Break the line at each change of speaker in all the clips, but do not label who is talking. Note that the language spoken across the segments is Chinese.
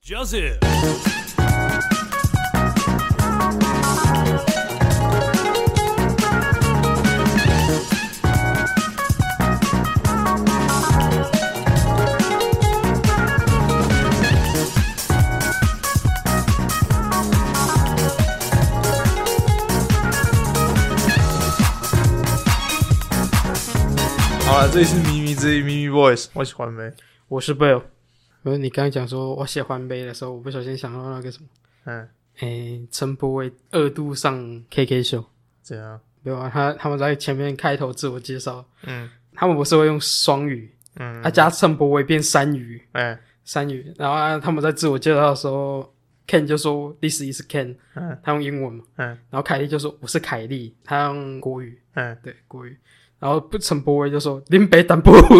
Joseph。
好了，这里是咪咪之音咪咪 Voice，我喜欢没？
我是 Bill。不是你刚才讲说我喜欢杯的时候，我不小心想到那个什么，
嗯，
诶，陈柏伟二度上 KK 秀，
怎样？
对吧？啊他他们在前面开头自我介绍，
嗯
他们不是会用双语，
嗯，
啊，加陈柏伟变三语，
哎，
三语。然后、啊、他们在自我介绍的时候，Ken 就说 This is Ken，
嗯
他用英文嘛，
嗯
然后凯莉就说我是凯莉，他用国语，
嗯，
对国语。然后不陈柏伟就说林北丹柏 伟，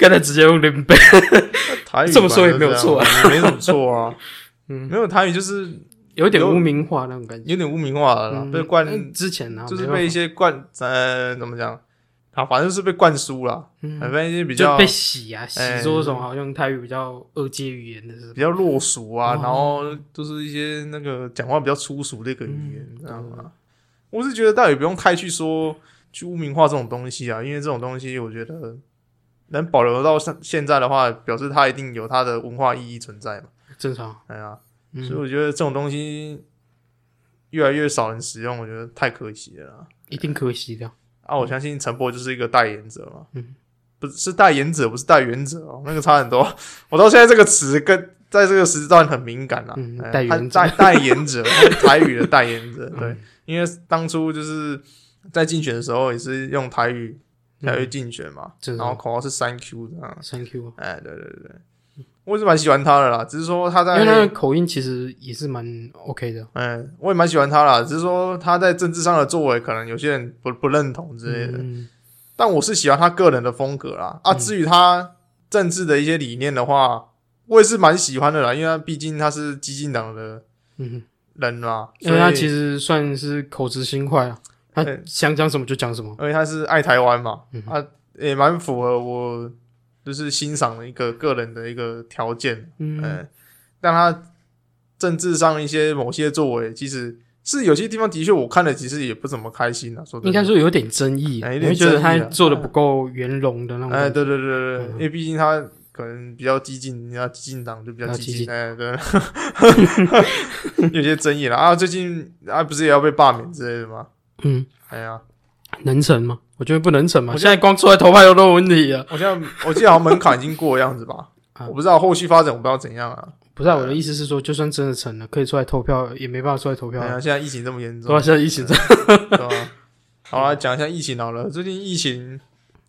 刚才直接用林北。
台语
这么说也没有错啊
啊，没什么错啊，
嗯
没有台语就是
有点污名化那种感觉，
有点污名化了啦，
嗯
被灌
嗯之前啊，
就是
没办法
被一些灌呃怎么讲啊，反正是被灌输了，
嗯
反正一些比
就
较
被洗啊，洗
哎
说什么好像泰语比较二阶语言的是
比较落俗啊，
哦
然后就是一些那个讲话比较粗俗的一个语言，
嗯
你知道吗？我是觉得倒也不用太去说去污名化这种东西啊，因为这种东西我觉得能保留到现现在的话，表示它一定有它的文化意义存在嘛。
正常，
哎呀，所以
嗯，
我觉得这种东西越来越少人使用，我觉得太可惜了啦。
一定可以洗掉。
啊，我相信陈波就是一个代言者嘛，
嗯，
不是是代言者，不是代言者哦，那个差很多。我到现在这个词跟在这个时段很敏感啊，
嗯
哎
代言者
他代代言者，他是台语的代言 者，
嗯
对，因为当初就是在竞选的时候也是用台语台语
嗯
竞选嘛，
真的
然后口号是三 Q 这样，
嗯，Thank you。
哎，对对对对，我也是蛮喜欢他的啦，只是说他
因为他
在。
的口音其实也是蛮 OK 的，
嗯，我也蛮喜欢他啦，只是说他在政治上的作为，可能有些人不不认同之类的。
嗯，
但我是喜欢他个人的风格啦。啊，
嗯
至于他政治的一些理念的话，我也是蛮喜欢的啦，因为他毕竟他是激进党的
嗯，
人嘛，
因为他其
实
实算是口直心快啊，他
对
想讲什么就讲什么，
而且他是爱台湾嘛，
嗯
啊，也蛮符合我就是欣赏的一个个人的一个条件，
嗯，
嗯，但他政治上一些某些作为，其实是有些地方的确我看了其实也不怎么开心啊，说真的
应该说有点争议，
哎有
你
点
会觉得
争
他
议啊
做的不够圆融的那种
哎，
感觉，
对对对对，
嗯
因为毕竟他可能比较激进，你要激进党就比较
比较
激
激
进，
进
哎，对， 有些争议了啊。最近啊，不是也要被罢免之类的吗？
嗯，
哎呀，
能成吗？我觉得不能成嘛，现在光出来头发有都有问题了。
我现在我记得好像门槛已经过的样子吧，
啊
我不知道后续发展我不知道怎样啊。
不是、啊、我的意思是说，就算真的成了，可以出来投票，也没办法出来投票
哎呀，
啊。
现在疫情这么严重
对啊，，现在疫情在，
对吧？好了，讲一下疫情好了，最近疫情。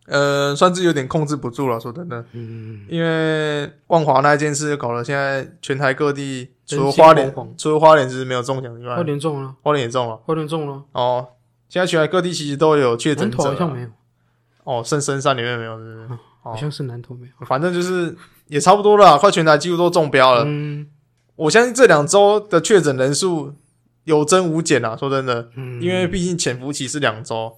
呃，算是有点控制不住了，说真的，
嗯，
因为万华那件事搞了，现在全台各地除了
人心
花莲
惶惶，
除了花莲是没有中奖以外
花，莲中了，
花莲也中了
花莲中了，
哦。现在全台各地其实都有确诊
南投好
者
像
啊
没有，
哦，剩深山里面没有，是不是？
好像是南投没有。
反正就是也差不多了啊，快全台几乎都中标了。
嗯
我相信这两周的确诊人数有增无减啊，说真的，
嗯，
因为毕竟潜伏期是两周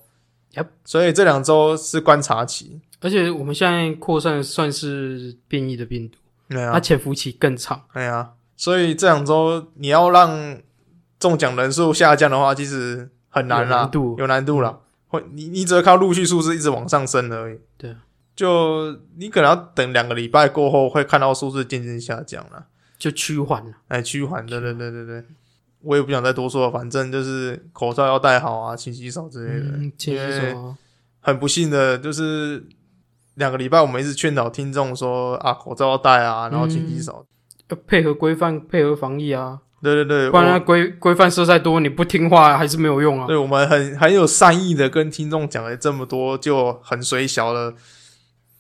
Yep，
所以这两周是观察期。
而且我们现在扩散算是变异的病毒，
对
它
啊，
潜伏期更长。
对啊，所以这两周你要让中奖人数下降的话，其实很难啦，
有难度
有难度
嗯
啦。会你你只要靠陆续数字一直往上升而已。
对啊，
就你可能要等两个礼拜过后，会看到数字渐渐下降了，
就趋缓了，
来趋缓。对对对对对，我也不想再多说了，反正就是口罩要戴好啊，勤洗手之类的。
嗯，其实
因为
说
很不幸的，就是两个礼拜我们一直劝导听众说啊，口罩要戴啊，然后勤
嗯
洗手。
要配合规范，配合防疫啊，
对对对，
不然
我
它规规范设再多，你不听话还是没有用啊。
对我们很很有善意的跟听众讲了这么多，就很水小了，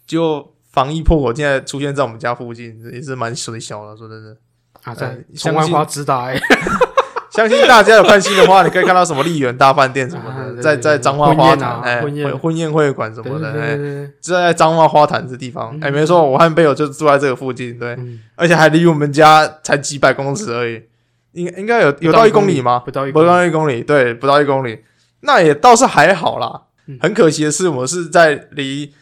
就防疫破口现在出现在我们家附近，也是蛮水小的。说真的，
啊，
呃
在
相
从万
信
花直达欸，
相信大家有看新闻的话，你可以看到什么丽园大饭店什
啊
么的，
对
在
对
在
对
彰化
婚
花
宴
坛
啊
哎
婚宴
婚婚宴会馆什
对
么
对
的，
对对
哎，
对，
这在彰化花坛这地方，
嗯
哎，没错，我和贝友就住在这个附近，对，
嗯，
而且还离我们家才几百公尺而已，应应该有有
不到
到一
一公
公里
里
吗？
不到一
不
公里，
到一公里，对，不到一公里，那也倒是还好啦
嗯。
很可惜的是，我们是在离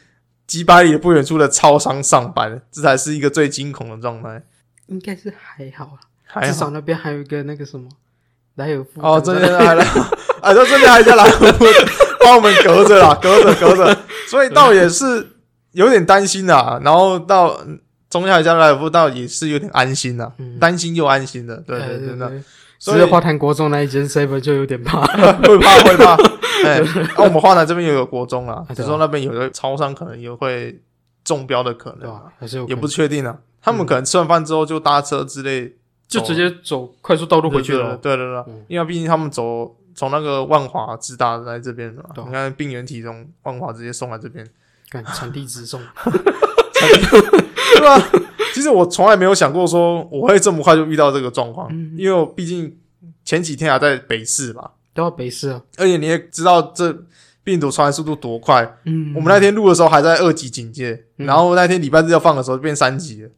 几百里不远处的超商上班，这才是一个最惊恐的状态。
应该是还好啊，
还
至
好
少那边还有一个那个什么莱尔夫
哦，这
真
边还 来，啊，这这边还在来，帮我们隔着啦，隔着隔着，所以倒也是有点担心啦。然后到中下加来夫倒也是有点安心啦，
嗯哎
担心又安心的，对
对
对对对，
对，只
所以
是花坛国中那一间 seven 就有点怕，
会怕会怕。 哎，那我们华南这边也有国中啦，
对啊
只是说那边有的超商可能也会中标的可
对
能，
吧？还是有
也
可
不
能嗯
确定啊。他们可能吃完饭之后就搭车之类，
就直接走快速道路回去
对
了。
对对对，
嗯
因为毕竟他们走从那个万华直达来这边的嘛，
对啊
你看病原体从万华直接送来这边，
看产地直送，
对吧、其实我从来没有想过说我会这么快就遇到这个状况，
嗯
因为我毕竟前几天还在北市嘛，
都要北市啊。
而且你也知道这病毒传染速度多快，
嗯，
我们那天录的时候还在二级警戒，
嗯
然后那天礼拜日要放的时候就变三级了，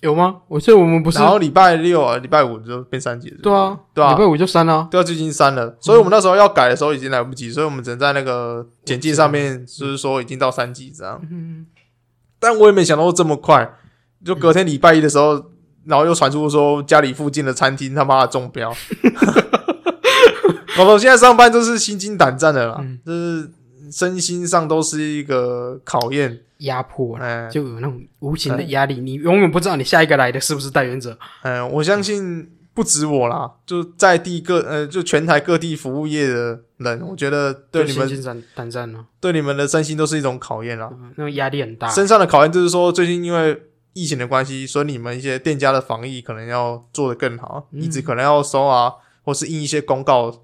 有吗？我记得我们不是
然后礼拜六啊、礼拜五就变三级了，
对啊，
对啊
礼拜五就删了啊。
对啊，最近删了，所以我们那时候要改的时候已经来不及，所以我们只能在那个简介上面就是说已经到三级这样。
嗯，
但我也没想到这么快，就隔天礼拜一的时候，然后又传出说家里附近的餐厅他妈的中 标，搞得我现在上班就是心惊胆战的啦，
嗯
就是身心上都是一个考验。
压迫了，
哎、
就有那种无形的压力，你永远不知道你下一个来的是不是代言者。
哎、我相信不止我啦，就在地各呃，就全台各地服务业的人，我觉得对你
就
们
心惊胆胆战了，
对你们的身心都是一种考验啦。
嗯那种压力很大。
身上的考验就是说，最近因为疫情的关系，所以你们一些店家的防疫可能要做得更好，
嗯
一直可能要收啊，或是印一些公告，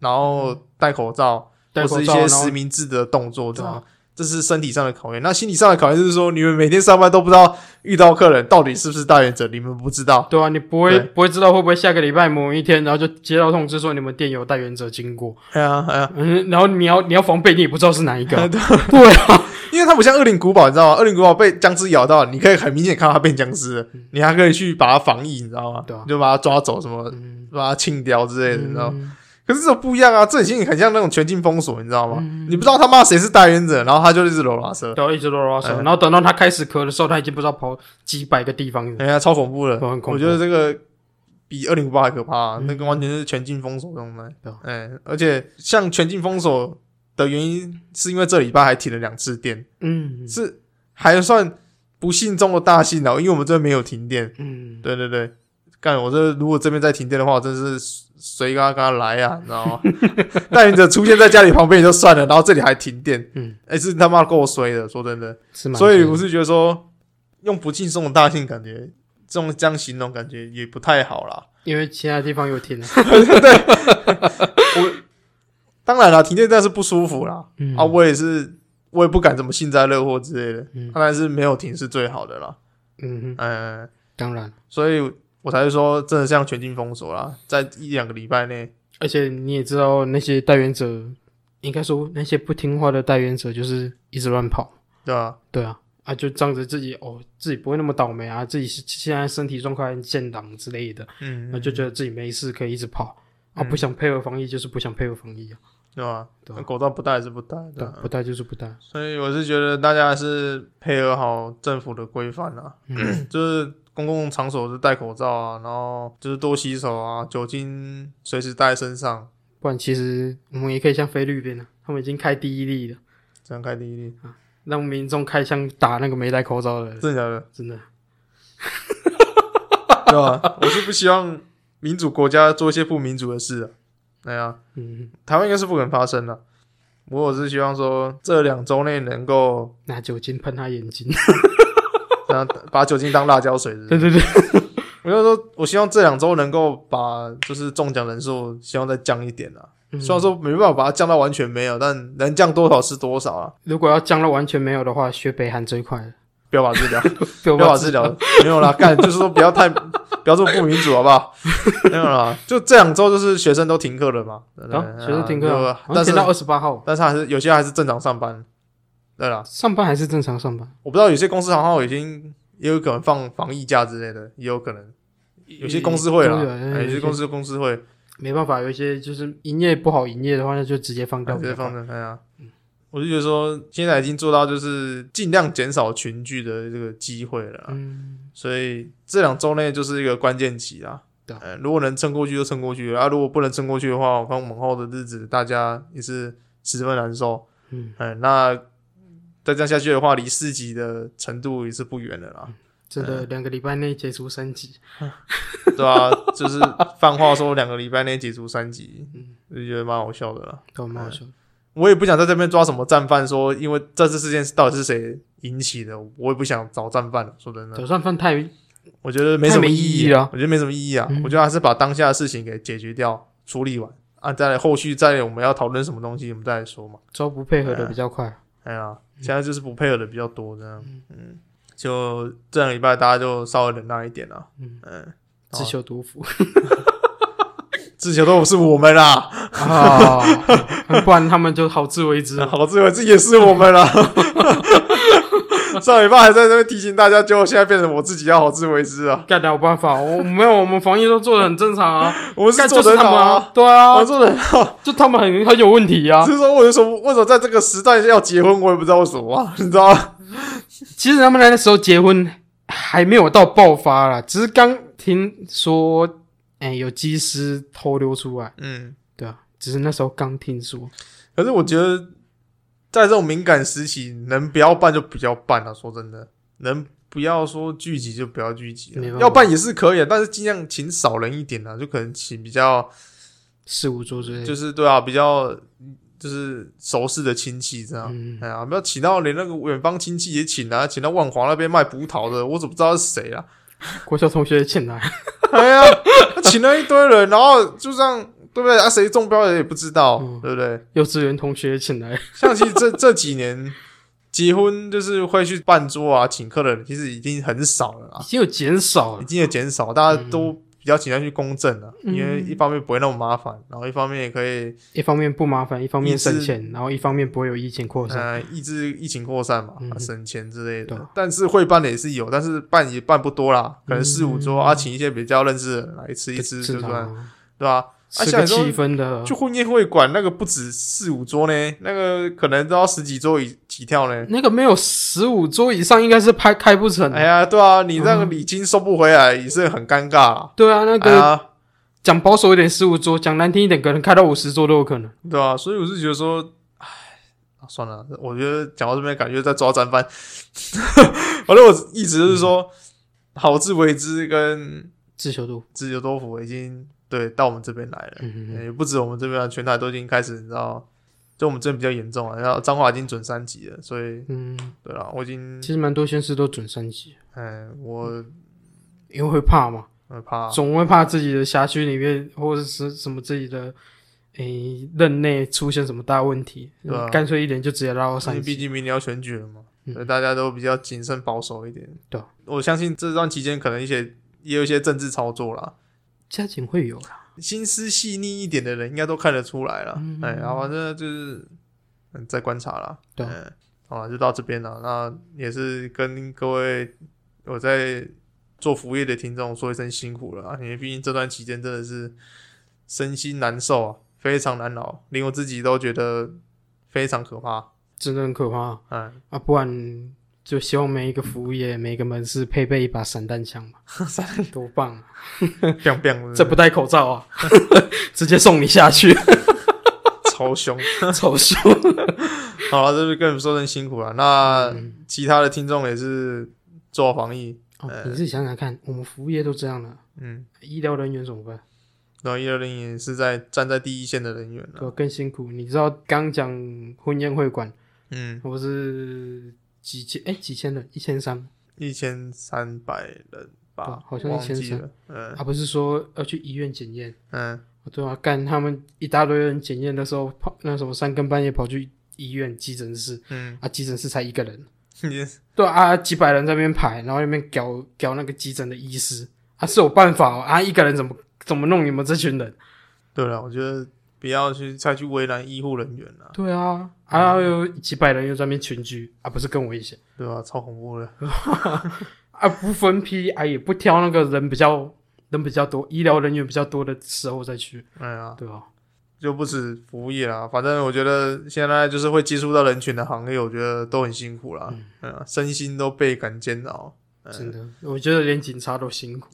然后戴口罩，
嗯戴
或
口
是一
罩，
些
然后
实名制的动作，这
对
样
啊。
这是身体上的考验，那心理上的考验就是说，你们每天上班都不知道遇到客人到底是不是代言者，你们不知道，
对啊，你不会
对
不会知道会不会下个礼拜某一天，然后就接到通知说你们店有代言者经过，
哎呀哎呀，。
嗯，然后你要你要防备，你也不知道是哪一个 对啊，
因为它不像恶灵古堡，你知道吗？恶灵古堡被僵尸咬到，你可以很明显看到它变僵尸了，你还可以去把它防疫，你知道吗？
嗯对啊
你就把它抓走，什么
嗯，
把它清掉之类的，你知道吗？
嗯
可是这不一样啊，这已经很像那种全境封锁，你知道吗？
嗯
你不知道他妈谁是代言者，然后他就一直揉拉车，
对啊，一直啰啰嗦
哎
嗦，然后等到他开始咳的时候，他已经不知道跑几百个地方了。
哎呀，超恐怖的！
对很恐怖
我觉得这个比二零五八还可怕、啊，
嗯
那个完全是全境封锁状态
对啊。
哎、而且像全境封锁的原因，是因为这礼拜还停了两次电，
嗯
是还算不幸中的大幸哦、因为我们这边没有停电。
嗯，
对对对，干我这如果这边再停电的话，我真是谁跟他跟他来呀、啊，你知道吗？ 代言者出现在家里旁边也就算了，然后这里还停电，
嗯，
哎、是他妈够衰的，说真的。
是蛮
所以
衰的
我是觉得说，用不敬送的大幸，感觉这种这样形容感觉也不太好啦。
因为其他地方有停啊了。
当然啦，停电但是不舒服啦，
嗯
啊，我也是，我也不敢怎么幸灾乐祸之类的，
嗯
当然是没有停是最好的啦。
嗯，哼，
嗯、
当然，
所以我才是说，真的像全境封锁啦，在一两个礼拜内，
而且你也知道那些代言者，应该说那些不听话的代言者就是一直乱跑。
对吧、
对啊，啊，就仗着自己哦，自己不会那么倒霉啊，自己是现在身体状况很健朗之类的，
嗯，
那、就觉得自己没事可以一直跑啊，
嗯
不想配合防疫就是不想配合防疫啊，
对吧？
对
那口罩不戴是不戴，对
对
吧
啊，不戴就是不戴，
所以我是觉得大家还是配合好政府的规范啦，
嗯
就是公共场所是戴口罩啊，然后就是多洗手啊，酒精随时带在身上，
不然其实我们也可以像菲律宾啊，他们已经开第一例了，
这样开第一例，
让民众开枪打那个没戴口罩的人，
真的假的？
真的，
对吧？我是不希望民主国家做一些不民主的事啊，哎呀、
嗯，
台湾应该是不可能发生了。不过我是希望说，这两周内能够
拿酒精喷他眼睛，
让把酒精当辣椒水是不是
对对对，
我就说，我希望这两周能够把就是中奖人数，希望再降一点啦。
嗯
虽然说没办法把它降到完全没有，但能降多少是多少啊！
如果要降到完全没有的话，学北韩最快了，
标靶治 疗，
标
标靶治疗没有啦，干就是说不要太 不要这么不民主，好不 好？没有啦，就这两周就是学生都停课了嘛，对不对
啊，学生停课
对
了，
吧
好像
但是
停到二十八号，
但是还是有些还是正常上班。对啦，
上班还是正常上班。
我不知道有些公司好像已经也有可能放防疫假之类的，也有可能有些公司会啦，
都有嗯
哎有
有
些
些
公司公司会。
啊没办法，有一些就是营业不好营业的话，那就直接放掉。嗯
直接放着，哎呀，我就觉得说，现在已经做到就是尽量减少群聚的这个机会了啊、
嗯，
所以这两周内就是一个关键期啊。
对啊
呃，如果能撑过去就撑过去啊，如果不能撑过去的话，我看往后的日子大家也是十分难受。
嗯，
哎、那再这样下去的话，离四级的程度也是不远了啦，
真的两个礼拜内解除三级，
对吧、就是放话说两个礼拜内解除三级，
嗯
我就觉得蛮好笑的啦。
都蛮好笑的。
我也不想在这边抓什么战犯说因为这次事件到底是谁引起的，我也不想找战犯了。说真的，
早上饭太
我觉得没什么
太没意义
啊
了，
我觉得没什么意义啊。
嗯
我觉得还是把当下的事情给解决掉、处理完啊，再来后续再来我们要讨论什么东西，我们再来说嘛。
周不配合的比较快，
哎呀，现在就是不配合的比较多，这样，嗯，就这两个礼拜大家就稍微忍耐一点啦、
嗯
嗯，
自求多福
自求多福是我们啦，
啊，不然他们就好自为 之。
啊好自为之也是我 们啦。上礼拜还在那边提醒大家，结果现在变成我自己要好自为之啊！
干掉办法，我没有，我们防疫都做的很正常啊，
我们是
干
做
就
得
是
很
他
好
们
啊
啊，，对
我
啊
们，做得很好。
就他们很很有问题啊
只。是说，我就说，为什么在这个时代要结婚，我也不知道为什么啊，你 知道吗？
其实他们那时候结婚还没有到爆发啦，只是刚听说，哎、有机师偷溜出来，
嗯，
对啊，只是那时候刚听说，
可是我觉得，在这种敏感时期，能不要办就不要办啊。说真的，能不要说聚集就不要聚集
没
啊，
办法
要办也是可以啊，但是尽量请少人一点啊，就可能请比较
事无做之类的，
就是对啊，比较就是熟识的亲戚这样。
嗯，
哎呀，不要请到连那个远方亲戚也请啊，请到万华那边卖葡萄的，我怎么知道是谁 啊？
国小同学欠来，
哎呀，请了一堆人，然后就这样，对不对？啊，谁中标的也不知道，
嗯
对不对？
幼稚园同学欠来，
像其实这 这几年结婚就是会去办桌啊，请客的人其实已经很少了
已
啦，
经有减少
已
了，
经也减少，大家都比较倾向去公证了，
嗯
因为一方面不会那么麻烦，然后一方面也可以
一方面不麻烦，一方
一
面
直
省钱，然后一方面不会有疫情扩散，
呃抑制疫情扩散嘛，
嗯
啊省钱之类
对
的
啊。
但是会办的也是有，但是办也办不多啦，可能四五桌
嗯
啊，请一些比较认识的人来吃一吃，就
正常
算
啊，嗯
对吧？啊
是
像你
个
说
气氛的，
就婚宴会馆那个不止四五桌呢，那个可能都要十几桌以起跳呢。
那个没有十五桌以上应该是拍开不成的，
哎呀，对啊，你那个
嗯
礼金收不回来也是很尴尬啊。
对啊，那
哎
个
呀，
讲保守一点十五桌，讲难听一点，可能开到五十桌都有可能。
对啊，所以我是觉得说，哎，算了，我觉得讲到这边感觉在抓战犯。 反正我一直就是说，
嗯
好自为之跟
自求多福，
自由多福已经对到我们这边来了，
嗯
也不止我们这边啊，全台都已经开始，你知道，就我们这边比较严重啊，然后彰化已经准三级了，所以
嗯，
对了，我已经
其实蛮多县市都准三级，
哎，我
因为会怕嘛，
我怕，
总会怕自己的辖区里面或者是什么自己的诶、任内出现什么大问题
对啊，
干脆一点就直接拉到
因为
三
毕
级。
竟明年要选举了嘛，
嗯
所以大家都比较谨慎保守一点。
对啊
我相信这段期间可能一些也有一些政治操作啦，
加减会有啦，
心思细腻一点的人应该都看得出来啦。
嗯
哎，然后反正就是嗯，再观察啦。
对啊
嗯，好啦，就到这边了。那也是跟各位我在做服务业的听众说一声辛苦了啊，因为毕竟这段期间真的是身心难受啊，非常难熬，连我自己都觉得非常可怕。
真的很可怕
哎，
啊！不然就希望每一个服务业、每一个门市配备一把散 弹枪嘛，多棒啊！
biang biang，
这不戴口罩啊， 直接送你下 去，
超凶。
丑秀。
好了，这就跟你们说声辛苦了。那
嗯
其他的听众也是做好防疫，
哦，你自己想想看，我们服务业都这样了，
嗯，
医疗人员怎么办？
然后一二零也是在站在第一线的人员啊了，
对，更辛苦。你知道刚讲婚宴会馆，
嗯，
我是几千哎、几千人，一千三
一千三百人吧
哦，好像
忘记
1300
了，嗯
啊，不是说要去医院检验？
嗯，
对啊，干他们一大堆人检验的时候，跑那什么三更半夜跑去医院急诊室
嗯，
啊，急诊室才一个人，
你
对啊，啊几百人在那边排，然后那边搞搞那个急诊的医师啊，是有办法、哦、啊，一个人怎么怎么弄你们这群人？
对了，我觉得不要去再去为难医护人员了，
对啊，啊有几百人又在那边群居啊，不是更危险？
对吧？超恐怖的，
啊，不分批啊，也不挑那个人比较人比较多、医疗人员比较多的时候再去，
哎呀，
对吧？啊
就不止服务业啦，反正我觉得现在就是会接触到人群的行业，我觉得都很辛苦啦，嗯、身心都倍感煎熬。哎
真的，我觉得连警察都辛 苦。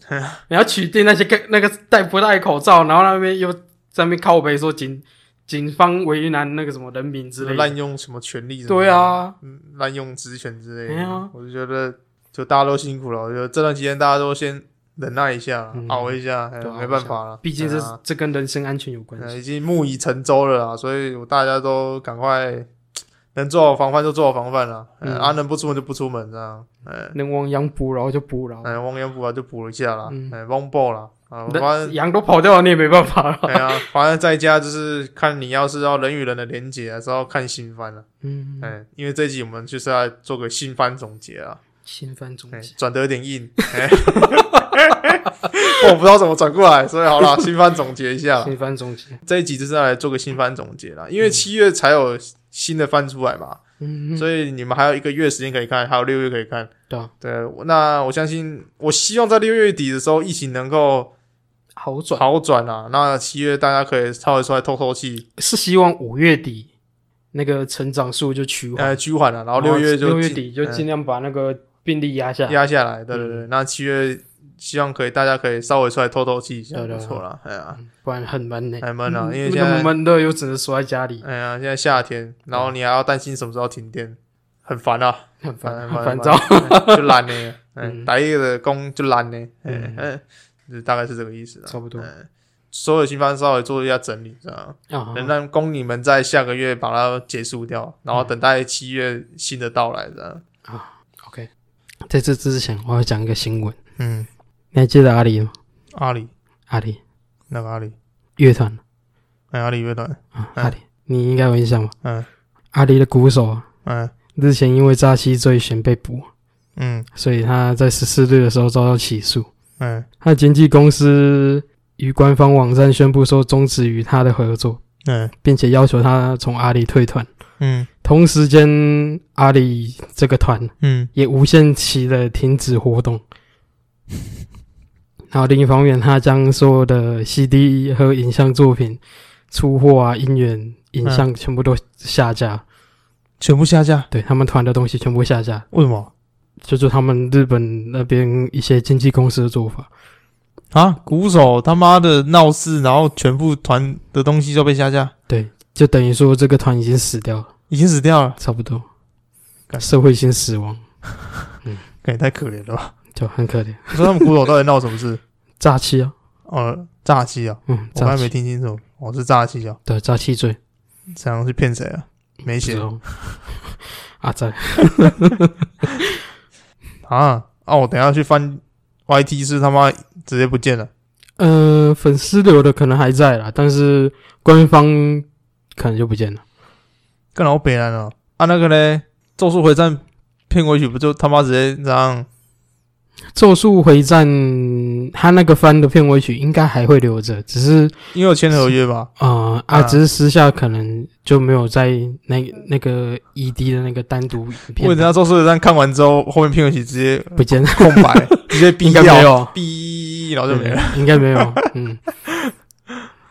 你要取缔那些跟那个戴不戴口罩，然后那边又在那边靠背说警警方为难那个什么人民之类的。
滥用什么权利什么？
对，啊，
嗯滥用职权之类的。
哎呀
我就觉得，就大家都辛苦了。我觉得这段期间大家都先忍耐一下，
嗯
熬一下，哎
对啊
没办法了。
毕竟这、
哎呀
这跟人身安全有关
呃
系。
已经木已成舟了啦，所以我大家都赶快能做好防范就做好防范啦。嗯，
嗯
啊，能不出门就不出门啊。嗯，
能亡羊补牢就补牢，
嗯，汪洋补啊就补一下啦，
哦嗯
嗯，汪爆啦，啊，
那
反 正。
羊都跑掉了，你也没办法 了。
对啊，反正在家就是看你要是要人与人的连接啊，是要看新番了、
嗯，
哎、因为这一集我们就是要做个新番总结啊，
新番总
哎、
结，
转得有点硬，哎我不知道怎么转过来，所以 好啦，新番总结一下啦。
新番总结。
这一集就是要来做个新番总结啦，因为七月才有新的番出来嘛，
嗯，
所以你们还有一个月时间可以看，还有六月可以看。
对啊
对，我那我相信，我希望在六月底的时候疫情能够
好转
好转啊。那七月大家可以稍微出来透透气，
是希望五月底那个成长数就趋缓，
呃，趋缓了，然后六月就
嗯哦六月
进
底就嗯
嗯
尽量把那个病例压下来。
压下来。对对对，那七月希望可以大家可以稍微出来透透气一下，
对对
不
对
错啦。哎呀，
不然很闷呢、
很闷啊，
嗯
因为现
那么嗯
在
闷热又只能锁在家里，
哎呀，现在夏天，然后你还要担心什么时候停电，很烦啊。
很烦
烦烦
很烦躁。
哎就懒呢，嗯，
嗯
打一的工就懒呢，
嗯
嗯，就大概是这个意思啦。
差不多
嗯所有新番稍微做一下整理，这样
啊
能让供你们在下个月把它结束掉，
嗯
然后等待七月新的到来，这样。
，OK。在这之前，我要讲一个新闻。
嗯，
你还记得阿里吗？
阿里
阿里
那个阿里，
乐团
哎，阿里乐团，
啊，
嗯
阿里，你应该有印象吧？
嗯
阿里的鼓手啊
嗯
日前因为诈欺罪嫌被捕，
嗯
所以他在十四日的时候遭到起诉。
嗯，
他的经纪公司于官方网站宣布说终止与他的合作，
嗯
并且要求他从阿里退团。
嗯
同时间，阿里这个团
嗯
也无限期的停止活动。 然后另一方面，他将所有的 CD 和影像作品出货啊、音源、影像全部都下架，
全部下架，
对他们团的东西全部下架，
为什么
这就是他们日本那边一些经纪公司的做法。
啊？鼓手他妈的闹事，然后全部团的东西就被下架，
对，就等于说这个团已经死掉了，
已经死掉了，
差不多，
干
社会性死亡
哎，太可怜了吧？
就很可怜，
你说他们鼓手到底闹什么事？
诈欺啊，
哦，诈欺啊！
嗯，
我
诈
还没
欺，
听清楚，哦，是诈欺啊！
对，诈欺罪，
这样是骗谁啊？没
不
写
知道 啊，在
啊！啊，我等一下去翻 YT 是他妈直接不见了。
呃，粉丝流的可能还在啦，但是官方可能就不见了。
更老北南了啊！那个嘞，《咒术回战》片尾曲不就他妈直接这样？
《咒术回战》它那个番的片尾曲应该还会留着，只是
因为有签合约吧？
呃
啊
啊，只是私下可能就没有在那那个 ED 的那个单独影
我
片
等一下《咒术回战》看完之后，后面片尾曲直接
不见了，
空 白，直接逼
应该没
掉，
有，
逼，然后就没了，
应该没有，嗯，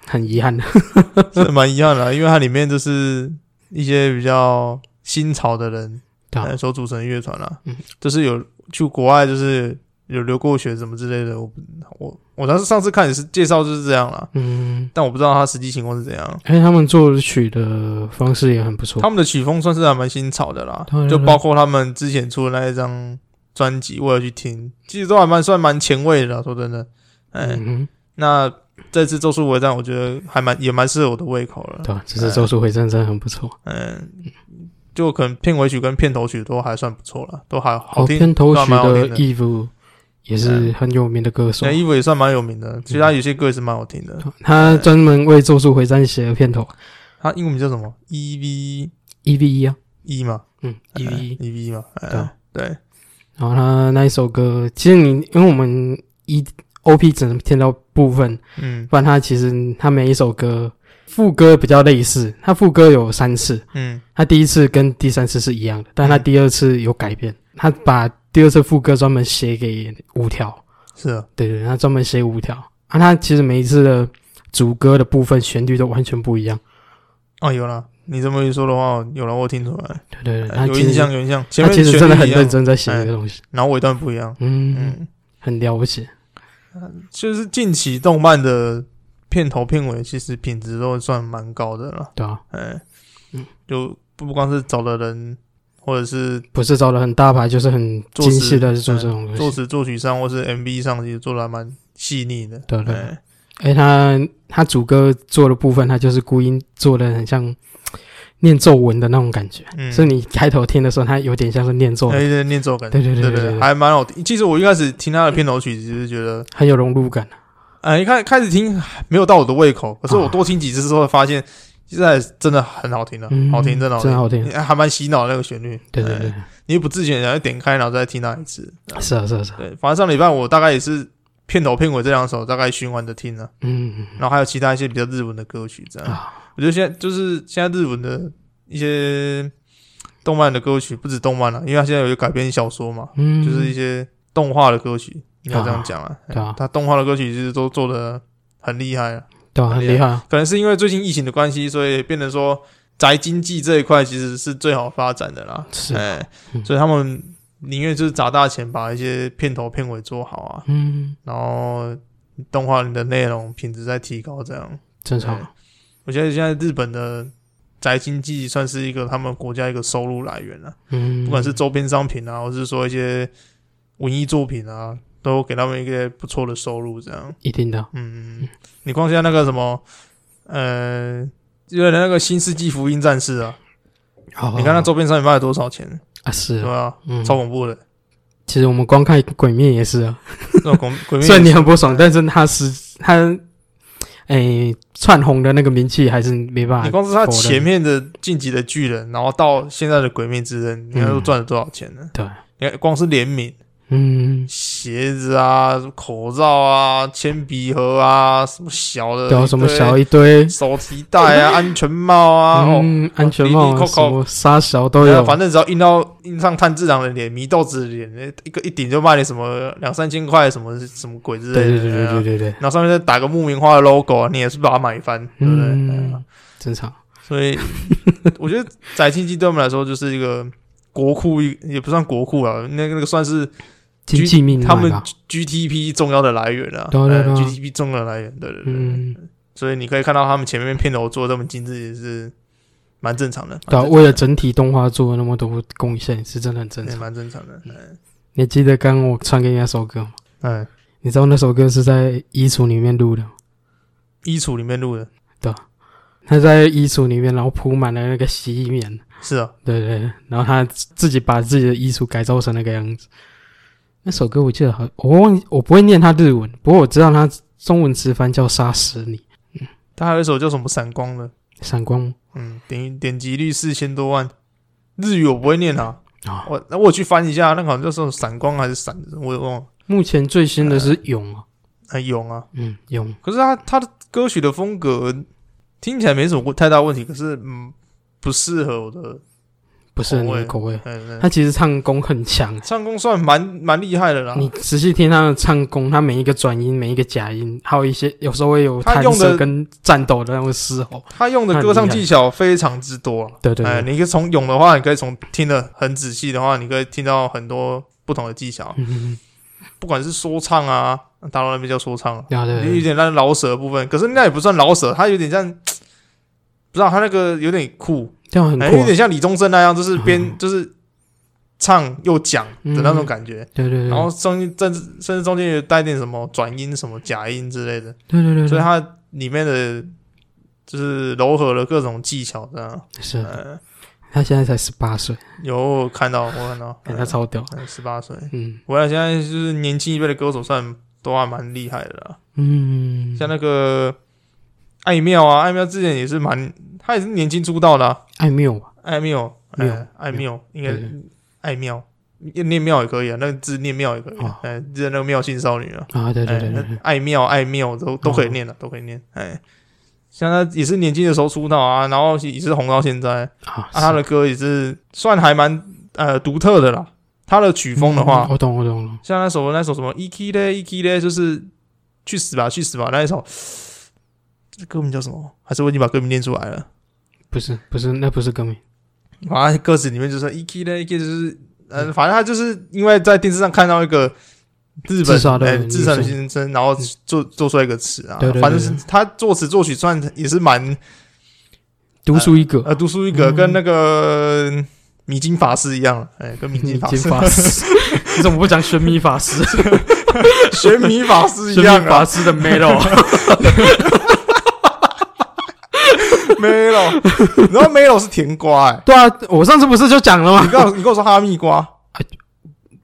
很遗憾的，
是蛮遗憾的啊，因为它里面就是一些比较新潮的人
对啊
呃，所组成的乐团啦、
嗯
就是有去国外，就是有留过学什么之类的。我不我我当时上次看也是介绍就是这样啦，
嗯，
但我不知道他实际情况是怎样。
而且他们作曲的方式也很不错，
他们的曲风算是还蛮新潮的啦
当，然
就
了
包括他们之前出的那一张专辑，我有去听，其实都还蛮算蛮前卫的啦。说真的，哎、
嗯哼，
那这次《咒术回战》我觉得还蛮也蛮适合我的胃口了。
对啊，只是《咒术回战》真的很不错，
嗯，就可能片尾曲跟片头曲都还算不错啦，都还好
哦，
听。
片头曲
都还蛮好听
的
的嗯
Eve 也是很有名的歌手
那，衣服也算蛮有名的，其实他有些歌也是蛮好听的。
他专门为《咒术回战》写的片头
他英文名叫什么？E V
E V E 啊，
E 嘛
嗯，E V E，
，E V 嘛，哎
对啊
对，
然后他那一首歌，其实你因为我们 E O P 只能听到部分，
嗯
不然他其实他每一首歌副歌比较类似，他副歌有三次。
嗯
他第一次跟第三次是一样的，但他
嗯
第二次有改变，他把第二次副歌专门写给五条，
是啊，
对对，他专门写五条啊。他其实每一次的主歌的部分旋律都完全不一样。
哦，有了，你这么一说的话，有了，我听出来，
对对对，
呃
他
有
其
印象，
实
有印象。前
他
面
其实真的很认
认真，
真在写这个东西，
然后尾段不一样。
嗯，
哎嗯，
很了不起。
就是近期动漫的片头片尾，其实品质都算蛮高的了。
对啊，
哎，
嗯
就不光是找的人，或者是
不是找了很大牌，就是很
作
精
词
细的做
嗯
这种东西。
作词作曲上，或是 MV 上，其实做的还蛮细腻的。
对对
哎
哎、他他主歌做的部分，他就是孤音做的很像念咒文的那种感觉，
嗯，
所以你开头听的时候，他有点像是念咒
哎
的，
对念奏感，
对对对
对
对对
还蛮好听。其实我一开始听他的片头曲，只是觉得，
很有融入感。
哎，一开开始听没有到我的胃口，可是我
啊
多听几次之后，发现现在真的很好听的，啊
嗯，
好听，真的好
真
听。
好听。
还蛮洗脑的那个旋律，
对对
哎
对，
你又不自觉然后点开，然后再听那一次。
是啊是啊是啊，
对，反正上礼拜我大概也是片头片尾这两首大概循环的听啊了，
嗯
然后还有其他一些比较日文的歌曲这样。
啊，
我觉得现在就是现在日文的一些动漫的歌曲，不止动漫了、因为它现在有改编小说嘛，
嗯，
就是一些动画的歌曲，你要这样讲啊。
对啊
它动画的歌曲其实都做的很厉害啊，
对啊，很厉害啊，
可能是因为最近疫情的关系，所以变成说宅经济这一块其实是最好发展的啦。
是
哎、
嗯
所以他们宁愿就是砸大钱把一些片头片尾做好啊，
嗯，
然后动画的内容品质再提高这样。
正常啊
对。我觉得现在日本的宅经济算是一个他们国家一个收入来源了、啊
嗯，
不管是周边商品啊，或是说一些文艺作品啊，都给他们一个不错的收入。这样，
一定的，
嗯，你光现在那个什么，呃，因为那个《新世纪福音战士》啊，
好好
你看
好
那周边商品卖了多少钱，
啊哦是
对
啊，
吧、
嗯，
超恐怖的，
其实我们光看鬼面也是啊，
那种鬼鬼
虽然你啊
面。
很不爽，但是他是他，诶、窜红的那个名气还是没办
你
法。
光是他前面的晋级的巨人，然后到现在的鬼灭之刃，你看都
嗯
赚了多少钱呢？
对，
你看光是联名，
嗯，
鞋子啊、口罩啊、铅笔盒啊，什么小的，
对啊，什么
对
小一堆，
手提袋啊、安全帽啊，哦，
嗯，安全帽
滴滴扣
啊，
扣
什么沙小都有，
反正只要印到印上炭治郎的脸、祢豆子的脸，一个一顶就卖你什么两三千块，什么什么鬼之
对
类的，
对对对
哎呀
对对对，
然后上面再打个木棉花的 logo，啊你也是把它买翻，对不对？哎呀
嗯，正常，
所以我觉得宅经济对我们来说就是一个国库，一也不算国库啊，那个那个算是
经济命脉
他们
吧，
GTP 重要的来源啊，
对对对啊
g t p 重要的来源，对对对。
嗯，
所以你可以看到他们前面片头做得这么精致，也是蛮正常的。
对
蛮正
啊，
常的
为了整体动画做了那么多贡献，是真的很正
也
常。
蛮正常的。嗯
你记得刚刚我传给你那首歌吗？
嗯，
你知道那首歌是在衣橱里面录的吗，
衣橱里面录的，
他在衣橱里面，然后铺满了那个洗衣棉，
是啊，
对对，对然后他自己把自己的衣橱改造成那个样子。那首歌我记得好，我忘记我不会念它日文，不过我知道它中文直翻叫《杀死你》，
他还有一首叫什么“闪光”的，
闪光吗
嗯，点点击率四千多万。日语我不会念啊，
啊、
我那我有去翻一下，那个好像叫什么“闪光”还是“闪”，我也忘了。
目前最新的是《勇》啊，
很勇啊，
嗯，《勇》
可是他他的歌曲的风格听起来没什么太大问题，可是嗯不适合我的。
不是
口
你的
味
口味，
嗯，
他其实唱功很强。
唱功算蛮蛮厉害的啦。
你仔细听他的唱功，他每一个转音、每一个假音，还有一些有时候会有
他
弹
用的哎
舌跟颤抖的那种嘶吼。
他用的歌唱技巧非常之多啊。
对对
哎，
对，
你可以从勇的话，你可以从听的很仔细的话，你可以听到很多不同的技巧，
嗯，
不管是说唱啊，大陆那边叫说唱啊，
对啊对
有
对对，
点像饶舌的部分，可是那也不算饶舌，他有点像，不知道他那个有点酷，
这样很酷
哎，
啊、
有点像李宗盛那样，就是边
嗯
就是唱又讲的那种感觉，
对对对，
然后中间甚至甚至中间也带点什么转音、什么假音之类的，
对对对
所以
对，
它里面的就是糅合了各种技巧，这样。
是
呃，
他现在才十八岁，
有我看到，我看到，
哎他超屌。
十八岁，
嗯
我想现在就是年轻一辈的歌手算都还蛮厉害的啦，
嗯，
像那个艾妙啊，艾妙之前也是蛮，他也是年轻出道的、啊，
艾缪吧，
艾妙，
妙
呃艾妙，应该
哎对对
艾妙，念妙也可以啊，那个字念妙也可以
哦
啊，哎、之前那个妙性少女啊，
啊，对对对对嗯
哎
对，
爱妙爱妙都都可以念的，都可以念。哎，像他也是年轻的时候出道啊，然后也是红到现在。
啊，
啊，他的歌也是算还蛮呃独特的啦。他的曲
是
风的
嗯
话，
我懂我懂了，
像那首那首什么 E K 嘞 E K 嘞，就是去死吧去死吧那一首，这歌名叫什么？还是我已经把歌名念出来了？
不是不是，那不是歌名。
反正歌词里面就说 “iki 呢 iki” 就是，嗯，反正他就是因为在电视上看到一个日
自杀
本
的
哎
女
自杀的
生
先
嗯
生，然后做做出来一个词啊
对，对
反正
对
是他作词作曲算也是蛮
独树一格，
呃独树一格，
嗯
跟那个米津法师一样，哎，跟米津
金
法师
法师， 你怎么不讲玄米 法师？
学米法师一
玄
样
米法
啊，
师 的 Melo，
梅洛，然后梅洛是甜瓜 哎，
对啊，我上次不是就讲了
你
吗？
跟我你跟我说哈密瓜，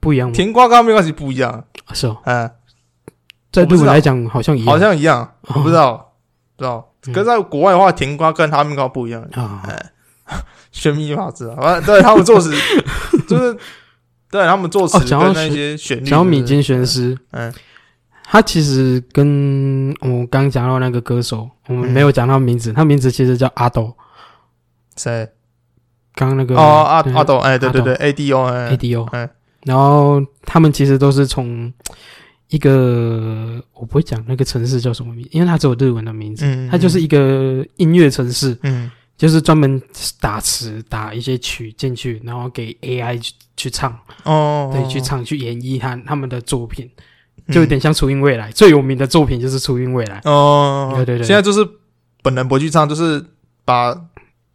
不一样吗？
甜瓜跟哈密瓜其实不一样，
是哦，
嗯，
在
我不
日
知
本
道
来讲好像一样，
好像一样，我不知道，不知道，
嗯
可是在国外的话，甜瓜跟哈密瓜不一样。
啊，
选密法制啊，反正对他们作词就是对他们作词
哦讲到
跟那些旋律，
讲到米
对
津玄师，
嗯，
他其实跟我刚讲到那个歌手，我们
嗯
没有讲到名字，他名字其实叫阿斗，
谁？
刚刚那个
哦，阿
嗯
阿斗，哎，对
阿
对
斗
对，A D O，哎
ADO，
嗯
然后他们其实都是从一个我不会讲那个城市叫什么名，因为它只有日文的名字，
嗯，
它就是一个音乐城市，
嗯
就是专门打词打一些曲进去，然后给 AI 去去唱，
哦，
对，去唱去演绎他他们的作品，
嗯
就有点像初音未来，最有名的作品就是初音未来，
哦，
对对对
现在就是本人不去唱，就是把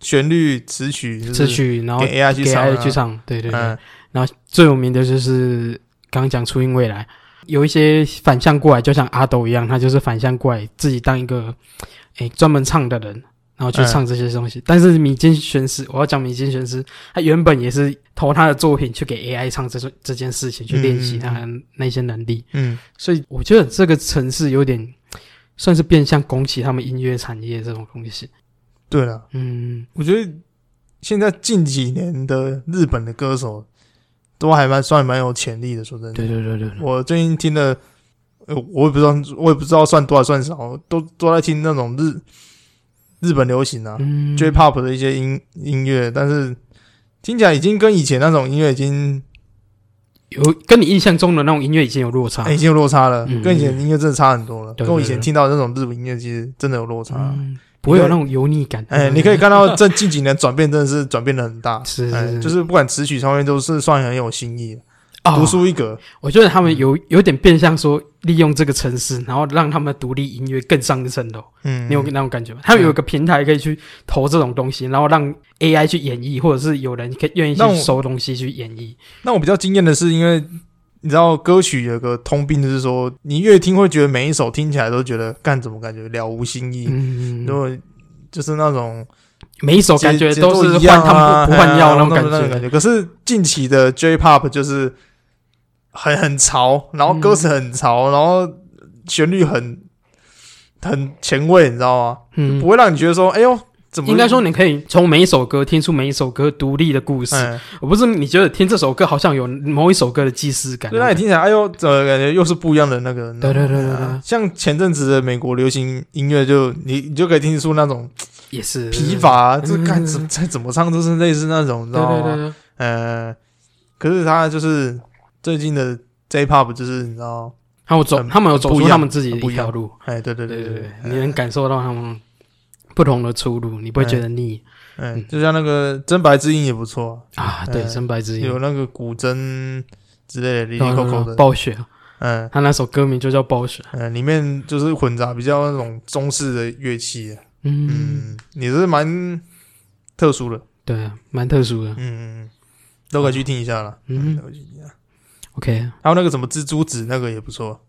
旋律词曲就是
词曲然后
给 A I 去
给
唱
AI
啊，
去唱，对对对，
嗯
然后最有名的就是刚刚讲初音未来，有一些反向过来，就像阿斗一样，他就是反向过来自己当一个诶专门唱的人，然后去唱这些东
嗯
西。但是米津玄师，我要讲米津玄师，他原本也是投他的作品去给 AI 唱这首这件事情，去练习他那些能力。
嗯，
所以我觉得这个城市有点算是变相拱起他们音乐产业这种东西。
对了，
嗯，
我觉得现在近几年的日本的歌手都还蛮算蛮有潜力的，说真的，
对对对对对，
我最近听的，呃，我也不知道，我也不知道算多少算少，都都在听那种日日本流行啊、
嗯，
J-pop 的一些音音乐，但是听起来已经跟以前那种音乐已经、
有跟你印象中的那种音乐已经有落差。
已经有落差了，
嗯
跟以前的音乐真的差很多了，
对
跟我以
对
前
对
听到的那种日本音乐其实真的有落差。
嗯，不会有那种油腻感。
哎，你可以看到这近几年转变真的是转变的很大，
是是
哎，
是
就是不管词曲上面都是算很有新意的，
啊
独树一格。
我觉得他们有有点变相说利用这个城市，然后让他们独立音乐更上一层楼。
嗯，
你有那种感觉吗？他们有一个平台可以去投这种东西，然后让 AI 去演绎，或者是有人可以愿意去
那我
收东西去演绎。
那我比较惊艳的是，因为你知道歌曲有个通病，就是说你越听会觉得每一首听起来都觉得干怎么感觉了无新意，
嗯，
如果就是那种
每一首
节
感觉
节
都
奏
是
一
换
样
汤
啊，
不不换药
哎呀
那种
那
感
种
觉。
觉。可是近期的 J-Pop 就是很很潮，然后歌词很潮，然后旋律很很前卫，你知道吗？
嗯
不，会让你觉得说，哎呦，怎么
应该说你可以从每一首歌听出每一首歌独立的故事，
哎
我不是你觉得听这首歌好像有某一首歌的既视感。
对，那你听起来，哎呦，怎么感觉又是不一样的那个？
对对对对对
啊像前阵子的美国流行音乐就，你你就可以听出那种
也是
疲乏，这看
嗯
怎再怎么唱都是类似那种，你知
对
道
对
吗？
对对，
呃，可是他就是最近的 J-pop，就是你知道，
他们走，
很
他们有走
不一
出
样
他们自己的
很不
一
一样
条路。
哎，对对对
对
对
对，，你能感受到他们不同的出路，你不会觉得腻
嗯
嗯，
就像那个真白之音也不错，
啊？对，
嗯
深白之音
有，那个古筝之类的，里里
然后
扣
那
扣
个
的，
暴雪，
嗯
他那首歌名就叫暴雪。
嗯，里面就是混杂比较那种中式的乐器，啊
嗯，
嗯，也是蛮特殊的。
对，蛮特殊的。
嗯，嗯，都可以去听一下啦。
嗯
都可以去听一下。
OK，
还有那个什么蜘蛛子，那个也不错。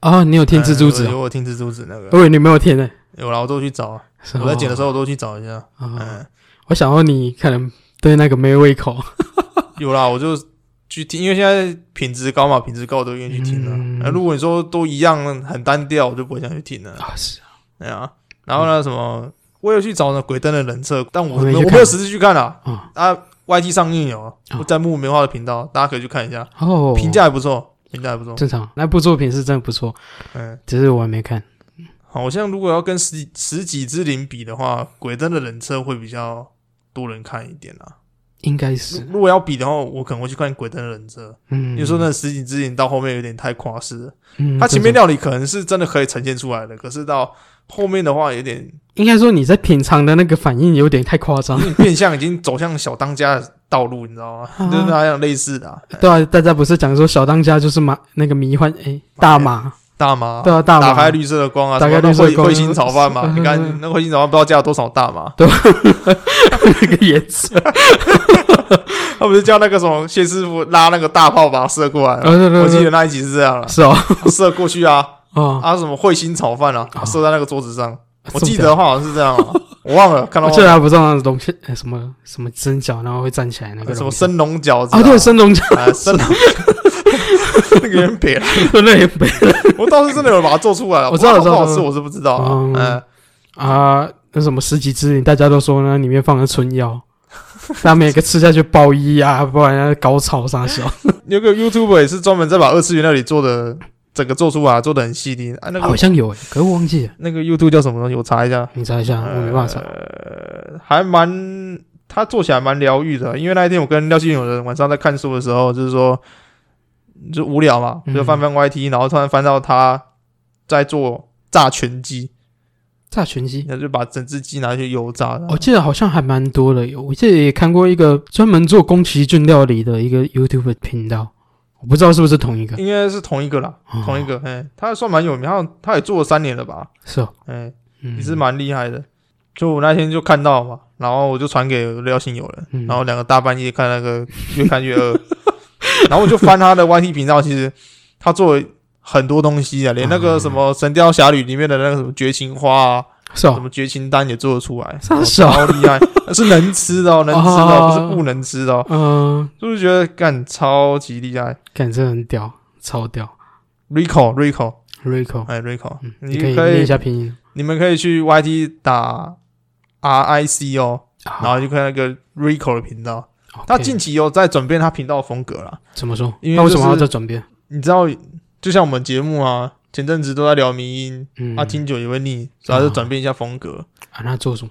啊，你有听蜘蛛子
嗯
哦？
我我听蜘蛛子那个，
我以为你没有听呢。
有啦，我都去找啊。
是
呃我在剪的时
候，
候，我都去找一下。
哦
嗯，
我想到你可能对那个没胃口。
有啦，我就去听，因为现在品质高嘛，品质高我都愿意去听
嗯
了。那如果你说都一样很单调，我就不会想去听了。
啊，是啊
哎呀，然后呢，什么我有去找那《鬼灯的人设》，但我
我
没
没
有
去
我
看
没有实际去看啦。
啊，
啊，YT 上映有，我在木棉花的频道，大家可以去看一下，
哦，
评价还不错，评价还不错。
正常，那部作品是真的不错，
嗯。
只是我还没看。
好像如果要跟十十几之灵比的话，鬼灯的人车会比较多人看一点啦。
应该
如
是，
如果要比的话，我可能会去看鬼灯的人车。
嗯，
你说那十几之灵到后面有点太夸饰了，
嗯，
它前面
正
料理可能是真的可以呈现出来的，可是到后面的话有点
应该说你在品尝的那个反应有点太夸张。
变相已经走向小当家的道路，你知道吗？
啊
就是那样类似的啊、
对啊，大家不是讲说小当家就是麻那个迷幻诶大麻，
大麻，
对啊大麻
打开绿色的光啊，
打开
什么
绿色的光
那彗彗星炒饭嘛，
嗯
你看那彗星炒饭不知道加了多少大麻，
那个颜色，
他不是叫那个什么谢师傅拉那个大炮把它射过来吗？
呃对对
我记
对
得那一集是这 样了，
是哦，
射过去啊，
哦，
啊什么彗星炒饭啊，
啊
射在那个桌子 上，我
中
记
奖
得好像是这样啊，我忘了看到
我记得还不是那种龙虾，呃什么什么蒸饺，然后会站起来那个
什么
龙虾
生龙饺子
啊，对，生龙饺，
啊生 龙，那个有点撇了，
那也没
我倒是真的有人把它做出来了，
我知道
不好不好
我知道
吃我是不知道啊，
嗯
嗯，
啊，那什么十几只，大家都说呢，里面放了春药，那每个吃下去爆衣啊，不然要高潮啥小，
有个 YouTube 也是专门在把二次元料理做的整个做出来，做的很细腻啊。那
好
个
像有诶，可是我忘记了，
那个 YouTube 叫什么东西？我查一下。
你查一下，我没办法查。
呃，还蛮他做起来蛮疗愈的，因为那一天我跟廖信友人晚上在看书的时候，就是说就无聊嘛，
嗯
就翻翻 YT，、然后突然翻到他在做炸全鸡，
炸拳击，
那就把整只鸡拿去油炸了。
我记得好像还蛮多的，有我记得也看过一个专门做宫崎骏料理的一个 YouTube 频道，我不知道是不是同一个，
应该是同一个啦，
哦
嗯同一个，哎、他算蛮有名，他他也做了三年了吧，
是哦，
哎、
嗯，
也是蛮厉害的。就我那天就看到嘛，然后我就传给廖信友人，
嗯
然后两个大半夜看那个，越看越饿。 然后我就翻他的 YT 频道，其实他做了很多东西啊，连那个什么《神雕侠侣》里面的那个什么绝情花啊，
是
什
哦，
么绝情丹也做得出来，
啥
哦
小
超厉害，是能吃的哦，能吃的哦，
哦
不是不能吃的哦，
嗯，
就是觉得干超级厉害。
感觉很屌，超屌
Rico Rico，
，Rico，
哎 Rico，
嗯，
你
你可以
可以
念一下拼音，
你们可以去 YT 打 R I C 哦，然
好
后就看那个 Rico 的频道，
，OK，
他近期有在转变他频道的风格啦。
怎么说？
因为
那为什么要
就是
再转变？
你知道，就像我们节目啊，前阵子都在聊迷音，
嗯，
啊，听久也会腻，所以他就转变一下风格，
啊，那做什么？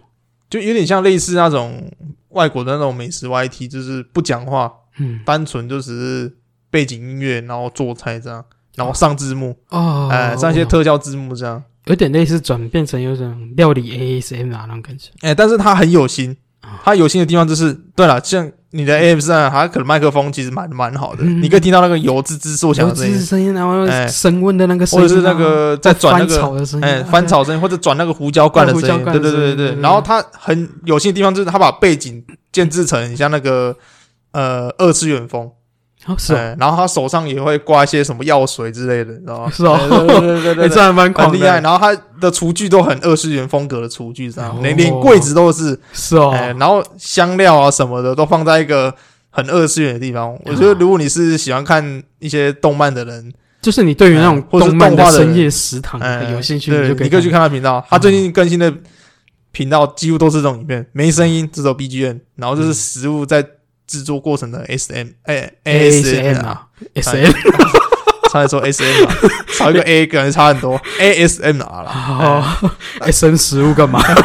就有点像类似那种外国的那种美食 YT，就是不讲话，
嗯，
单纯就只是背景音乐，然后做菜这样，然后上字幕，
哦，
哎，上一些
我懂
特效字幕这样，
有点类似转变成有种料理 ASM 啊那种感觉，
哎，但是他很有心
啊，
他有心的地方就是，对了，像。你的 AM 上，啊他可能麦克风其实蛮蛮好 的，
嗯
你可以听到那个油滋滋作响
有
的声
滋
音
滋，声音，然后
哎
升温的那个声
或
音
者
啊，
是那个在转那
翻
个
炒的声音，
哎
啊
翻，炒声音，或者转那个胡椒罐的声
对胡椒
音，
罐
对
的
对
声
对
音
对
对
对。
对
然后他很有心的地方就是他把背景建制成很像那个呃二次元风，
哦是哦，
哎然后他手上也会挂一些什么药水之类的，你知道吗？
是哦
哎对对对对对
哎
对
这还蛮
很
狂的
厉害，，然后他的厨具都很二次元风格的厨具，这样连连
哦
柜子都是，
是哦，
哎，然后香料啊什么的都放在一个很二次元的地方。我觉得
哦
如果你是喜欢看一些动漫的人，
就是你对于那种
哎或者是
动漫
动画的
深夜食堂
哎，
有兴趣，
对，
就
你
可
以去看他嗯频道。他最近更新的频道几乎都是这种影片，没声音，只有 BGM，然后就是食物在制作过程的 SM，哎
ASM
啊，
啊，SM
差点说 SM 啊，少一个 A 感觉差很多，ASMR 啦，
啊，SM 食物干嘛
哎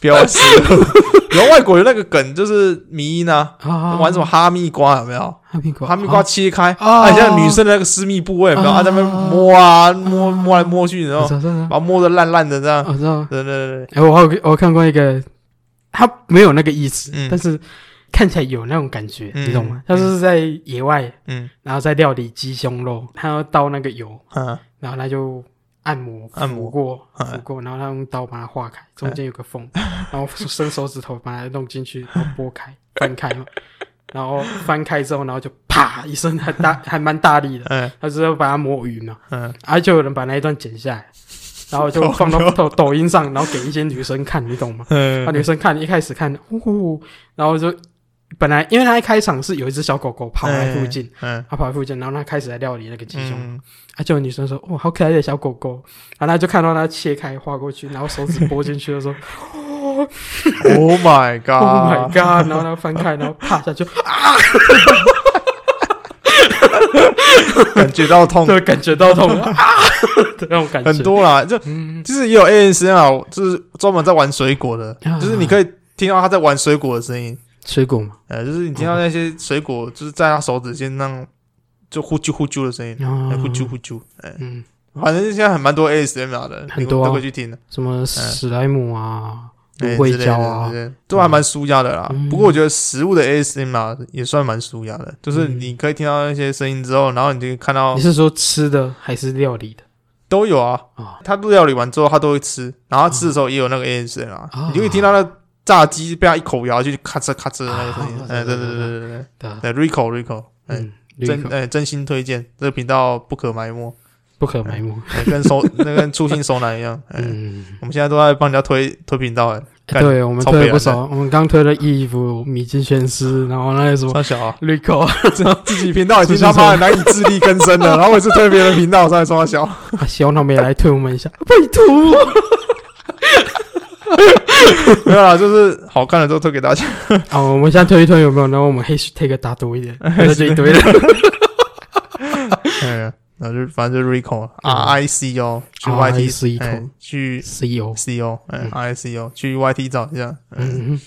不要玩食物。 然后外国有那个梗就是迷音啊，
啊？
玩什么哈密瓜有没有？
哈密瓜？
哈密瓜切开，
啊
啊，像女生的那个私密部位有没有？
啊
啊，在那边摸啊摸摸来摸去，然
啊，
后
我知道，知道
把它摸的烂烂的这样，
我知道，
对对对对，
哎，我还有我看过一个，他没有那个意思，
嗯
但是看起来有那种感觉，
嗯
你懂吗？他就是在野外，
嗯
然后在料理鸡胸肉，他要倒那个油，
嗯
然后他就按摩，
按摩
抚过，
哎
抚过，然后他用刀把它划开，中间有个缝，然后伸手指头把它弄进去，然后拨开，翻开嘛，然后翻开之后，然后就啪一声，还大还蛮大力的，
嗯
他就是要把它磨匀嘛，
嗯。
而且有人把那一段剪下来，然后就放到抖抖音上，然后给一些女生看，你懂吗？
哦
啊
嗯
那女生看一开始看，呼呼，然后就本来因为他一开场是有一只小狗狗跑来附近，，
嗯，
它跑来附近，然后他开始在料理那个鸡胸，
嗯
啊，就有女生说：“哦，好可爱的小狗狗。”然后他就看到它切开划过去，然后手指拨进去 的时候
，Oh my
，Oh my
god！
god！然后他 翻开，然后啪下去，
感觉到痛
就感觉到痛 啊的那种感觉。
很，多啦，就
嗯，
其实也有 ASMR，就是专门在玩水果的，
啊
就是你可以听到他在玩水果的声音，
水果嘛，
呃，就是你
哦
听到那些水果就是在他手指尖那样就呼啾呼啾的声音，
啊
哎呼啾呼啾，哎，
嗯，
反正现在还蛮多 ASMR 的，
很多啊
都可以去听的，
什么史莱姆啊、
哎
芦荟
之类的
胶啊
之，类的都还蛮舒压的啦。
嗯
不过我觉得食物的 ASMR 也算蛮舒压的，就是
嗯
你可以听到那些声音之后，然后你就看到
你是说吃的还是料理的
都有啊。
啊？
他料理完之后，他都会吃，然后他吃的时候也有那个 ASMR，、
啊
你就会听到那炸鸡被他一口咬下去，咔哧咔哧的那个声音
啊。
哎、对对对对对
对啊，
对对，Rico Rico，哎、
嗯，
真
真
哎、真心推荐这个频道不可埋没，
不可埋没。
哎跟熟 那跟初心熟男一样。哎、
嗯，
我们现在都在帮人家推推频道、哎，干
对我们
超
推
北
了
蓝
不
的
少，我们刚推了衣服、米津玄师，然后那个什么
超小啊，
Rico，
自己频道已经他妈的难以自力更 生了，然后我是推别人频道上来说他小，
啊希望他们也来推我们一下，拜托。
没有啦，就是好看的都推给大家。
啊，我们现在推一推有没有？然后我们 hashtag 打 多一点，那就一堆了。
哎，然后就反正就是 Rico
嗯
R I C O 去
啊
Y T
RICO
哎去
CEO，
C O 嗯
嗯
R I C O 去 Y T 找一下，嗯
嗯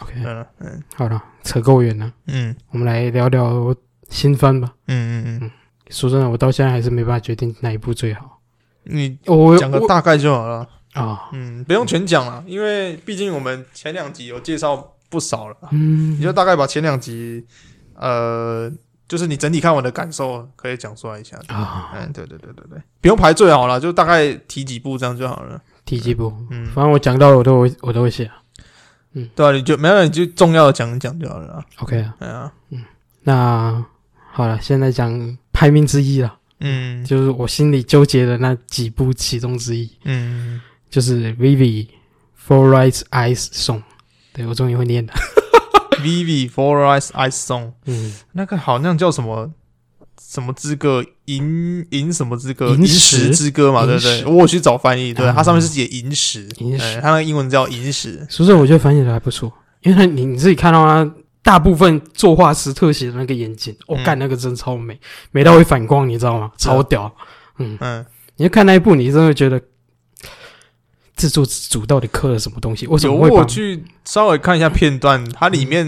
，OK，
嗯嗯
好了，扯够远了，
嗯
我们来聊聊新番吧。
嗯嗯，
说真的，我到现在还是没办法决定哪一部最好。
你
我
讲个
我
大概就好了，
啊，
嗯，不用全讲了，因为毕竟我们前两集有介绍不少了，
嗯，
你就大概把前两集呃，就是你整体看完的感受可以讲出来一下。
啊，
嗯，对对对对对，不用排最好了，就大概提几部这样就好了。
第几部？
嗯
反正我讲到的我都会我都会写啊。
对啊，你就没有你就重要的讲一讲就好了啦。
OK 啊，
哎呀，
那好了，现在讲排名之一了，
嗯
就是我心里纠结的那几部其中之一，
嗯。
就是 Vivi Four Rights Eyes Song。对我终于会念了。
Vivi Four Eyes Eyes Song，
嗯，
那个好像叫什么什么之歌，银银什么之歌，
银
银
石
石之歌嘛，对
银
不对？
石
我有去找翻译，对，
嗯
它上面是写银石，
银石
哎它那个英文叫银石，
说真的，我觉得翻译的还不错，因为他你你自己看到他大部分作画师特写的那个眼睛，我、
嗯
干、那个真超美，美到会反光，你知道吗？超屌！
嗯，
你就看那一部，你真的觉得制作组到底刻了什么东西？为什
有
么会把
我去稍微看一下片段，它里面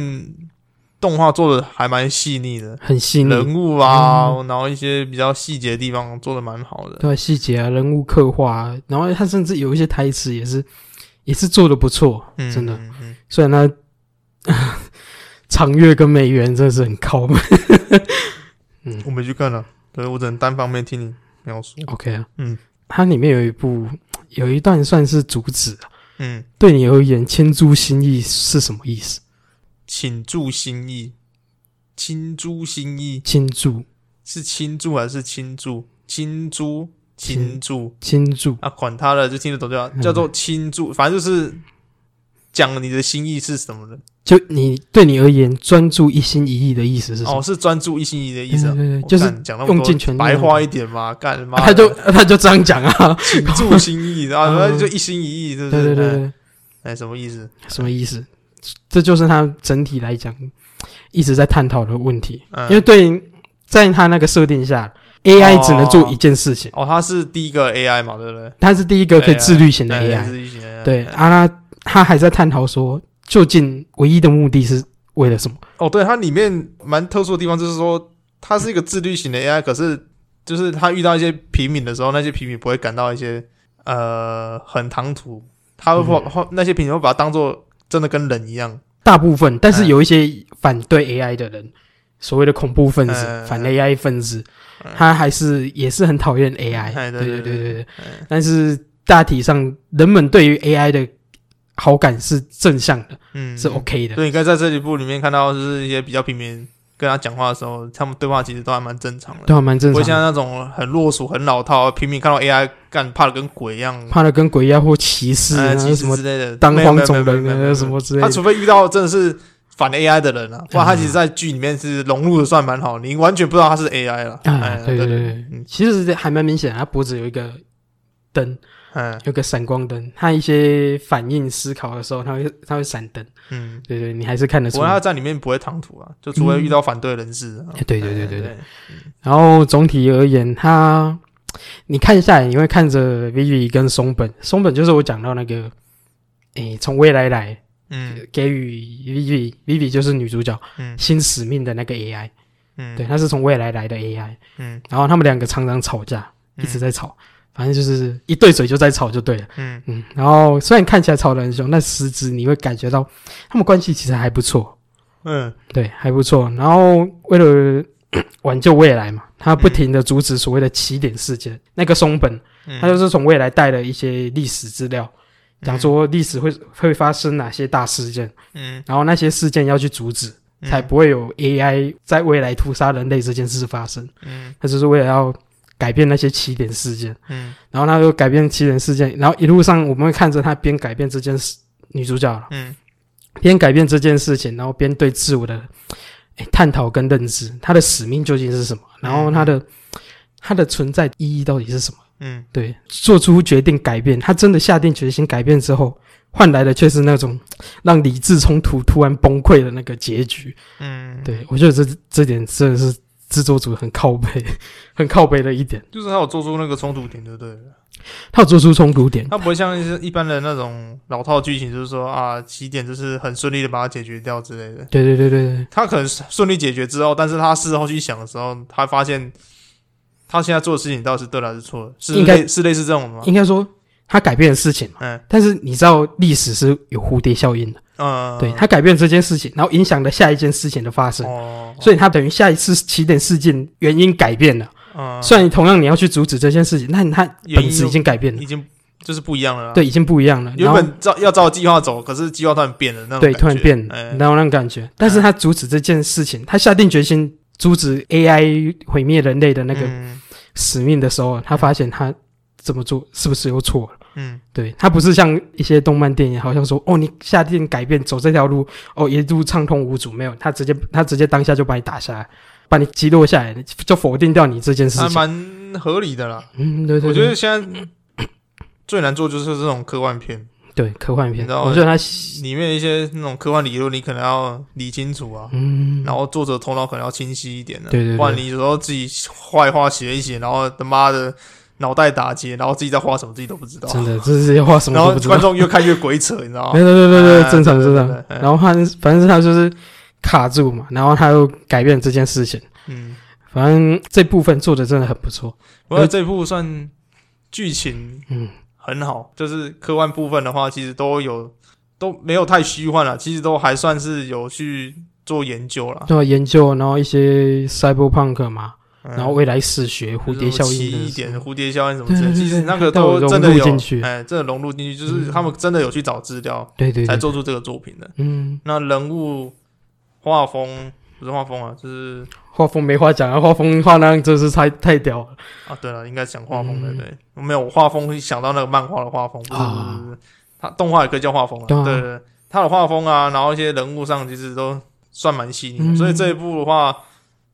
动画做的还蛮细腻的，
很细腻？
人物啊，然后一些比较细节的地方做的蛮好的，
嗯对啊细节啊，人物刻画啊，然后他甚至有一些台词也是也是做的不错，
嗯，
真的。
嗯，嗯
虽然他长月跟美元真的是很 靠门。嗯
我没去看了，对我只能单方面听你描述，
，OK 啊，
嗯，
它里面有一部有一段算是主旨啊，
嗯，
对你而言千株心意是什么意思？
请注心意，倾注心意
千株，
是倾注还是倾注？倾注，倾注
千株，
啊，管他了，就听得懂就好，
嗯
叫做倾注，反正就是讲你的心意是什么的。
就你对你而言专注一心一意的意思是什么？
哦，是专注一心一意的意思啊。
对对对
我
就是
干讲那么
用尽
多，
全力
白话一点嘛，干 妈的
他就他就这样讲啊，
倾注心意， 然后
嗯
然后就一心一意，对
对
不
对对
哎
对，
哎，什么意思？
什么意思？这就是他整体来讲一直在探讨的问题，
嗯
因为对，在他那个设定下，AI 只能做一件事情，
哦，他是第一个 AI 嘛，对不对？
它是第一个可以
AI
自律型的
哎
AI，
是一型 AI
对，
哎
阿拉、他还在探讨说，究竟唯一的目的是为了什么？
哦，对，它里面蛮特殊的地方就是说，它是一个自律型的 AI，可是就是它遇到一些平民的时候，那些平民不会感到一些呃很唐突，他会把、
嗯
那些平民会把它当做真的跟人一样，
大部分，但是
嗯
有一些反对 AI 的人，所谓的恐怖分子、
嗯
反 AI 分子，
嗯
他还是也是很讨厌 AI，、
哎对对
对对
对嗯
对对。但是大体上，人们对于 AI 的好感是正向的，
嗯，
是 OK 的。
所以你可以在这一部里面看到，就是一些比较平民跟他讲话的时候，他们对话其实都还蛮正常的，
对啊，蛮正
不会
常
像
的。
那种很落俗、很老套，平民看到 AI 干怕的跟鬼一样。
怕的跟鬼一样，或歧视啊，
呃，其
什
实
么
之类的，
当
没有
黄
没有
种
没有
人
没有没有没
啊，
有
什么之类
他
的。
除非遇到真的是反 AI 的人
嗯
啊，不然他其实在剧里面是融入的算蛮好，你完全不知道他是 AI 了。
啊，对
对，
对对对
嗯，
其实还蛮明显的，他脖子有一个灯，
嗯
有个闪光灯，它一些反应思考的时候，它会它会闪灯，
嗯，
对对，你还是看得
不
出
过他
来。
在里面不会唐突啊，就除非遇到反对人士啊。
哎对对
哎
对对对。，然后总体而言，它你看下来，你会看着 Vivi 跟松本，松本就是我讲到那个，诶，从未来来
嗯
给予 Vivi Vivi 就是女主角
嗯
新使命的那个 AI，
嗯，
对，她是从未来来的 AI。
嗯
然后他们两个常常吵架，一直在吵，反正就是一对嘴就在吵就对了。
嗯
嗯，然后虽然看起来吵得很凶，但实质你会感觉到他们关系其实还不错，
嗯
对，还不错。然后为了 挽救未来嘛，他不停的阻止所谓的起点事件。那个松本，
嗯，
他就是从未来带了一些历史资料，讲说历史会会发生哪些大事件，
嗯，
然后那些事件要去阻止，
嗯
才不会有 AI 在未来屠杀人类这件事发生。
嗯
他就是为了要改变那些起点事件。
嗯
然后他就改变七人事件，然后一路上我们会看着他边改变这件事，女主角
嗯
边改变这件事情，然后边对自我的哎探讨跟认知，他的使命究竟是什么，然后他的他的存在意义到底是什么？
嗯
对，做出决定改变，他真的下定决心改变之后，换来的却是那种让理智冲突突然崩溃的那个结局。
嗯，，
对我觉得这这点真的是制作组很靠背， 很靠背的一点，
就是他有做出那个冲突点，对不对了？
他有做出冲突点，
他不会像是一般的那种老套剧情，就是说啊，起点就是很顺利的把它解决掉之类的。
对对对对对。
他可能顺利解决之后，但是他事后去想的时候，他发现他现在做的事情到底是对的还是错的，是
应该
类是类似这种的吗？
应该说他改变的事情嘛。
嗯
但是你知道历史是有蝴蝶效应的，
嗯，
对他改变这件事情，然后影响了下一件事情的发生，
哦，
所以他等于下一次起点事件原因改变了。
嗯，
虽然同样你要去阻止这件事情，但他本质已经改变了
嗯已，经就是不一样了啦。
对，已经不一样了。
啊原
然后
本照要照计划走，可是计划突然变了，那种
对
感觉
突然变了，
哎
然后那种感觉。但是他阻止这件事情，他下定决心阻止 AI 毁灭人类的那个
嗯
使命的时候，他发现他这么做是不是又错了？
嗯
对，它不是像一些动漫电影，好像说哦，你下定改变走这条路，哦，一路畅通无阻，没有，他直接他直接当下就把你打下来，把你击落下来，就否定掉你这件事
还
情。
啊蛮合理的啦。
嗯，对对
我觉
对
得，现在最难做就是这种科幻片，
对科幻片
你，知道
我觉得他
里面一些那种科幻理论，你可能要理清楚啊。
嗯，
然后作者头脑可能要清晰一点的、啊
对对对
不然你有时候自己画一画写一写，然后他妈的脑袋打结，然后自己在画什么自己都不知道，
真的这些话什么
然
都
后
不知道
观。众越看越鬼扯，你知道吗
对？对对对
哎
对，正常
对
正
对
常。
对对
然后他反正他就是卡住嘛，然后他又改变这件事情，
嗯，
反正这部分做的真的很不错。
不过这部算剧情
嗯，
很好，就是科幻部分的话，其实都有都没有太虚幻了，其实都还算是有去做研究了。
对啊，研究然后一些 cyberpunk 嘛，
嗯
然后未来史学蝴蝶效应
奇
的
异点
时候
蝴蝶效应什么之类
对
的，
对对
其实那个
都有
都
融
真的
入
有
进去
哎，真的融入进去，就是
嗯
他们真的有去找资料，
对对
才
对，
做出这个作品的。
嗯，
那人物画风不是画风啊，就是
画风没话讲啊，画风画那样真是太太屌了。
啊，对了，应该讲画风的，
嗯
对，没有我画风想到那个漫画的画风，不是不
啊
是不是，他动画也可以叫画风啊，
对
对
啊
对，对他的画风啊，然后一些人物上其实都算蛮细腻的，
嗯
所以这一部的话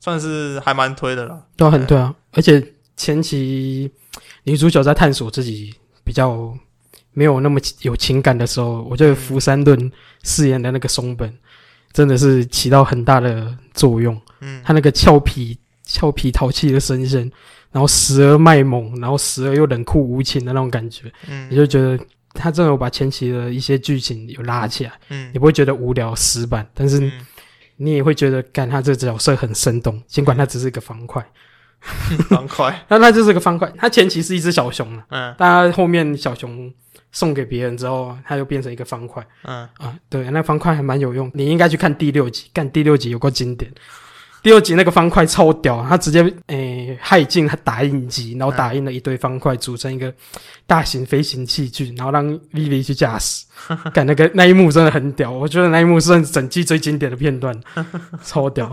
算是还蛮推的啦。
对啊，很对啊，而且前期女主角在探索自己比较没有那么有情感的时候，我觉得福山润饰演的那个松本真的是起到很大的作用。
嗯
他那个俏皮、俏皮淘气的声线，然后时而卖萌，然后时而又冷酷无情的那种感觉，
嗯
你就觉得他真的有把前期的一些剧情有拉起来。
嗯
你不会觉得无聊死板，但是
嗯
你也会觉得，干他这个角色很生动，尽管他只是一个方块，
蛮快，
那他就是个方块，他前期是一只小熊啊，
嗯
但他后面小熊送给别人之后，他又变成一个方块
嗯
啊，对，那方块还蛮有用，你应该去看第六集，干第六集有够经典。第六集那个方块超屌，他直接诶、害进他打印机，然后打印了一堆方块，组成一个大型飞行器具，然后 让 Vivi 去驾驶。感那个那一幕真的很屌，我觉得那一幕是整季最经典的片段，超屌，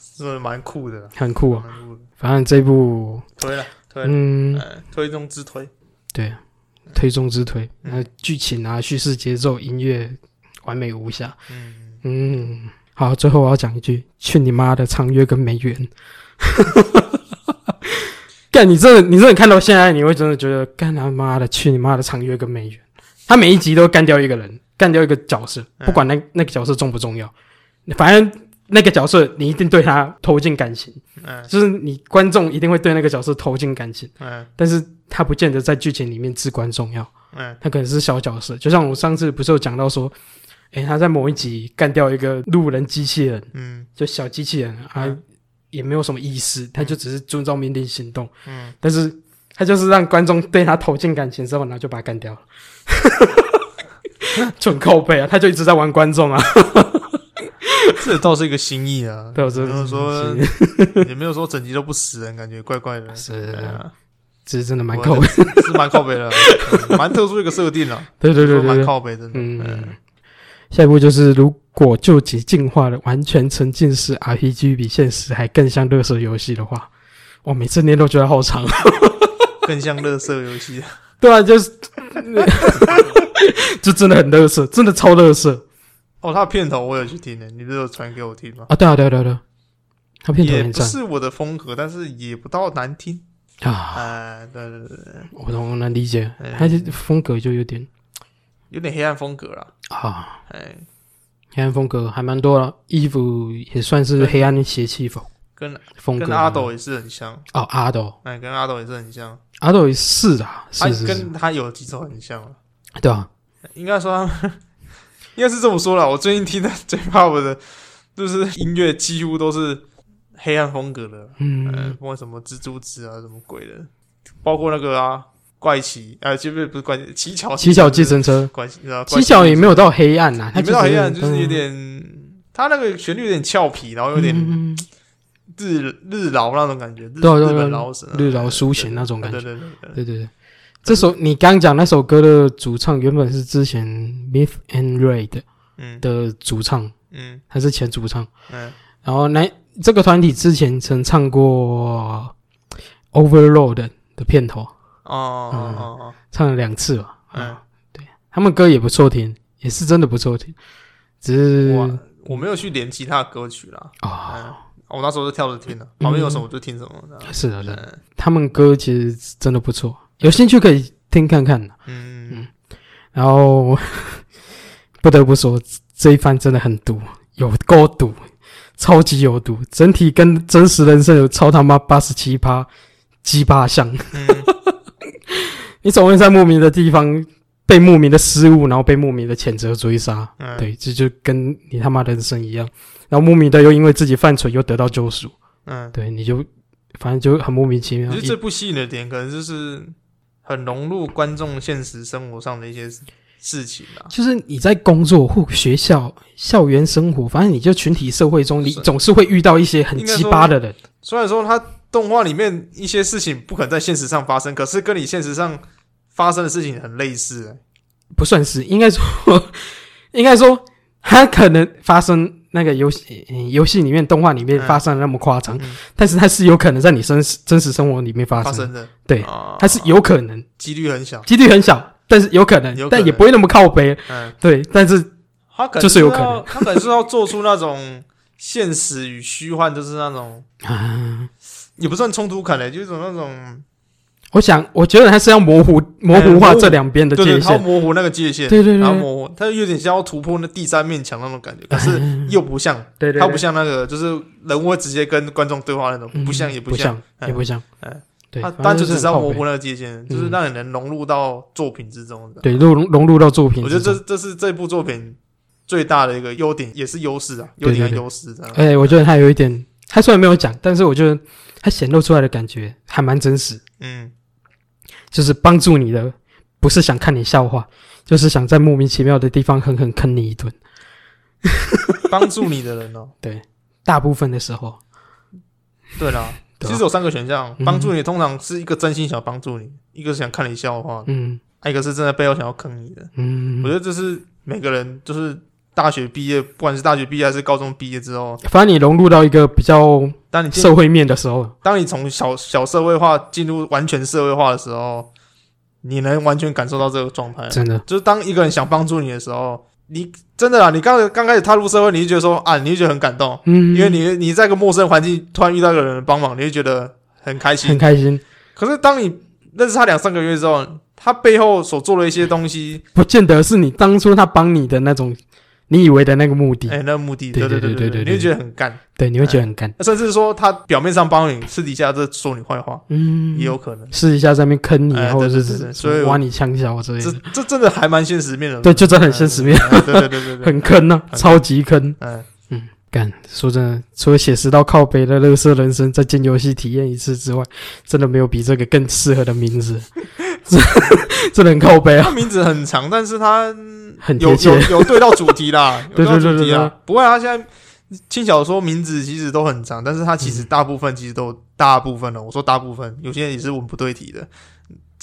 是蛮酷的啦，
很酷啊！
蛮酷的，
反正这部，
推了推了，
嗯，
哎推中之推，
对，推中之推，
嗯
那剧情啊、叙事节奏、音乐完美无瑕。
嗯，
嗯，好，最后我要讲一句，去你妈的长约跟美元！ 干，你真的，你真的看到现在，你会真的觉得干他妈的，去你妈的长约跟美元！他每一集都干掉一个人，干掉一个角色，
嗯
不管那那个角色重不重要，反正那个角色你一定对他投进感情，
嗯
就是你观众一定会对那个角色投进感情，
嗯
但是他不见得在剧情里面至关重要。
嗯
他可能是小角色，就像我上次不是有讲到说，诶、他在某一集干掉一个路人机器人，
嗯
就小机器人啊，
嗯
也没有什么意思，他就只是遵照命令行动。
嗯，
但是他就是让观众对他投进感情之后，然后就把他干 掉了，就很靠背啊！他就一直在玩观众啊，
这倒是一个新意啊。
对我真
没
的
有
是
说也没有说整集都不死人，感觉怪怪的。
是
哎呀
这是真的蛮
我
靠背。
是蛮靠北的，嗯蛮特殊一个设定啊，
对对对
说
对
蛮
对，
靠北真的。
嗯。下一步就是，如果救急进化了，完全沉浸式 RPG 比现实还更像乐色游戏的话，我每次念都觉得好长。
更像乐色游戏。
对啊，就是， 就真的很乐色，真的超乐色
哦，它的片头我有去听的，你不是有传给我听吗？
啊！对啊，对啊，对啊，对啊，他片头
也
很
不
赞
是我的风格，但是也不到难听。
啊，
哎，对对对，对
我懂，我能理解，
嗯
他就风格就有点
有点黑暗风格啦。
啊，
哎，
黑暗风格还蛮多了，衣服也算是黑暗邪气风
跟
风格。
跟阿斗也是很像，
哦，阿斗，
哎，跟阿斗也是很像，
阿斗是啊，
他
是是是，
跟他有几首很像啊。
对啊，
应该说他们应该是这么说啦。我最近听的 J-Pop 的，就是音乐几乎都是黑暗风格的，呃，
嗯
不管什么蜘蛛子啊，什么鬼的，包括那个啊，怪奇，呃，就不是不是怪奇，奇巧，
七巧计程车，
怪奇，啊，
七巧也没有到黑暗啊呐，
你
他
们到黑暗，
只
就是有点，他那个旋律有点俏皮，然后有点
嗯嗯嗯
日日饶那种感觉，日
对对对
日本饶舌，
日劳抒情那种
对
感
呃对
觉。
对对对，
对对对，这首你刚讲那首歌的主唱原本是之前 Myth and Ray 的
嗯
的主唱，
嗯
他是前主唱。
嗯，
然后那这个团体之前曾唱过《Overload》的片头，
哦哦哦
唱了两次吧。啊
哦，嗯。
他们歌也不错听，也是真的不错听，只是
我我没有去连其他的歌曲啦，哎
啊、嗯
我那时候就跳着听了，旁边有什么我就听什么的。
是的，是的，
嗯
他们歌其实真的不错，有兴趣可以听看看。
嗯，
然后不得不说，这一番真的很毒，有够毒，超级有毒，整体跟真实人生有超他妈八十七趴鸡巴像。
嗯
你总会在莫名的地方被莫名的失误，然后被莫名的谴责追杀。
嗯，
对，这就跟你他妈人生一样。然后莫名的又因为自己犯蠢又得到救赎，
嗯，
对，你就反正就很莫名其
我
妙。
觉得这部戏的点可能就是很融入观众现实生活上的一些事情啦。
就是你在工作或学校、校园生活，反正你就群体社会中，你
是
总是会遇到一些很鸡巴的人。
虽然说它动画里面一些事情不可能在现实上发生，可是跟你现实上发生的事情很类似、欸。
不算是，应该说， 应该说，它可能发生那个游戏、嗯游戏里面、动画里面
嗯
发生的那么夸张，
嗯
但是它是有可能在你真实真实生活里面发
发
生，
生的，
对
啊
它是有可能，
几率很小。
几率很小，但是有可能，
有可能
但也不会那么靠背。
嗯，
对，但是
他可能
就是有可
要，他可能是要做出那种现实与虚幻，就是那种
啊，
也不算冲突感嘞、就是一种那种
我想，我觉得它是要模糊模
哎
糊
模
化
糊
这两边的
对
界
对，它
限。
模糊那个界限，
对对对
然后
对
模糊，它有点像要突破那第三面墙那种感觉，可是又不像，
对对，
它不像那个就是人会直接跟观众对话那种，
嗯
不像也
不
像，
像，
嗯
也不像
嗯。
对，
它
反正
单纯
就
只
是
是要
很靠嗯
模
北
糊那个界限，就是让你能融入到作品之中的。
对，融入融入到作品
我觉
之
得
中。
这这是这部作品最大的一个优点，也是优势啊，优
对对
点和
对
优势这样。
哎、我觉得他有一点，他虽然没有讲，但是我觉得他显露出来的感觉还蛮真实，
嗯，
就是帮助你的，不是想看你笑话，就是想在莫名其妙的地方狠狠坑你一顿。
帮助你的人哦，
大部分的时候，
对啦。
对啊
其实有三个选项，
嗯
帮助你通常是一个真心想帮助你，一个是想看你笑话，
嗯
啊还有一个是真的背后想要坑你的。
嗯，
我觉得这是每个人，就是大学毕业，不管是大学毕业还是高中毕业之后，
反正你融入到一个比较
当你进，
社会面的时候，
当你从小小社会化进入完全社会化的时候，你能完全感受到这个状态。
真的，
就是当一个人想帮助你的时候，你真的啊，你刚刚开始踏入社会，你就觉得说啊，你就觉得很感动，
嗯，
因为你你在一个陌生环境突然遇到一个人帮忙，你就觉得很开
很
心。
开心，
可是当你认识他两三个月之后，他背后所做的一些东西，
不见得是你当初他帮你的那种你以为的那个目的，
哎、那目的，
对
对对
对对对
对，
对
你就觉得很干。
对，你会觉得很干，
甚至说他表面上帮你，私底下在说你坏话，
嗯，
也有可能。
试一下在那边坑你，
哎
或者
对对对
是
对所以我
挖你枪销之类
这
的，
这真的还蛮现实面的，
对，就真的很现实面。
哎嗯。对对对对对，
很坑呢、啊
很
超级坑。
嗯
嗯，干，说真的，除了写实到靠北的乐色人生，再进游戏体验一次之外，真的没有比这个更适合的名字， 这这很靠北啊！
他名字很长，但是他
很
有
贴
有
切
有对到主题 啦，有
对
到主
对
题
对对对
啊。不过他现在轻小说名字其实都很长，但是他
嗯
其实大部分其实都大部分了。哦我说大部分，有些也是文不对题的，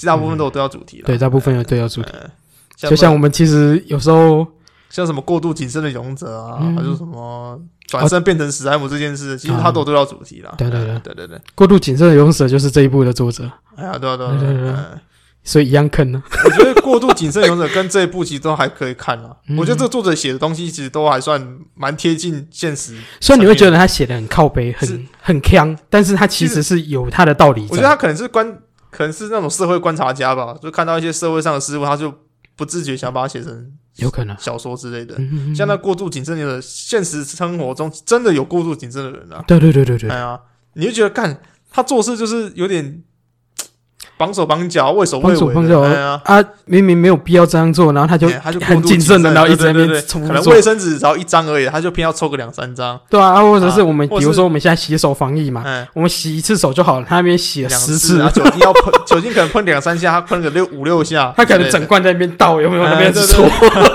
大部分都有对到主题嗯了。
嗯对，大部分有 对到主题，
呃
就像我们其实有时候
像什么过度谨慎的勇者啊，
嗯
还是什么转身变成史莱姆这件事，其实他都有对到主题啦。
对对对
对对对，
过度谨慎的勇者就是这一部的作者，
哎呀，对啊对啊对啊
对对
对
对
啊
对
嗯
所以一 样坑呢、啊。
我觉得《过度谨慎勇者》跟这一部其实都还可以看啊。
嗯
我觉得这个作者写的东西其实都还算蛮贴近现实。
虽然你会觉得他写的很靠北，
是
很很腔，但是他其
其
实是有他的道理在。
我觉得他可能是观，可能是那种社会观察家吧，就看到一些社会上的事物，他就不自觉想把它写成
有可能，
小说之类的。
嗯
像那过度谨慎的，现实生活中真的有过度谨慎的人啊。
对对对对对，
哎呀，你就觉得干他做事就是有点绑手绑脚、畏首畏
绑手
尾的。
绑脚
哎呀，
啊，明明没有必要这样做，然后他就
哎他就过
很
度
谨慎的，然后一直在那
对对对
边
对
重
可
复
能
做
卫。生纸只要一张而已，他就偏要抽个两三张。
对啊，啊或者是我们
啊或
比如
是
说我们现在洗手防疫嘛，
嗯，
我们洗一次手就好了，他那边洗了
两
啊十
次，啊
次
然，后酒精要喷，酒精可能喷两三下，他喷个六五六下，
他可能整
对
罐在那边倒，有没有
哎
那边
对
是
对
错？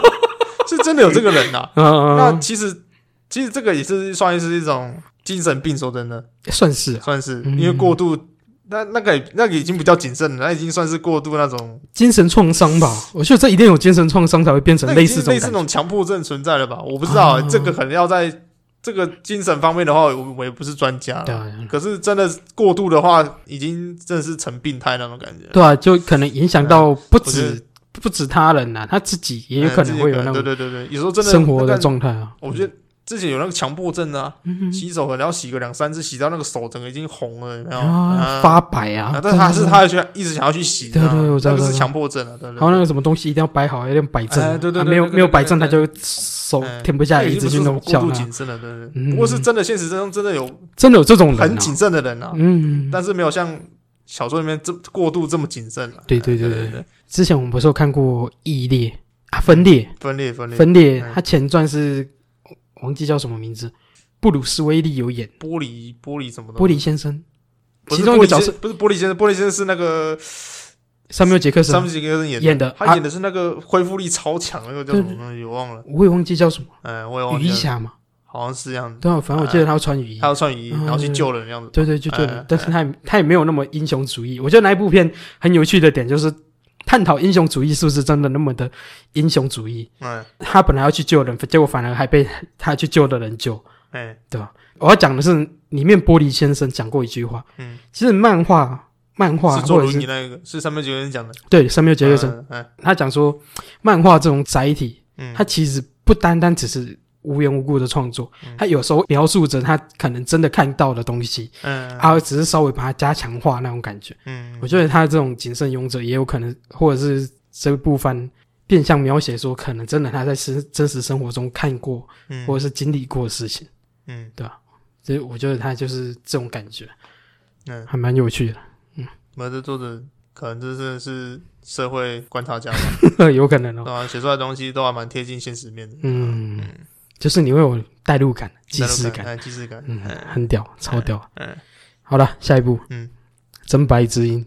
是真的有这个人呐、啊
嗯
那
嗯，
其实其实这个也是算是一种精神病，说真的，
嗯算是啊
算是
嗯
因为过度。那那个也那个已经不叫谨慎了，那已经算是过度那种，
精神创伤吧。我觉得这一定有精神创伤才会变成
那
类
已
似
经
这
类
种
似那
感觉。
种强迫症存在了吧？我不知道、
啊
这个可能要在这个精神方面的话，我我也不是专家
对
了。
啊对啊
可是真的过度的话，已经真的是成病态那种感觉。
对啊，就可能影响到不
我觉得
止不止他人啊呐，他自己也有
哎
可能会有那
对
种
对对对，有时候真的
生活的
那个
状态啊。
我觉得之前有那个强迫症啊，
嗯
洗手可能要洗个两三次，洗到那个手整个已经红了，有没有？
啊
啊，
发白啊
啊！，但是他是
真的
他还去一直想要去洗，
对对对
啊
我知道
那个是
知道
强迫症啊，对对。
然后那个什么东西一定要摆好，一定要摆正啊。
哎对对对
啊没有
对对对
没有摆正，他
对
就手
哎
停不下来，一直去
那
弄
个已经不是什么
脚
过度谨
呢。
慎了，对对对。
嗯
不过是真的，现实中真的有
真的有这种人啊
很谨慎的人啊，
嗯，
但是没有像小说里面这过度这么谨慎了。
对对
哎
对
对
对之前我们不是有看过《异裂》啊，《分裂
分裂分》裂
分裂
哎，
它前传是我忘记叫什么名字，布鲁斯威利有演
玻璃玻璃什么的
玻璃先生，
嗯不是
其中一
玻
个
璃
角
先
色
不是玻璃先生，玻璃先生是那个
山缪杰克
山姆
森
杰克森演的，
演的
他
啊
演，的是那个恢复力超强那个叫什么东西，我忘了。
我也忘记叫什么
嗯，我也忘
雨
记
衣
了，哎
侠嘛，
好像是这样子。
对啊，反正我记得他会穿雨衣
他。要穿雨衣，
嗯
然后去救人的样子。
对对，就对
哎
了，但是他也他也没有那么英雄主义。我觉得那一部片很有趣的点就是探讨英雄主义是不是真的那么的英雄主义。
嗯，
他本来要去救人，结果反而还被他去救的人救。
哎，
我要讲的是，里面玻璃先生讲过一句话，
嗯，
其实漫画漫画
是坐
或者
轮椅
是
那个，是上面几个人讲的。
对山缪杰克森，
嗯，嗯
他讲说，漫画这种载体，
嗯，
它其实不单单只是无缘无故的创作
嗯，
它有时候描述着他可能真的看到的东西，
嗯
啊，只是稍微把它加强化那种感觉。
嗯，
我觉得他这种谨慎勇者也有可能，或者是这部分变相描写说，可能真的他在实真实生活中看过，
嗯
或者是经历过的事情，
嗯
所以我觉得他就是这种感觉，
嗯，
还蛮有趣
我这作者可能真的是社会观察家吧，
的， 有可能
对啊
哦。
吧？写出来的东西都还蛮贴近现实面的，
嗯，就是你会有代入感、即视
代入
感，
哎，即视感。
嗯，
哎
很屌，超屌。
嗯，
好了，下一步，
嗯，
真白之音，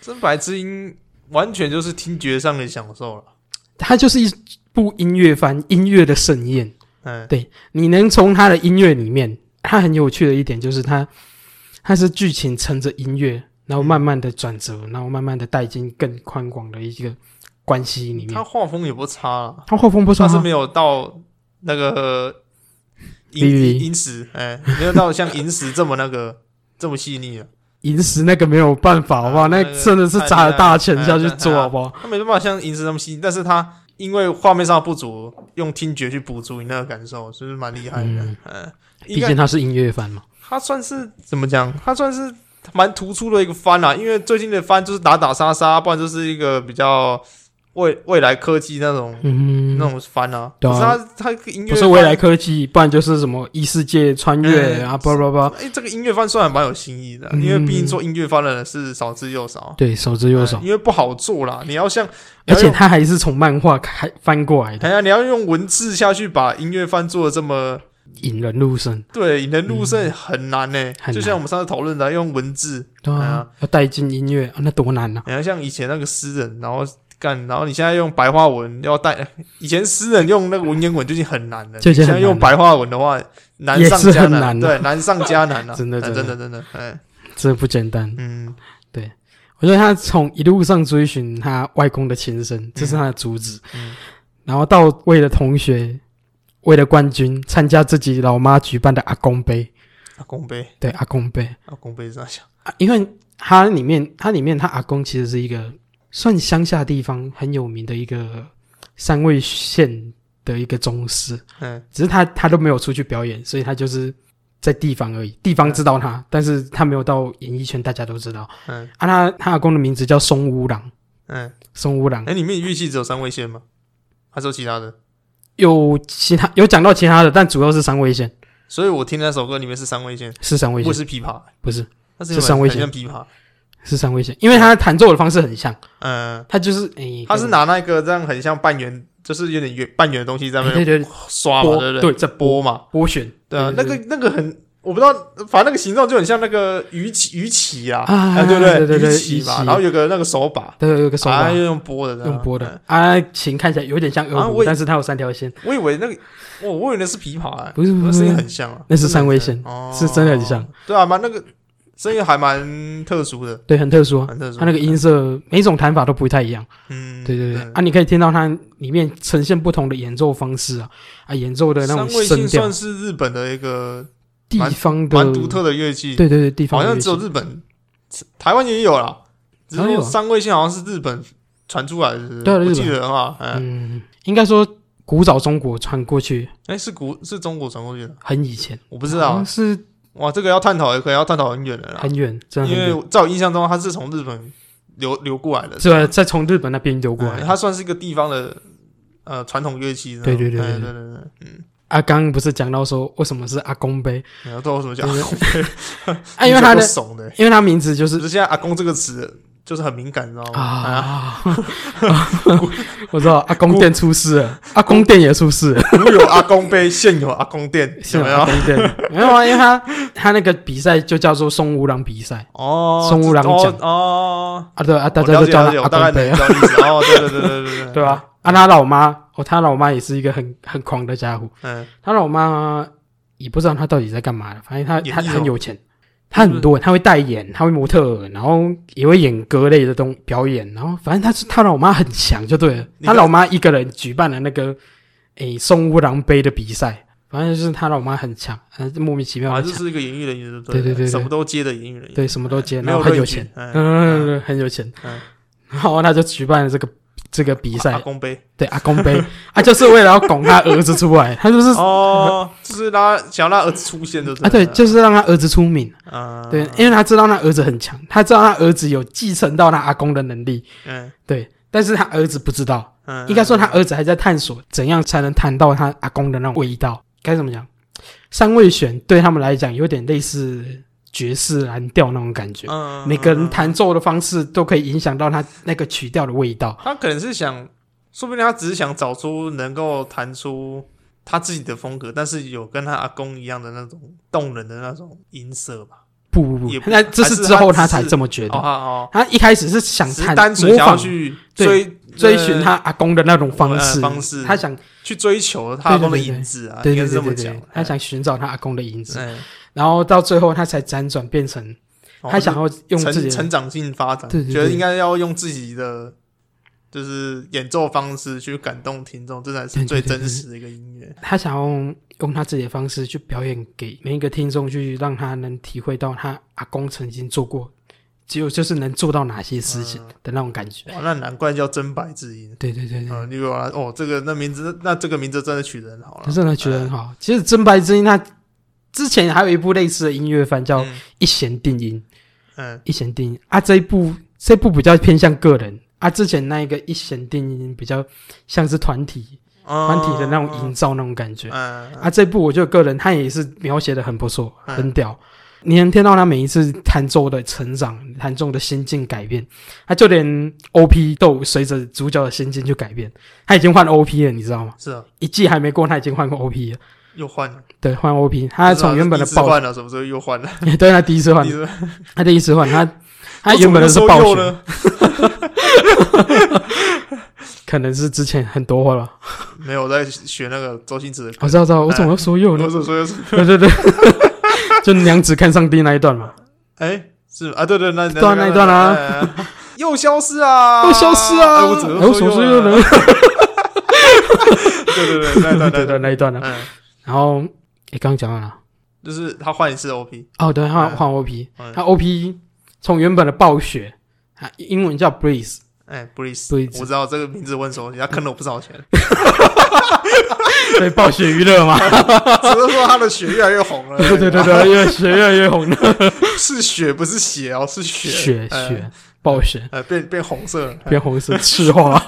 真白之音完全就是听觉上的享受了。
它就是一部音乐番，音乐的盛宴。
嗯，
你能从他的音乐里面，他很有趣的一点就是他，他是剧情乘着音乐，然后慢慢的转折，
嗯
然后慢慢的带进更宽广的一个关系里
他
面。
画风也不差啦，
他画风不错
但
啊，
是没有到那个银
BB
银石，哎、没有到像银石这么那个这么细腻啊。
银石那个没有办法，好不
啊
好？那
那个
真的是砸了大钱下去做，啊
哎
好不好？
他没办法像银石那么细腻，但是他因为画面上的不足，用听觉去补足你那个感受，是不是蛮厉害的？嗯
嗯，
应
毕
该
竟他是音乐番嘛。
他算是怎么讲？他算是蛮突出的一个番啦、因为最近的番就是打打杀杀，不然就是一个比较未未来科技那种、
嗯
那，种番啊。
对
可
啊
是他他音乐
不是未来
番
科技，不然就是什么异世界穿越
哎
啊，叭叭叭。
哎、这个音乐番算还蛮有新意的，啊
嗯
因为毕竟做音乐番的人是少之又少，
对手之右
哎
手，
因为不好做啦。你要像，你
而
要
且
用，
他还是从漫画开翻过来的。
哎呀，你要用文字下去把音乐番做的这么
引人入胜，
对，引人入胜很难呢、
嗯很
就
难
像我们上次讨论的，用文字，
对
哎
啊
呀，
要带进音乐啊，那多难啊！
你看像以前那个诗人，然后干，然后你现在用白话文要带，以前诗人用那个文言文就已经很难了，
就已经
现
很
在
难
用白话文的话，难
也
上
是
加
很
难，
难啊
对，难上加难了、啊
，真的
哎
真
真
的
的真的，哎，
真的不简单。
嗯
我觉得他从一路上追寻他外公的亲生，这是他的主旨，
嗯
然后到为了同学，为了冠军，参加自己老妈举办的阿公杯，
阿公杯，
对阿公杯，
阿公杯是啥想？
啊因为他里面，他里面他阿公其实是一个算乡下地方很有名的一个三味县的一个宗师，
嗯
只是他他都没有出去表演，所以他就是在地方而已，地方知道他，但是他没有到演艺圈大家都知道
嗯
啊。他他阿公的名字叫松屋郎，
嗯，
松屋郎
哎、里面乐器只有三味线吗？还是有其他的？
有其他有讲到其他的，但主要是三味线，
所以我听那首歌里面是三味线，
是三味
不
线，
是琵琶，
不是
它
是三味线
很像琵琶，
是三味线，因为他弹奏的方式很像，
嗯，
他就是哎诶，
它是拿那个这样很像半圆，就是有点圆半圆的东西在那
对对
边
对
刷嘛，
拨
对不对？
对在
拨
拨
嘛，
拨弦，
对啊，那
对
个那个很，我不知道，反正那个形状就很像那个鱼鳍鱼鳍啊，
啊
对不
对对对
鱼鳍
鱼
嘛，
鳍
然后有个那个手把，
都有一个手把
啊，。又用拨的，对啊
用拨的。啊，琴看起来有点像
啊
二胡，
我以
但是它有三条线，
我以为那个，我我以为那是琵琶，哎
不是不
那
是
声音
不是
很像啊，
那是
真的
三
很
味
像
线
哦
是真的很像。
对啊，蛮那个声音还蛮特殊的，
对，很特殊啊。
蛮特殊的。
它那个音色，每种弹法都不太一样。
嗯，
对对对，啊，你可以听到它里面呈现不同的演奏方式啊，啊，演奏的那
三
种
味
声
线
调
算，是日本的一个
地方的
蛮独。特的乐器，
对对对，地方
好
的
像
乐
只有
器
日本，台湾也有啦，只
台
是
湾有
说
啊
三味线好像是日本传出来的，是不是
对啊日
我
本
记得的话，哎
嗯，应该说古早中国传过去
哎，是古是中国传过去的，
很以前，
我不知
好
道
像，是
哇，这个要探讨，可能要探讨很远了啦，
很远，真的
啊因
很远，
为在我印象中，它是从日本流流过来的，
是吧？再从日本那边流过
嗯
来。啊
它算是一个地方的呃传统乐器，
对对对
对对
对
对对，嗯，
啊，刚刚不是讲到说为什么是阿公杯
然后都有什么讲
对，啊？因为他
它
的，
怂的，
因为他名字就
只
是
是现在阿公这个词就是很敏感，你知道吗？啊，
啊！ 我知道阿公店出事了，阿公店也出事了，
古有阿公杯，现有阿公店，
是
有
吗
没
阿
有？
公 店没有啊，因为他他那个比赛就叫做松五郎比赛
哦，
松屋郎
哦
奖
哦，
啊，对啊，大
我
家
了
都
解
叫
了解，
他
我
阿
大概
公
能
店，
知道意思。哦，对对对对对对，
对吧？啊，他老妈哦，他老妈也是一个很很狂的家伙，
嗯，
他老妈也不知道他到底在干嘛的，反正他
演
他
艺
很
哦
有钱。他很多，他会代言，他会模特儿，然后也会演歌类的东表演，然后反正他是他老妈很强就对了。
你
他
看
老妈一个人举办了那个诶松屋郎杯的比赛，反正就是他老妈很强，呃莫名其妙
反啊
很
正就
强，
是一个演艺人员，
对对对对
什么都接的演艺人员，
对，什么都接，
没
然后
有
很
论
有
据
钱，
哎
嗯，对很有钱
嗯，
然后他就举办了这个这个比
阿
赛，
公杯
对阿公杯 啊，就是为了要拱他儿子出来，他就是
哦，就是让他想要让儿子出现，就是
啊，对，就是让他儿子出名。
嗯，
对，因为他知道他儿子很强，他知道他儿子有继承到他阿公的能力，
嗯
对，但是他儿子不知道，
嗯，
应该说他儿子还在探索怎样才能谈到他阿公的那种味道，该怎么讲？三味弦对他们来讲有点类似爵士蓝调那种感觉，
嗯，嗯
每个人，
嗯嗯
弹奏的方式都可以影响到他那个曲调的味道。
他可能是想，说不定他只是想找出能够弹出。他自己的风格，但是有跟他阿公一样的那种动人的那种音色吧。
不不不
也，不
那这是之后他才这么觉
哦
得。
哦，
他一开始是想
只
探
是单纯
模
想要
仿
去
对
追
追寻他阿公的那种方
呃
式，
方式
他想
去追求他中的影子啊，
对
应
对
该是
对
这么
对
讲
对。，他想寻找他阿公的影子，
嗯，
然后到最后他才辗转变成，
哦
他想要用
成
自己的
成长性发展，
对对对
觉得应该要用自己的就是演奏方式去感动听众，这才是最真实的一个音乐。
他想要用他自己的方式去表演给每一个听众，去让他能体会到他阿公曾经做过，只有就是能做到哪些事情
嗯
的那种感觉。
哇，那难怪叫真白之音。
对对对对，
嗯，你有啊？哦，这个那名字，那这个名字真的取得很好了
他。真的觉
嗯
得很好。其实《真白之音》他之前还有一部类似的音乐番叫《
嗯
一弦定音》，
嗯
一弦定音啊，这一部这部比较偏向个人啊，之前那一个一弦定音比较像是团体
哦
团体的那种营造那种感觉
嗯，嗯
啊，这部我就个人他也是描写的很不错，
嗯
很屌。你能听到他每一次弹奏的成长，弹奏的心境改变，他就连 OP 都随着主角的心境去改变。他已经换 OP 了，你知道吗？
是啊，
一季还没过，他已经换过 OP 了。
又换了，
对，换 OP，他从原本的
不知道
爆
是第一次，换了，什么时候又换了？
对，他第一次换
第一，次
他第一次换，他他
为什
原
么
本
那
的是
时候
暴
又
雪，
呢？
可能是之前很多话 了。
没有，我在学那个周星驰的歌
我知道，知道，我怎么又说右呢
我？所说的是，
对对对， 就娘子看上帝那一段嘛，
哎，是啊，对对，那
对啊那一段啊，
哎哎哎又消失啊，
又消失啊，
哎我怎
哎我什么时候又
又
能
呢？？对对对，那一段那
哎对
一
对
段，
那一段呢？啊
嗯，
然后，诶，刚刚讲到哪？
就是他换一次 OP，
哦，对，换
嗯
换 OP，
嗯
他 OP 从原本的暴雪，啊，英文叫 Breeze，
哎，Breeze，
Breeze
我知道这个名字问熟悉，他坑了我不少钱，
对，暴雪娱乐嘛，
只是说他的血越来越红了。
对对对对，越血越来越 红的
是血不是血哦，是血
血
哎
血暴雪
呃，变变红色了。
变红色赤化，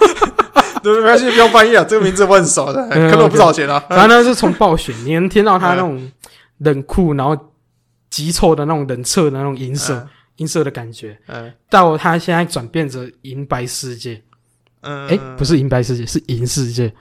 对，没关系，不要翻译啊，这个名字我很熟的，
嗯
坑了我不少钱 啊。
反正呢是从暴雪，你能听到他那种冷酷，然后极臭的那种冷彻的那种银色银色的感觉，
嗯，
到他现在转变着银白世界，
嗯嗯，
诶，不是银白世界，是银世界，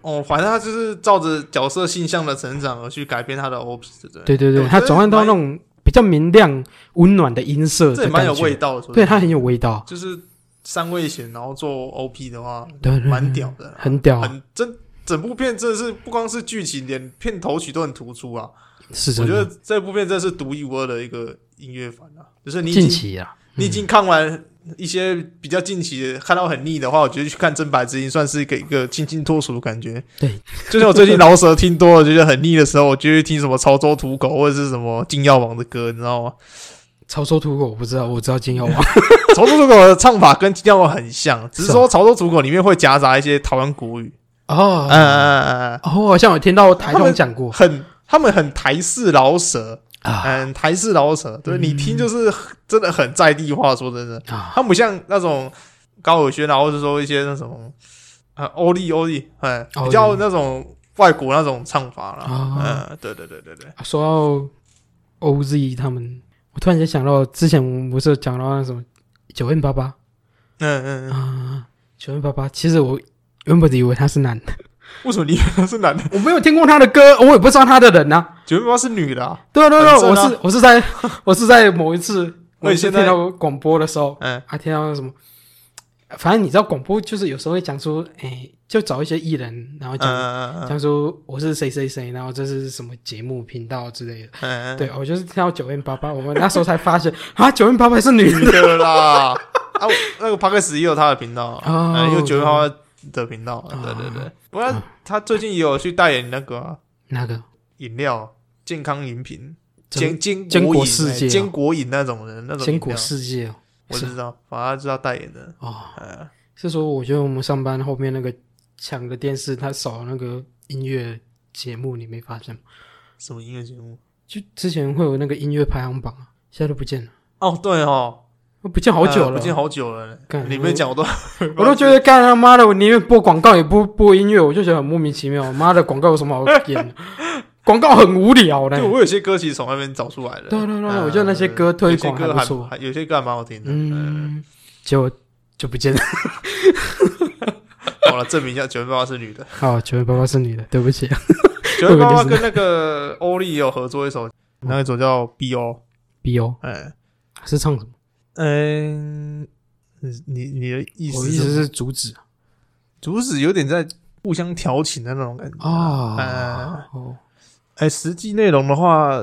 哦，反正他就是照着角色性向的成长而去改变他的 OP，对不对？
对对
对
对，
我
他
觉得
转换到那种比较明亮、温暖的银色
这也
的
蛮
感
有味
觉，
道的，说
对
真
它
的
很有味道，
就是三位险，然后做 OP 的话，
对，对对
蛮屌的啦，
很屌啊，
很真。整部片真的是不光是剧情，连片头曲都很突出啊！
是
我
真
觉得
的。
这部片真的是独一无二的一个音乐番啊，就是你已
近
经
期啊，
你已经看完一些比较近期的，看到很腻的话，我觉得去看《真白之音》算是给一个清新脱俗的感觉。
对，
就像我最近饶舌听多了，觉得很腻的时候，我就会听什么潮州土狗或者是什么金药王的歌，你知道吗？
潮州土狗我不知道，我知道金耀王，
潮州土狗的唱法跟金药王很像，只是
是啊
说潮州土狗里面会夹杂一些台湾国语。 嗯嗯
哦，
嗯嗯嗯，
哦，我好像有听到台中讲过
很他们很台式饶舌，
啊嗯
嗯，台式饶舌，对你听就是真的很在地化，说真的。
啊，
他不像那种高尔宣啊，或者说一些那种呃欧力欧力，哎，
欧力
比较那种外国那种唱法啦。
啊
嗯，对对对对对，
说到 OZ 他们，我突然间想到之前我们不是讲到那什么九 N 八八
嗯嗯嗯，
啊，九 N 八八，其实我原本以为他是男 的，
为什么你们都是男的？
我没有听过他的歌，我也不知道他的人呐。
九零八是女的啊？
对啊对啊对啊，
很
我
正啊
是我是在 我是在某 一次，
那
我
你
是
现在
听到广播的时候，
嗯
啊，听到那什么，反正你知道广播就是有时候会讲出，哎，就找一些艺人，然后
嗯
讲、
嗯嗯
讲出我是谁谁谁，然后这是什么节目频道之类的。
嗯，
对，我就是听到九零八八，我们那时候才发现 啊，九零八八是女
女的啦。 啊，我那个帕克斯也有他的频道，
哦
嗯，有九零八的频道，啊对对对
哦。
不过他最近也有去代言那个啊
那个
饮料。健康饮品，
坚
坚坚
坚果
果饮
世
哎
界啊
坚果饮那种人，那种
坚
饮
果
料
世界哦
我
是
知道，反正知道代言的，
哦，
嗯，
是说我觉得我们上班后面那个抢的电视，它少了那个音乐节目，你没发现吗？
什么音乐节目？
就之前会有那个音乐排行榜啊，现在都不见了，
哦，对哦，
不见好久
呃
了，
不
啊
见好久了
干。
你没讲我都，
我都觉得干他妈的，我宁愿播广告也不播音乐，我就觉得很莫名其妙。妈的，广告有什么好演的？广告很无聊的
对。我有些歌其实从那边找出来的。
对对对
嗯
我觉得那些歌推广
有些歌
还
还
不错
还有些歌还蛮好听的。嗯，
嗯，结果就不见了。
好了，证明一下九零八八是 女的。
好，啊九月八八是女的，对不起。
九零八八跟那个欧丽也有合作一首，那一首叫 B.O.，
B O
哎
是唱什么？
嗯，你你你的意
我
思
意
什
思
么
是阻止
主旨有点在互相调情的那种感觉
哦
嗯
哦，
哎，实际内容的话，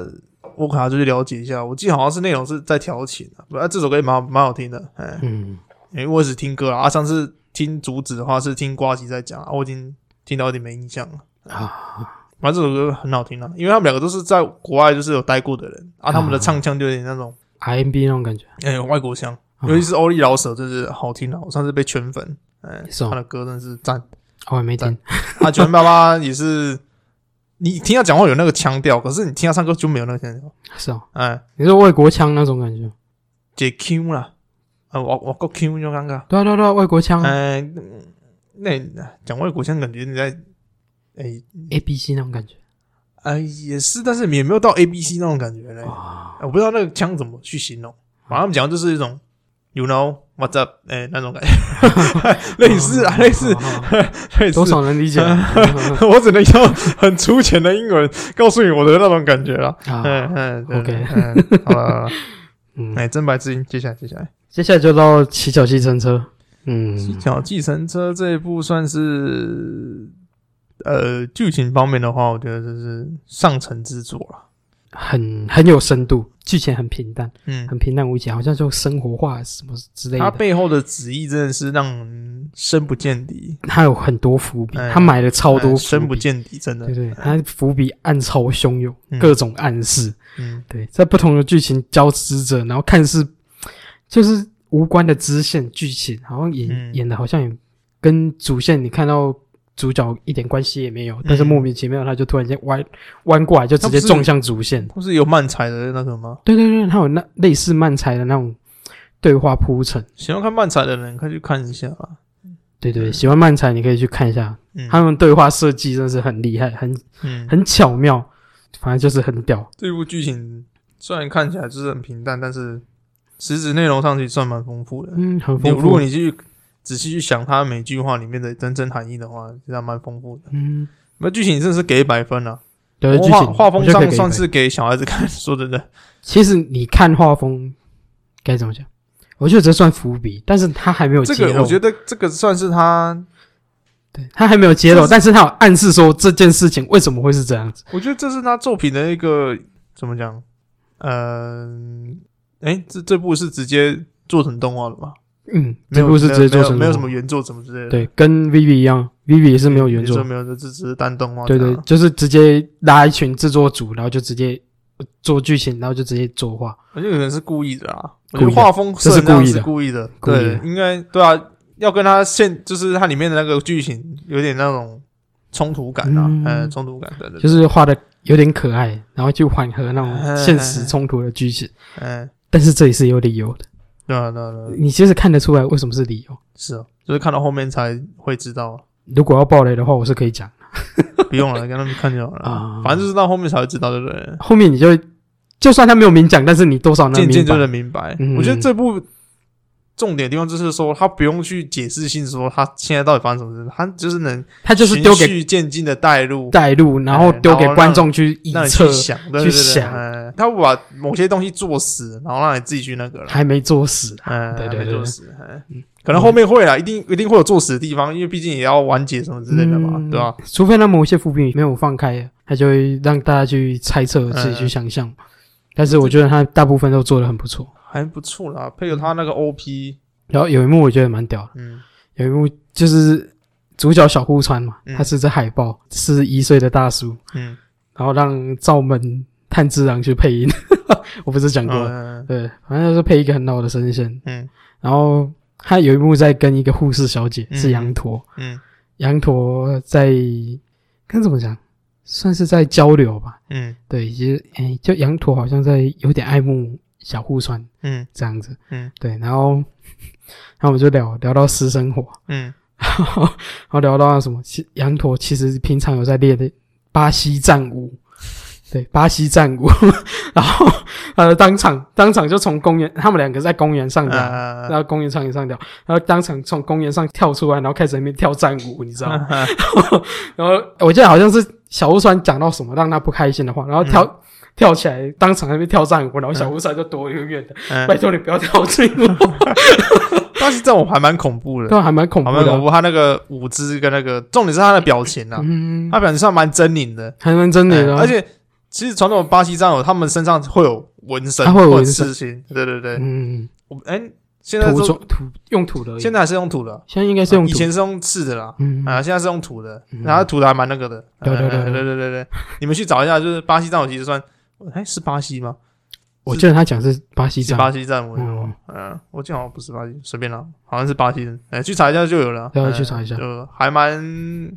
我可能要去了解一下。我记得好像是内容是在调情啊，不啊，这首歌也蛮好蛮好听的。哎，
嗯，
因为我只听歌啊，啊上次听主旨的话是听瓜吉在讲啊，我已经听到有点没印象了。
啊，
反正这首歌很好听啊，因为他们两个都是在国外就是有待过的人啊，他们的唱腔就有点那种
RMB 那种感觉，
哎、外国腔，
嗯
尤其是欧丽老舍，真是好听啊！我上次被圈粉，哎，
是哦
他的歌真是赞。
我还没听。
啊，九零八八也是，你听他讲话有那个腔调，可是你听他唱歌就没有那个腔调，
是哦，
哎。
你是外国腔那种感觉？
一个 Q 啦，啊，我我个 Q 就尴尬。
对啊对啊对啊，外国腔啊
哎、嗯那讲外国腔感觉你在，哎、
，A B C 那种感觉。
哎、也是，但是也没有到 A B C 那种感觉嘞、 呃
哇，
我不知道那个腔怎么去形容，反正他们讲的就是一种 You know what's up？哎、那种感觉，类似啊，类似，
哦
类似
多。少能理 解啊
我只能用很粗浅的英文告诉你我的那种感觉了。嗯嗯对
啊 OK
嗯，好了好了，
嗯，
哎，真白之音，接下来接下来，
接下来就到骑脚计程车，嗯
《小计程车》这一部算是呃剧情方面的话，我觉得这是上乘之作了。
很很有深度，剧情很平淡，
嗯，
很平淡无奇，好像就生活化什么之类
它
的。
背后的旨意真的是让人深不见底，
他有很多伏笔
哎，
他埋了超多
嗯
伏
深不
笔，
见底，真的
对。对，他伏笔暗潮汹涌，
嗯
各种暗示，
嗯
对，在不同的剧情交织着，然后看似就是无关的支线剧情，好像演、
嗯
演的好像也跟主线你看到主角一点关系也没有，但是
嗯
莫名其妙他就突然间弯弯过来，就直
他
接
不是
撞向主线。
不是有漫才的那个吗？
对对对，他有那类似漫才的那种对话铺陈。
喜欢看漫才的人可以去看一下啦。
对对，
嗯
喜欢漫才你可以去看一下，
嗯
他们对话设计真的是很厉害，很
嗯，
很巧妙，反正就是很屌。
这部剧情虽然看起来就是很平淡，但是实质内容上其实算蛮丰富的。
嗯，很
你
丰富。
如果你去仔细去想它每句话里面的真正含义的话，其实还蛮丰富的。
嗯，
那剧情真的是给一百分了、
对呃剧
画
情
画
我
风
觉得可
上
以给一
算
百
是给小孩子看，说真的，
其实你看画风该怎么讲？我觉得这算伏笔，但是他还没有
这
揭
个
露。
我觉得这个算是他，
对他还没有揭露，
这是
但是他有暗示说这件事情为什么会是这样子。
我觉得这是他作品的一个怎么讲？嗯、哎、这这部是直接做成动画了吗？
嗯，
没
这
有
部是直接做
没有
成
没有
动
什
画
么原作什么之类的。
对，跟 Vivi 一样，Vivi 也是没有原
原作
作，
没有，这只是单动画这
对
样。
对，就是直接拉一群制作组，然后就直接做剧情，然后就直接作画。
我觉得可能是故意的啊，我觉
故意的
得画风设
这是
成那
故
样
意
是
的
故意的，
故意的
对，应该对啊，要跟他现就是它里面的那个剧情有点那种冲突感啊，
嗯
嗯，冲突感，对对，对，
就是画的有点可爱，然后去缓和那
哎
种现实冲突的剧情。
嗯，
但是这也是有理由的，
对啊对啊对啊，
你其实看得出来为什么是理由。
是啊，就是看到后面才会知道啊，
如果要爆雷的话，我是可以讲
不用了，跟他们看就好了
啊
啊，反正就是到后面才会知道，对不对？
后面你就就算他没有明讲，但是你多少能
渐渐
明白
就。能明白
嗯。
我觉得这部重点的地方就是说，他不用去解释清楚说他现在到底发生什么事，他就是能
他就是
循
丢给
序渐进的带入，
带入，然后丢给观众去
让
臆
你
测
去，想，对对
去
对
想
哎他会把某些东西做死，然后让你自己去那个了，
还没作死 啊。
嗯，
对对
还没
对嗯
做死，哎可能后面会啦，一定一定会有作死的地方，因为毕竟也要完结什么之类的嘛
嗯，
对吧？
除非他某些伏笔没有放开，他就会让大家去猜测、自己去想象。但是我觉得他大部分都做的很不错。
还不错啦，配合他那个 OP，
然后有一幕我觉得蛮屌的，
嗯，
有一幕就是主角小户川嘛，
嗯
他是只海豹，是一岁的大叔，
嗯，
然后让赵门炭治郎去配音。 我不是讲过了，
嗯
对，反正就是配一个很老的声线。
嗯
然后他有一幕在跟一个护士小姐，
嗯
是羊驼，
嗯
羊驼在跟怎么讲，算是在交流吧。
嗯
对，其实哎，就羊驼好像在有点爱慕小户川
嗯
这样子。
嗯，
对，然后然后我们就聊聊到私生活，
嗯
然后然后聊到那什么，其羊驼其实平常有在练的巴西战舞。对，巴西战舞， 然后呃，当场当场就从公园，他们两个在公园上
嗯，
聊，
啊
然后公园上也上跳，然后当场从公园上跳出来，然后开始 在那边跳战 舞，你知道吗？
啊
然后我记得好像是小吴川讲到什么让他不开心的话，然后
嗯
跳、跳起来，当场在那边跳战舞，然后小吴川就躲远远的，
嗯
拜托你不要跳进 我，
但是这种还蛮恐怖的，
对，还蛮恐怖
还蛮
的
恐
啊。
怖，他那个舞姿跟那个，重点是他的表情啊，
嗯，
他表情上蛮狰狞的，
还蛮真的、
嗯
啊，
而且其实传统巴西战友他们身上会有纹身，
他啊会有纹身
事情，对对对。
嗯，
我们哎、现在
土
都
中土用土的而已，
现在还是用土的，啊
现在应该是用
以
土，
前是用刺的啦。
嗯，
啊，现在是用土的
嗯，
然后土的还蛮那个的。
对对
哎
对
对对对对，你们去找一下，就是巴西战舞其实算，哎，是巴西吗？
我记得他讲是巴西
是
战
巴
舞，
西战舞。
嗯，
嗯，我记得好像不是巴西，随便啦，好像是巴西人。哎，去查一下就有了。
对啊
哎
去查一下
就还蛮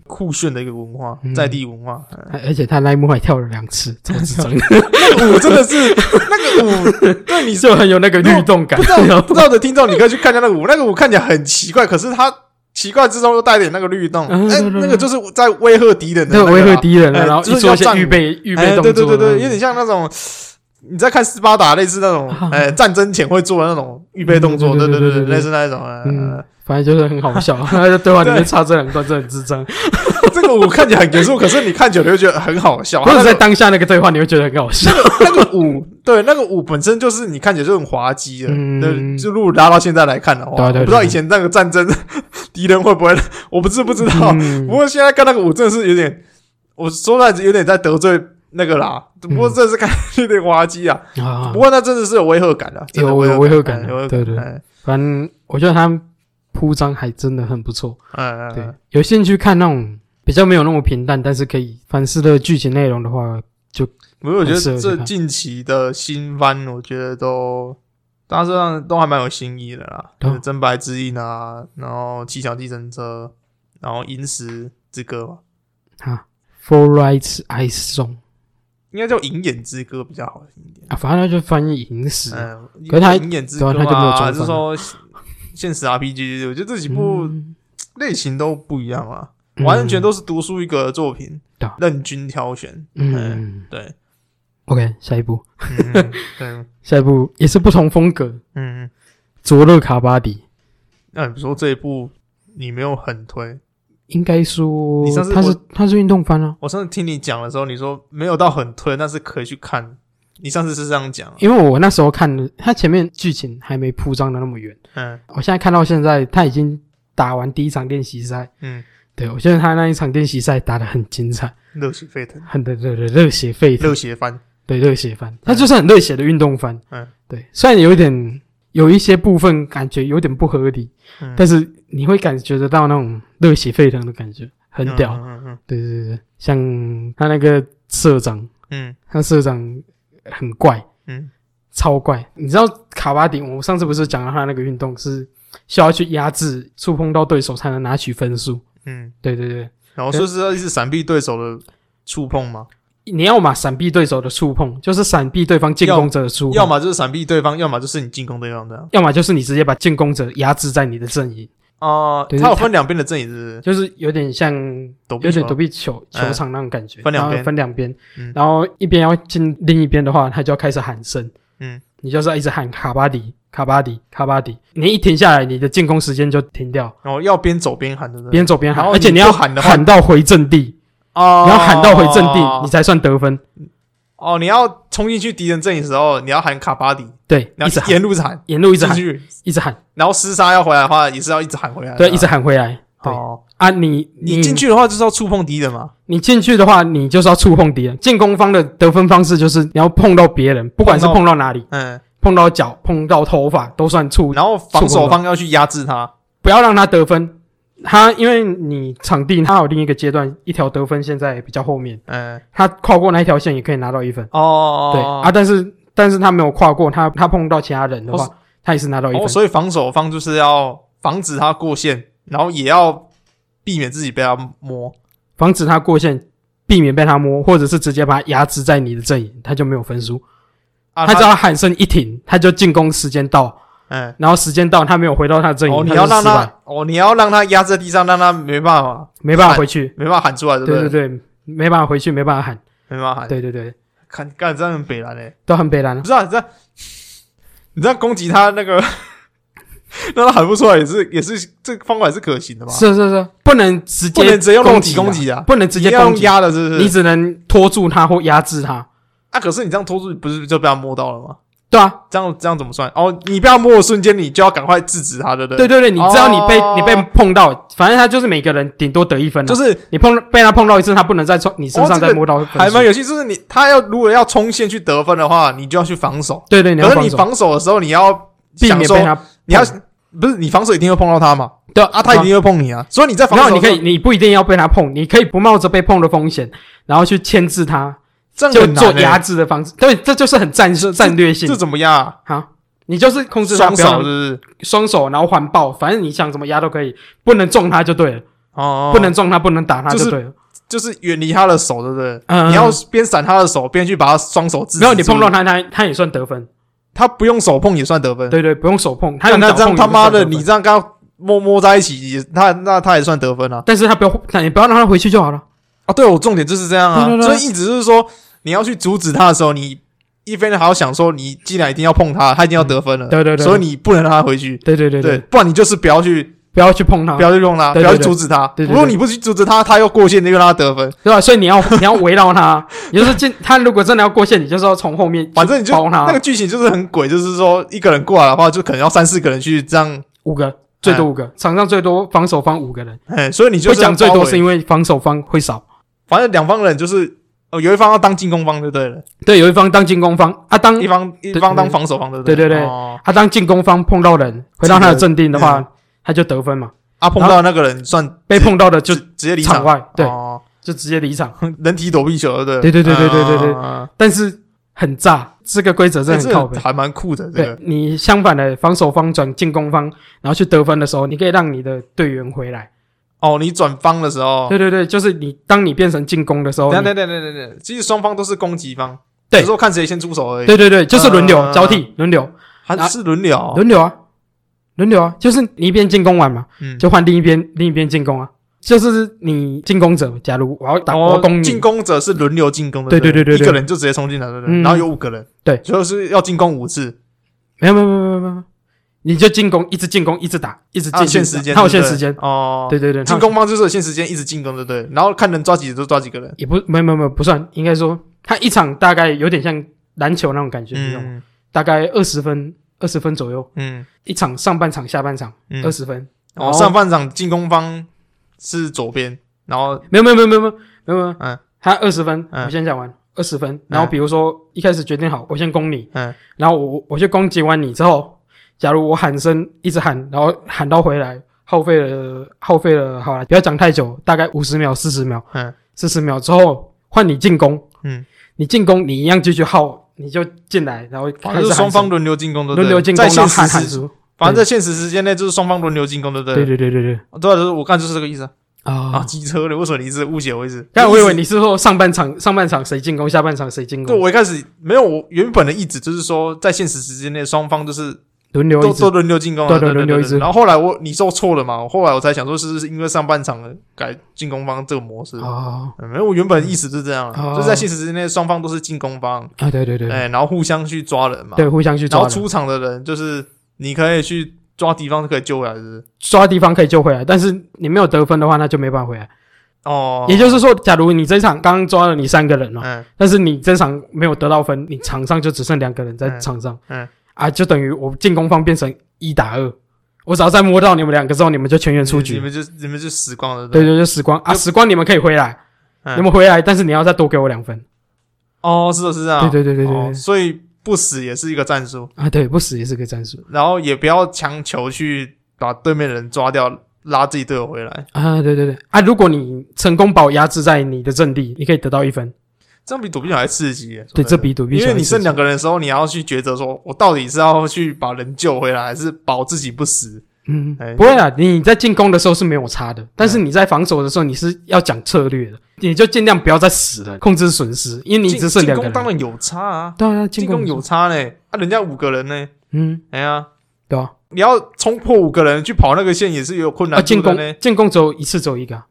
酷炫的一个文化
嗯，
在地文化。哎
而且他那一幕还跳了两 次，超智障，
那 个舞哎真的是那个舞，对你
就很有那个律动感
不知， 道
然
不
后
知道的听众，你可以去看一下那个舞，那个舞看起来很奇怪，可是它奇怪之中又带点那个律动，
嗯
哎、
对对
那个就是在威吓敌人的、那
那
个
个
啊
威吓敌人了，
哎
然后
就是
一做一
要
些
战
预备预
哎
备动作，嗯
对对对对，有点像那种你在看斯巴达类似那种，
啊
呃，战争前会做的那种预备动作，
嗯
对
对
对
对
对，
对对
类似那一种。呃
嗯反正就是很好笑。他的对话里面插这两段，真的很智障。
这个我看起来很严肃，可是你看久了就觉得很好笑。
或者
它
在
那个
当下那个对话，你会觉得很 好笑。
那个舞，对那个舞本身就是你看起来就很滑稽的。
嗯
对，就如果拉到现在来看的话，
对啊
我
对对
不知道以前那个战争 敌人会不会，我不是不知道。
嗯
哦不过现在看那个舞真的是有点，我说那有点在得罪那个啦。不过这是看 有点滑稽啊，
啊
不，过那真的是有违和感的，真的
有有
违
违
和
和感啊
哎有违和
对
感。
对
哎
反正我觉得他铺张还真的很不错。
嗯，嗯
对，有兴趣看那种比较没有那么平淡，但是可以反思的剧情内容的话，
不是，我觉
很适合
得
去
这
看
近期的新番，我觉得都大致上都还蛮有新意的啦，
对
就
啊
是《真白之印》啊，然后《七巧计程车》，然后《银石之歌》嘛，
啊，《Four Rights I Song》
应该叫《银眼之歌》比较好听一点。
啊，反正他就翻译影史。
嗯，
可是它
银眼之歌》
对啊它就没有中
嘛，
翻
就是说现实 RPG，我觉得这几部
嗯
类型都不一样啊，完全都是独树一格的作品
对啊，
任君挑选。
嗯
嗯对，
OK，下一部，
嗯，对，
下一部也是不同风格，《
嗯。
卓勒卡巴迪》。
那你说这一部你没有很推？
应该说
你上次
他
我
是他是运动番啊，
我上次听你讲的时候，你说没有到很推，但是可以去看。你上次是这样讲啊，
因为我那时候看的，他前面剧情还没铺张的那么远，
嗯
我现在看到现在他已经打完第一场练习赛，
嗯，
对我觉得他那一场练习赛打得很精彩，
热血沸 腾，
很热热热热血沸腾
热，血番，
对热血番，他就是很热血的运动番，
嗯，
对，虽然有一点有一些部分感觉有点不合理，
嗯
但是你会感觉得到那种热血沸腾的感觉，很屌，
嗯嗯嗯
对对对，像他那个社长，
嗯
他社长很怪。
嗯
超怪。你知道卡巴顶，我上次不是讲到他那个运动是需要去压制、触碰到对手才能拿取分数？
嗯，
对对对，
然后就是要一直闪避对手的触碰嘛，
你要嘛闪避对手的触碰，就是闪避对方进攻者的触碰；
要么就是闪避对方，要么就是你进攻对方这样。
要么就是你直接把进攻者压制在你的阵营，
哦，
对
它有
它
分两边的阵营，是不是？
就是有点像
躲避
有
球
点躲避球
嗯
球场那种感觉，
分两边
然后分两边，
嗯
然后一边要进另一边的话，他就要开始喊声，
嗯，
你就是要一直喊卡巴迪。卡巴迪，卡巴迪，你一停下来，你的进攻时间就停掉，
然后哦要边走边喊，对不对？
边走边
嗯
喊，
然后
而且
你
你要
不喊的话
喊到回阵地，
哦，
你要喊到回阵地，你才算得分。
哦，你要冲进去敌人阵营的时候，你要喊卡巴迪，
对，
你
一直
要
喊，
沿路一直喊，
沿路一直
进
喊，
去，
一直喊，
然后厮杀要回来的话，也是要一直喊回来的啊。
对，一直喊回来。对
哦，
啊，你
你进，去的话就是要触碰敌人嘛，
你进去的话，你就是要触碰敌人。进攻方的得分方式就是你要碰到别人，不管是
碰到
碰到哪里，
嗯，
碰到脚、碰到头发都算触，
然后防守方要去压制他，
不要让他得分。他因为你场地，他有另一个阶段，一条得分线在比较后面，
嗯，
他跨过那一条线也可以拿到一分。
哦，
对啊，但是但是他没有跨过，他他碰到其他人的
哦
话，他也是拿到一分
哦，。所以防守方就是要防止他过线，然后也要避免自己被他摸，
防止他过线，避免被他摸，或者是直接把他压制在你的阵营，他就没有分数。
啊，
他只要喊声一停，他就进攻时间到，
嗯，
然后时间到他没有回到他的阵营，
哦，你
就
要让
失败
他，哦，你要让他压在地上，让他没办法，
没办法回去。
没办法喊出来，对不
对？对，没办法回去，没办法喊。
没办法喊，
对对对，
看，干这样很北蓝嘞，
都很悲惨
不。是啊，你这样，你这样攻击他那个， 让他喊不出来，也是也是这个方法也是可行的嘛，
是是是，不能直
不能
接
直接用
攻
攻击
击
攻
啊
击啊，
不能直接
要
攻
用
击，
压的，是不是？
你只能拖住他或压制他。
啊，可是你这样拖住，不是就被他摸到了吗？
对啊，
这样这样怎么算？哦，你被他摸的瞬间，你就要赶快制止他，对不
对
对？
对对，你知道你被
哦
你被碰到，反正他就是每个人顶多得一分啊。
就是
你碰被他碰到一次，他不能再从你身
哦
上
这
再
个
摸到分数。
还蛮有趣，就是你他要如果要冲线去得分的话，你就要去防守。
对对，你要
可是
防
你
守，
防守的时候，你要
避
想
免
说
被他
你要
碰
不是你防守一定会碰到他嘛？
对
啊，他一定会碰你啊。所以你在防
然
守
后
的
你
时
可
候，
以，你不一定要被他碰，你可以不冒着被碰的风险，然后去牵制他，
这样
就
很难
做
欸
压制的方式。对，这就是很战术战略性
这。怎么压啊？
好，你就是控制
双
他，不
手是
要
不
让
是？
双手，然后环抱，反正你想怎么压都可以，不能中他就对了，
哦，
不能中他，不能打他
就是
就对了。
就是远离他的手，对不对？
嗯，
你要边闪他的手，边去把他双手制止住。
没有你碰到他，他他也算得分。
他不用手碰也算得分。
对对，不用手碰，他
那
用
那
脚
这样
碰
他妈的，
也算得
你
分，
这样跟他摸摸在一起，也那那他也算得分啊！
但是他不要，你不要让他回去就好了。
哦啊，对，我重点就是这样啊，
对对对
所以一直是说你要去阻止他的时候，你一菲呢还要想说，你既然一定要碰他，他一定要得分了，
对对对，
呃所以你不能让他回去，
对对对
对，，啊不然你就是不要去
不要去碰它，
不要去用他，不
对对
要去
对
阻止他。
对对对
如果你不去阻止他，他又过线，就让他得分。
对吧？所以你要 你要围绕它，你就是进它如果真的要过线，你就是要从后面
反正你就
包他
那个剧情就是很鬼，就是说一个人过来的话，就可能要三四个人去这样，
五个最多五个，场上最多防守方五个人。
哎，所以哎你就
会
是要
讲最
包
多
围
是因为防守方会少，
反正两方人就是哦，有一方要当进攻方就对了，
对，有一方当进攻方啊，当
一方一
对
方当
对
防守方，对不
对对对
哦
啊当进攻方碰到人，回到他的阵地
这
的话，他就得分嘛，
啊，碰到那个人算
被碰到的
就
就
直接离
场
场，
外，对，
哦
就直接离场。
人体躲避球，对不
对对对对对对对
啊
但是很炸，这个规则
哎
真的
这
很靠
个
背。
还蛮酷的，这
对
个
你相反的防守方转进攻方，然后去得分的时候，你可以让你的队员回来。
哦，你转方的时候，
对对对，就是你当你变成进攻的时候，
哦等一下
你
等一下等一下等一下等一下，其实双方都是攻击方，
对
只是我看谁先出手而已，
对对对，就是轮流
呃
交替轮流
还是轮流哦，
轮流啊，轮流啊，就是你一边进攻完嘛，
嗯，
就换另一边另一边进攻啊。就是你进攻者，假如我要打我要攻
哦进
你，
攻者是轮流进攻的，
对
对
对对对
一
对
个人就直接冲进来，对不对？
嗯
然后有五个人，
对
就是要进攻五次，
没有没有没有没有没有，你就进攻，一直进攻，一直打，一直
它
进
有啊限时间，
他有
对
限
不对
时间，
哦，
对对对，它
进
有
攻方就是有限时间一直进攻，对不对？然后看能抓几个就抓几个人，
也不没有没有没有不算，应该说他一场大概有点像篮球那种感觉，你懂吗
嗯
大概二十分二十分左右，
嗯
一场上半场下半场
嗯
二，十分，
然后上半场进攻方是左边，然后
没有没有没有没有没有没有没有，
嗯，
他二十分，
嗯
我先讲完二十分，然后比如说一开始决定好，我先攻你，
嗯，
然后我我去攻击完你之后，假如我喊声一直喊，然后喊到回来，耗费了耗费了，好了，不要讲太久，大概五十秒四十秒，
嗯，
四十秒之后换你进攻，
嗯，
你进攻你一样继续耗，你就进来，然后
反
开
正就
始
是
喊
双
声
方轮流进攻，对不对？
轮流进攻，
在
然后
限
喊
时
喊
时，
出，
反正在限时时间内就是双方轮流进攻，对不
对
对？
对对对对
对啊，就是我看就是这个意思啊。啊，
啊！
机车的，为什么你一直误解我一直？
刚才我以为你是说上半场上半场谁进攻，下半场谁进
对，
攻，
我一开始没有，我原本的意思就是说，在限时时间内，双方就是
轮流一
都
直
都轮流进攻啊，
对对
对
轮流一
对
直
然后后来我你说错了嘛，我后来我才想说，是不是因为上半场的改进攻方这个模式？
哦
嗯没有，我原本意思是这样啊，
哦
就是在限时之内，双方都是进攻方，
啊，对对对
哎，然后互相去抓人嘛，
对，互相去
然
抓
后
人，
出场的人就是你可以去抓敌方，可以救回来，是不是？
抓地方可以救回来，但是你没有得分的话，那就没办法回来。
哦，
也就是说，假如你这场刚刚抓了你三个人哦，
嗯
但是你这场没有得到分，你场上就只剩两个人在
嗯
场上，
嗯
啊，就等于我进攻方变成一打二，我只要再摸到你们两个之后，你们就全员出
你
局。
们就你们就死光了，
对
对
对，就时光啊，
就
时光你们可以回来，
嗯
你们回来，但是你要再多给我两分。
哦，是的，是这样，
对对对对对
哦
对
所以不死也是一个战术，
啊，对，不死也是个战术
然后也不要强求去把对面人抓掉，拉自己队友回来，
啊，对对对啊，如果你成功把我压制在你的阵地，你可以得到一分。
这样比躲避球还刺激耶。说真
对，
的
这比躲避球
因为你
还刺激
剩两个人的时候，你要去抉择说，我到底是要去把人救回来，还是保自己不死？
嗯
哎，
不会啊，你在进攻的时候是没有差的，但是你在防守的时候你是要讲策略的，你就尽量不要再死了，控制损失，因为你
进
只剩
进
两个
攻
人。
当然有差啊，
对啊，
进
攻
攻有，差呢，啊，人家五个人呢，
嗯，
哎呀，
对啊，
你要冲破五个人去跑那个线也是有困
啊，
难
进
度的
攻
呢，
进攻只有一次走一个啊，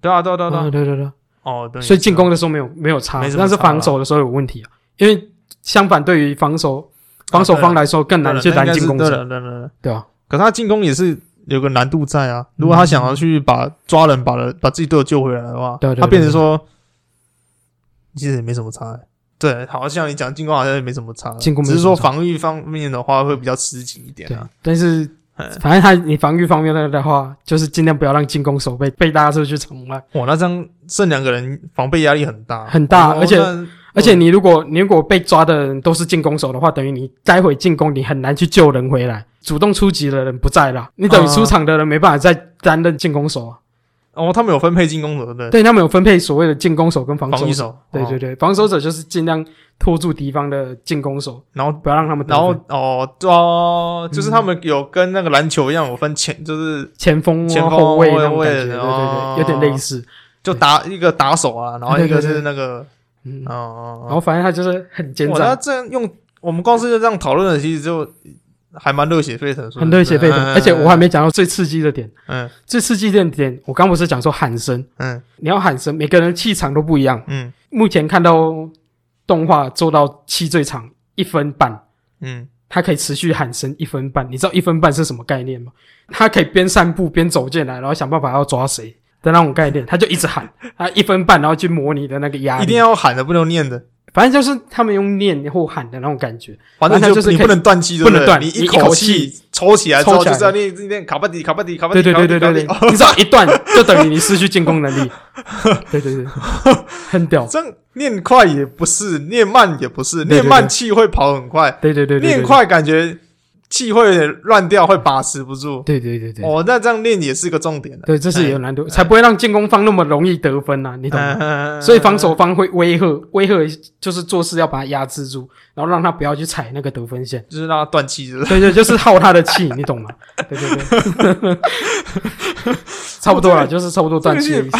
对啊，对啊，对啊，对
啊
啊
对对对，
哦，对，
所以进攻的时候没有没有差
没什，么
但是
差啦
防守的时候有问题啊，因为相反对于防守防守
对啊
方来说更难去
对了那
拦
应该
进
是
攻
对
者，
了，对了对了，
对啊，嗯
可他进攻也是有个难度在啊，如果他想要去把抓人把人把自己队友救回来的话，
对啊对对
他变成说，其实也没什么差、欸。对，好像你讲进攻好像也没什么差，
进攻没
只
什么
是说
差
防御方面的话会比较吃紧一点
对
啊。，
但是
哎
反正他你防御方面的话，就是尽量不要让进攻手被被拉出去场外。
哇，那这样剩两个人防备压力很大，
很大
哦
而且
那
而且你如果你如果被抓的人都是进攻手的话，等于你待会进攻你很难去救人回来，主动出击的人不在了，你等于
啊
出场的人没办法再担任进攻手啊。
哦，他们有分配进攻手，对不对？
对他们有分配所谓的进攻手跟防守
防御
手。
手，
对对
哦，
对，防守者就是尽量拖住敌方的进攻手，
然后
不要让他们得
然
分。
后哦哦，就是他
嗯
们有跟那个篮球一样，有分前就是
前锋、啊
前锋
后卫那种
后
感
卫
觉，对对
哦
对，有点类似。
就打一个打手啊，然后一个是那个
嗯，
哦哦，哦
然后反正他就是很奸
我那
诈，
这样用我们光是就这样讨论的，其实就还蛮热血沸腾，说
很热血沸腾。
嗯
而且我还没讲到最刺激的点，
嗯
最刺激的点，我刚不是讲说喊声，
嗯
你要喊声，每个人气场都不一样。
嗯
目前看到动画做到七最长，一分半，
嗯，
他可以持续喊声一分半。你知道一分半是什么概念吗？他可以边散步边走进来，然后想办法要抓谁的那种概念，他就一直喊，他一分半，然后去模拟的那个压
嗯
力。
一定要喊的，不能念的，
反正就是他们用念或喊的那种感觉。
反正
反正就是
你
可以
不能断气，对
不能
对
断
你
你一口
口抽起来之
抽
后
起
就
来
知道念念卡巴迪卡巴迪卡巴
对
迪，
对对对
卡巴
对
迪哦
对，你知道一段就等于你失去进攻能力。对对对，很屌。
这样念快也不是，念慢也不是，
对对
念慢气会跑很快，
对对对对，
念
对。
快感觉气会有点乱掉，会把持不住。
对对对对，
哦，那这样练也是个重点的，啊
对，这是有难度，才不会让进攻方那么容易得分啊，你懂吗？
嗯
所以防守方会威吓，威吓就是做事要把他压制住，然后让他不要去踩那个得 分线。
就是让他断气，就是
对对，就是耗他的气，你懂吗？ 对对对， 差不多了，就是差不多断气的意思。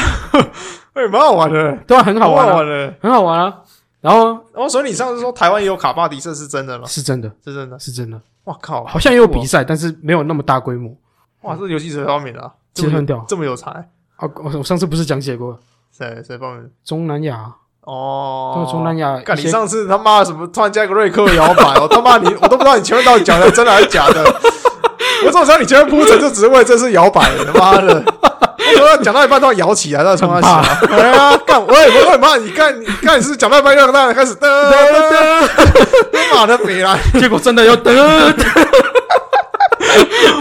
哎，蛮好玩的，
对啊，很好玩
蛮好
啊，
玩的。
很好玩啊。然后
哦，所以你上次说台湾也有卡巴迪，这是真的吗？
是真的，
是真的。
是真的，
哇靠！哦
好像也有比赛，但是没有那么大规模。
哇，这游戏谁报名的啊？
其
这
实
么
很
有
屌
这么有才，
啊，我我上次不是讲解过
谁谁报名的？
中南亚，
哦
对，中南亚
干，
一
你
些
上次他妈的什么突然加一个瑞克摇摆，我他妈你 我都不知道你前面到底讲的真的还是假的。 我怎么知道你前面铺陈就只是为了这次摇摆？他妈的！我怎么讲到一半都要摇起来，到底他妈
很
想？哎呀，干！我也我也妈，你看你看你是讲到一半让大家开始噔噔噔，妈的北来！
结果真的要得。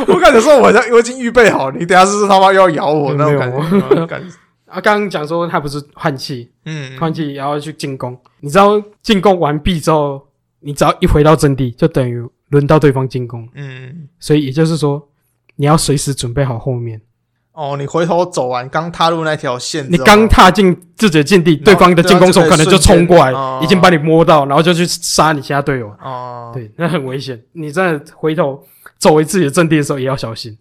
我感觉说我好像我已经预备好，你等下是不是他妈又要咬我那种感觉感觉。
啊，刚刚讲说他不是换气，
嗯，
换气然后去进攻。你知道进攻完毕之后，你只要一回到阵地，就等于轮到对方进攻。
嗯，
所以也就是说，你要随时准备好后面。
哦，你回头走完刚踏入那条线之后，
你刚踏进自己的阵地，
后
对方的进攻手可能就冲过
对啊这个瞬间哦
来，已经把你摸到，然后就去杀你其他队友。
哦，
对，那很危险。你真的回头走回自己的阵地的时候，也要小心。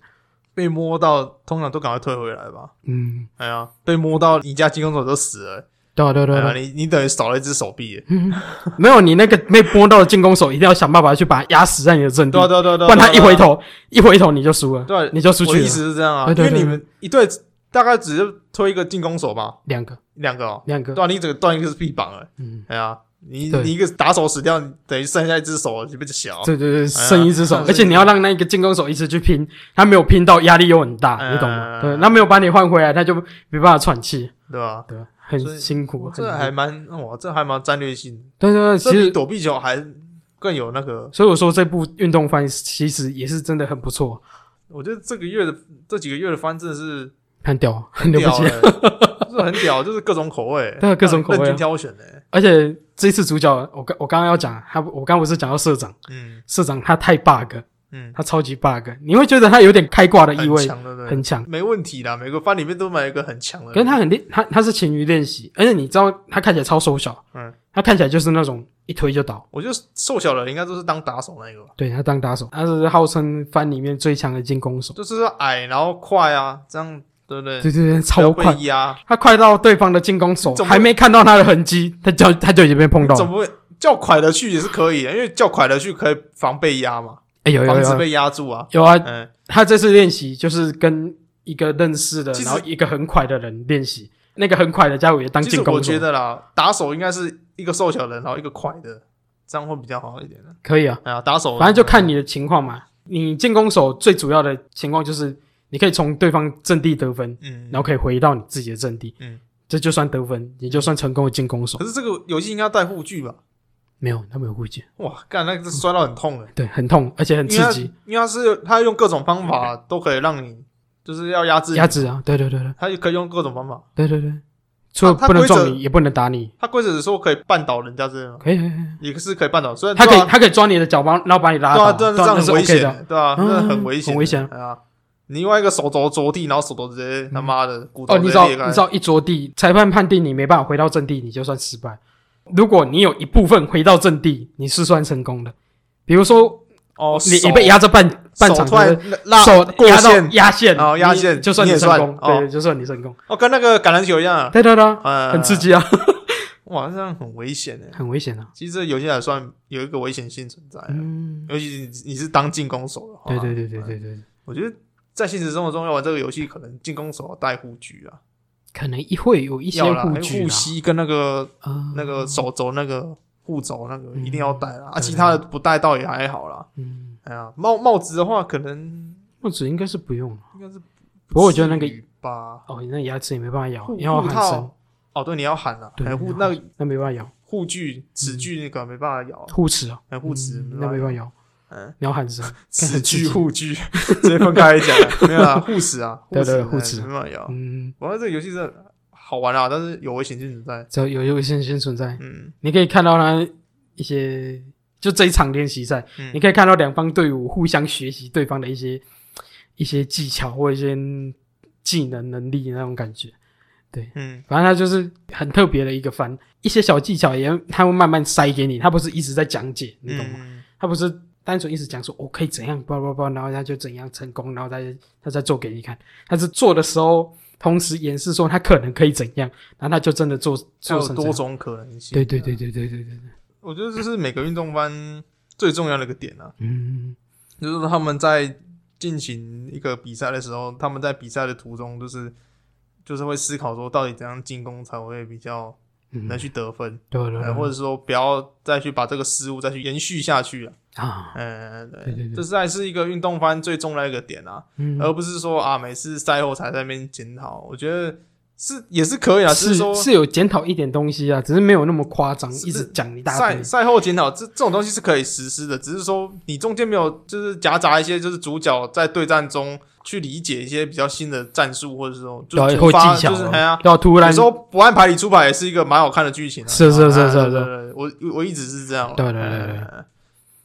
被摸到，通常都赶快退回来吧。
嗯，
哎呀，被摸到，你家进攻手都死了。
对啊对啊对
哎
啊对
呀，
啊，
你你等于少了一只手臂耶。
没有你那个被摸到的进攻手，一定要想办法去把他压死在你的阵地
对啊，对啊对啊对啊，
不然他一回
对啊，
头一回头你就输了，
对啊
你就出
我的
去
意
了。
思是这样啊，
对
因
对
为
对
你们一队大概只是推一个进攻手吧，
两个，
两个哦，
两个，
对啊，你整个断一个是臂膀了。
嗯，
哎呀，你
对
你一个打手死掉，你等于剩下一只手就被小。
对对对，剩一只手
剩一，
而且你要让那个进攻手一直去拼，他没有拼到，压力又很大，
嗯
你懂
嗯
吗？对，他没有把你换回来，他就没办法喘气，
对吧？
对吧？很
所以
辛苦，很
哦这还蛮哇，这还蛮战略性，
对对对，
这
其
比
实。
躲避球还更有那个。
所以我说这部运动番其实也是真的很不错，
我觉得这个月的这几个月的番真的是
很屌， 很牛
屌
不
欸，
起来。
就是很屌，就是各种口味，
对各种口味啊
任君挑选的。欸
而且这次主角，我刚我刚刚要讲他，我刚不是讲到社长，
嗯
社长他太 bug，
嗯，
他超级 bug，你会觉得他有点开挂的意
很
味，
强的，对，
很强。
没问题啦。每个番里面都买一个很强的，
可是他很练，他他是勤于练习，而且你知道他看起来超瘦小，
嗯，
他看起来就是那种一推就倒。
我觉得瘦小的人应该都是当打手那个吧，
对他当打手，他是号称番里面最强的进攻手。
就是矮然后快啊，这样对不对？
对对对，超
不要
快
被，压，
他快到对方的进攻手
总不
还没看到他的痕迹，他就他就已经被碰到
怎
了。
么会叫快的去也是可以的，因为叫快的去可以防被压嘛，
哎、有有
防止
有
被压住啊。
有啊！
嗯，
他这次练习就是跟一个认识的，
其实
然后一个很快的人练习，那个很快的家伙也当
其实
进攻手，
我觉得啦，打手应该是一个瘦小的人，然后一个快的，这样会比较好一点的。
可以啊。
哎呀，打手
反正就看你的情况嘛。你进攻手最主要的情况就是你可以从对方阵地得分，
嗯，
然后可以回到你自己的阵地，
嗯，
这就算得分，也就算成功的进攻手。
可是这个游戏应该要带护具吧？
没有，他没有护具，
哇，干那个是摔到很痛的，
对，很痛，而且很
因为
刺
它
激，
因为它是它用各种方法都可以让你，就是要压制你
压，制啊，对对对对
它就可以用各种方法。
对对对，除了
他
不能撞
规则
你，也不能打你，
它规则是说可以绊倒人家这样，
可以，可以可以
也是可以绊倒，虽然
他可
对
以
啊
他可以抓你的脚帮，然后把你拉
对啊，
倒，
对啊，
对
这
啊，
样
那是
很危
OK 的。
险，对啊，
嗯
那很危险，
很危险
对啊。你另外一个手肘着地，然后手肘直接他妈的骨头
哦，
直
你
接
知道
裂开
你知道一着地，裁判判定你没办法回到阵地，你就算失败。如果你有一部分回到阵地，你是算成功的。比如说
哦，
你
手
你被压着半半
手
场
突
的
然拉
手
过
压到
线，
压线，
哦压
你
线
就算
你也
成
算
功，
哦
对，就算你成功。
哦，跟那个橄榄球一样啊，
对对对啊，
呃，
很刺，激啊，
哇，这样很危险的。欸
很危险啊。
其实这游戏还算有一个危险性存在啊，
嗯，
尤其你你是当进攻手的话，
对对对对
哎
对对，
我觉得在现实生活中要玩这个游戏，可能进攻手要带护具啊，
可能一会有一些
要啦，
护
还有
具
护
啦，
膝跟那个
啊
那个手肘那个护肘那个一定要戴啦，啊，
对
其他的不戴倒也还好啦。
嗯，
哎呀，帽帽子的话，可能
帽子应该是不用了。
应该是
不过我觉得那个
至于吧，
哦，那牙齿也没办法咬，
护
因为我
护
很深，
套哦，对，你要喊啦，
对
哎，护
你要
那
喊
个
那没办法咬，
护具、齿具那个没办法咬，
护齿哦，
哎，护齿
嗯那没办法咬，
嗯，
你要喊声，
齿具、护具直接分开来讲，没有啦，护齿啊，
对对
哎
护齿
没办法咬。
嗯，
我觉得这个游戏真的好玩啊，但是有危险性存在。
只要有有一些先存在，
嗯
你可以看到他一些，就这一场练习赛，
嗯
你可以看到两方队伍互相学习对方的一些一些技巧或一些技能能力那种感觉。
嗯
反正他就是很特别的一个番，一些小技巧也他会慢慢塞给你，他不是一直在讲解，你懂吗？
嗯
他不是单纯一直讲说我、可以怎样，叭叭叭，然后他就怎样成功，然后他就他再做给你看。他是做的时候，同时演示说他可能可以怎样，然后他就真的做
它
做
有
成这
多
样。
种可能性。
对对对对对对对，对
我觉得这是每个运动班最重要的一个点啊，
嗯，
就是他们在进行一个比赛的时候，他们在比赛的途中，就是就是会思考说，到底怎样进攻才会比较
嗯
能去得分，
对对
呃
对，
或者说不要再去把这个失误再去延续下去了。
啊，
嗯，对
对对对
这是还是一个运动班最重要的一个点啊，
嗯，
而不是说啊每次赛后才在那边检讨，我觉得是也是可以啊，只
是
说
是有检讨一点东西啊，只是没有那么夸张，
是
一直讲一大
赛
堆。
赛后检讨这这种东西是可以实施的，只是说你中间没有就是夹杂一些就是主角在对战中去理解一些比较新的战术，或者是说就是
对
突
或
发
技巧
就是哎呀，
要突然
你说不按牌理出牌也是一个蛮好看的剧情啊。
是是是
哎
是
对
是
对对我我一直是这样啊。
对对对对对
哎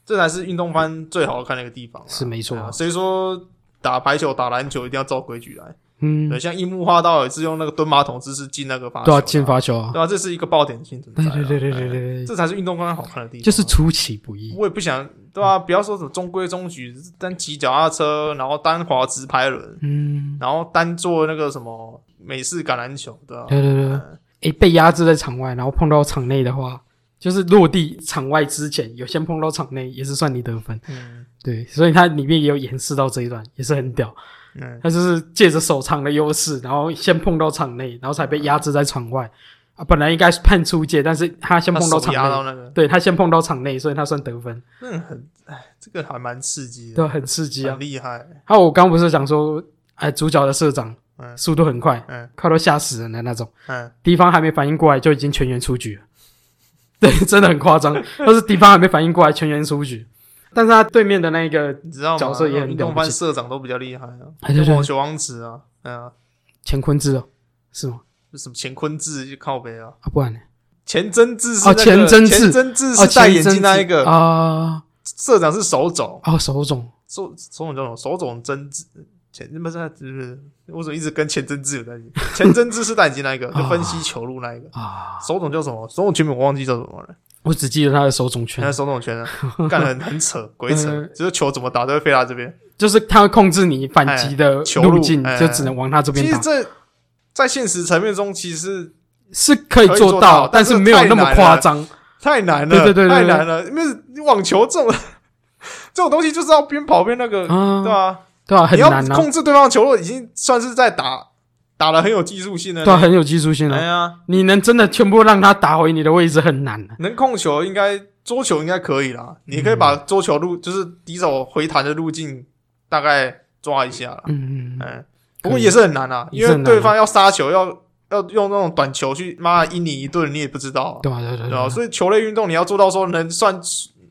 这才是运动番最好看的一个地方啊。
是没错
对啊，所以说打排球、打篮球一定要照规矩啊来。
嗯
对，，像樱木花道也是用那个蹲马桶姿势进那个罚球
对
的
啊，
啊，
进罚球啊，
对啊，这是一个爆点性存在
对
啊。
对对对
哎
对对对，
这才是运动刚刚好看的地方啊。
就是嗯出其不意。
我也不想，对吧、不要说什么中规中矩，单骑脚踏车，然后单滑直排轮，
嗯，
然后单做那个什么美式橄榄球，对吧、
对对对，
嗯
诶，被压制在场外，然后碰到场内的话，就是落地场外之前，有先碰到场内也是算你得分。
嗯
对，所以它里面也有演示到这一段，也是很屌。
嗯
他就是借着手长的优势，然后先碰到场内，然后才被压制在场外。啊，本来应该是判出界，但是他先
他
碰到
手
场
压
内，
到那个，
对他先碰到场内，所以他算得分，
那个很，哎，这个还蛮刺激的，
对，很刺激啊
很。厉害。
还有我刚不是讲说，哎，主角的社长
嗯
速度很快，
嗯
快到吓死人的那种，
嗯，
敌方还没反应过来就已经全员出局了。 对，真的很夸张， 但是敌方还没反应过来，全员出局。但是他对面的那一个
你知道吗？
角色也很
那种运动
了不
班
起
社长都比较厉害啊，
哎对对
就网球王子啊，嗯啊，
乾坤志哦，是吗？
就什么乾坤志就靠背啊，
啊，不然呢？
前真志是
哦
那个
前真志
前真志
哦，
是戴
前
眼
阵
镜那
子
一个，
啊，
社长是手冢，
哦，手冢
手手冢叫什么？手冢真治前不是不是，我怎么一直跟前真治有在一 起？前真治是戴眼镜那一个，就分析球路那一个。
啊，
手冢叫什么？手冢全名我忘记叫什么了。
我只记得他的手冢
现在
圈，
手冢圈 啊，干得很很扯，鬼扯，
嗯
就是球怎么打都会飞到这边。
就是他会控制你反击的
球路
路径，
哎
就只能往他这
其
边
实
打，
这在现实层面中，其实
是可以
可以做
做
到
但
但是
没有那
太
么
难
夸
了
张。
太难了，
对对对对
太
对
难了。因为网球这种 这种东西就是要边跑边那个，
啊，
对啊，
对啊，很
你要
难啊，
控制对方的球路，已经算是在打打的很有技术性了。
对啊，很有技术性
哎
啊。
呀。
你能真的全部让他打回你的位置很难啊。
能控球应该桌球应该可以啦，你可以把桌球路就是敌手回弹的路径大概抓一下啦。
嗯，
嗯，不过也是很难啊，
也
因
是很
为
难啊
对方要杀球要要用那种短球去妈阴你一顿，你也不知道啊，
对啊，对啊对啊
对
对
吧、
啊，
所以球类运动你要做到说能算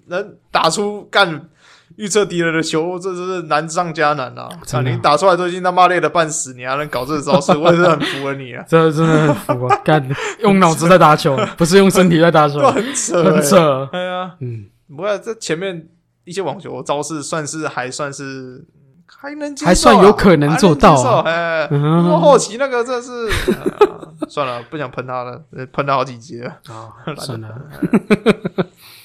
能打出干。预测敌人的球，这真是难上加难啊！啊
真的
你打出来都已经他妈累得半死，你还能搞这招 式，我也是很服了你啊！
这真的很服啊！干，用脑子在打球，不是用身体在打球
这，很扯、欸，
嗯很。扯。
哎呀，
嗯，
不过这前面一些网球招式算是还算是还能接受啊，
还算有可能做到啊
还能接受哎，
嗯
不过后期那个真是、哎呀算了，不想喷他了，呃喷他好几集哦了。
啊，算了。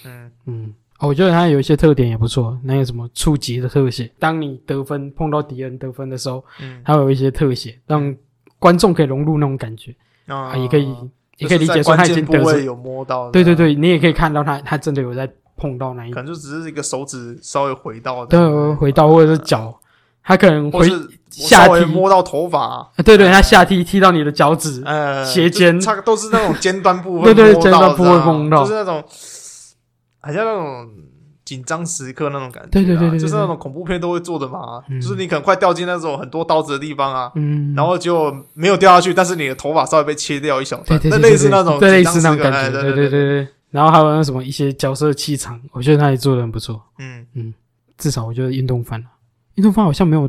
嗯，
嗯，哦我觉得它有一些特点也不错，那个什么触及的特写，当你得分碰到敌人得分的时候，
嗯
它会有一些特写，让观众可以融入那种感觉啊，
啊
也可以也可以理
就是
解
在
说他
关
已
键
经
部
得
位
分，
有摸到，
对对，对，你也可以看到他他真的有在碰到那一
可能就只是一个手指稍微回到这样子，
对回到或者是脚，他可能
或
回
是我
下
稍微
踢，
摸到头发，
啊对对，他下踢踢到你的脚趾，
呃，
斜肩
就差都是那种尖端部
对
分，
对
摸到
尖端部位
知道吗
碰到
就是那种好像那种紧张时刻那种感觉、啊，
对对对对对
就是那种恐怖片都会做的嘛，
嗯
就是你可能快掉进那种很多刀子的地方啊，
嗯，
然后就没有掉下去，但是你的头发稍微被切掉一小
对
段，
对
那
对，
类似那种
对
紧
类
张
似那
时
种
刻
感
哎
觉，
对
对
对
对对。然后还有那什么一些角色气场，我觉得他也做的很不错，
嗯，
至少我觉得运动番啊，运动番好像没有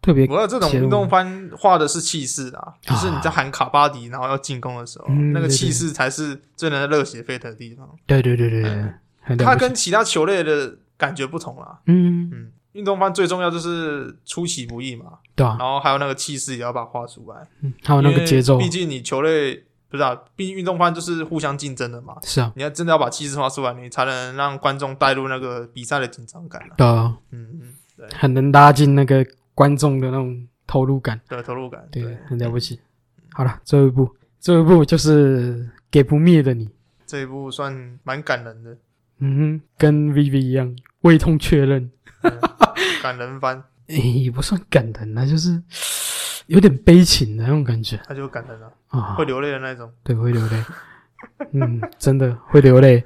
特别
不过这种
切入
运动番画的是气势啊，就是你在喊卡巴迪，然后要进攻的时候，
嗯
那个
对对
气势才是最能热血沸腾的地方。
对对对对对
嗯，
很了
它
不起
跟其他球类的感觉不同啦。
嗯，
嗯，运动番最重要就是出其不意嘛，
对啊
然，后还有那个气势也要把它画出来，
嗯还有那
因
个
为
节奏
毕竟你球类不是啊，毕竟运动番就是互相竞争的嘛。
是啊，
你要真的要把气势画出来，你才能让观众带入那个比赛的紧张感啊。
对啊，
嗯嗯，对
很能拉近那个观众的那种投入感，
对，投入感。
对
对，，嗯
很了不起。好了，最后一部，最后一部就是《给不灭的你》，
这一部算蛮感人的，
嗯哼，跟 Viv 一样，胃痛确认，
感人番，
诶也不算感人啊，就是 有点悲情的那种感觉
那就感人了，
啊
会，流泪的那种。
对，会流 泪，嗯，真的会流泪，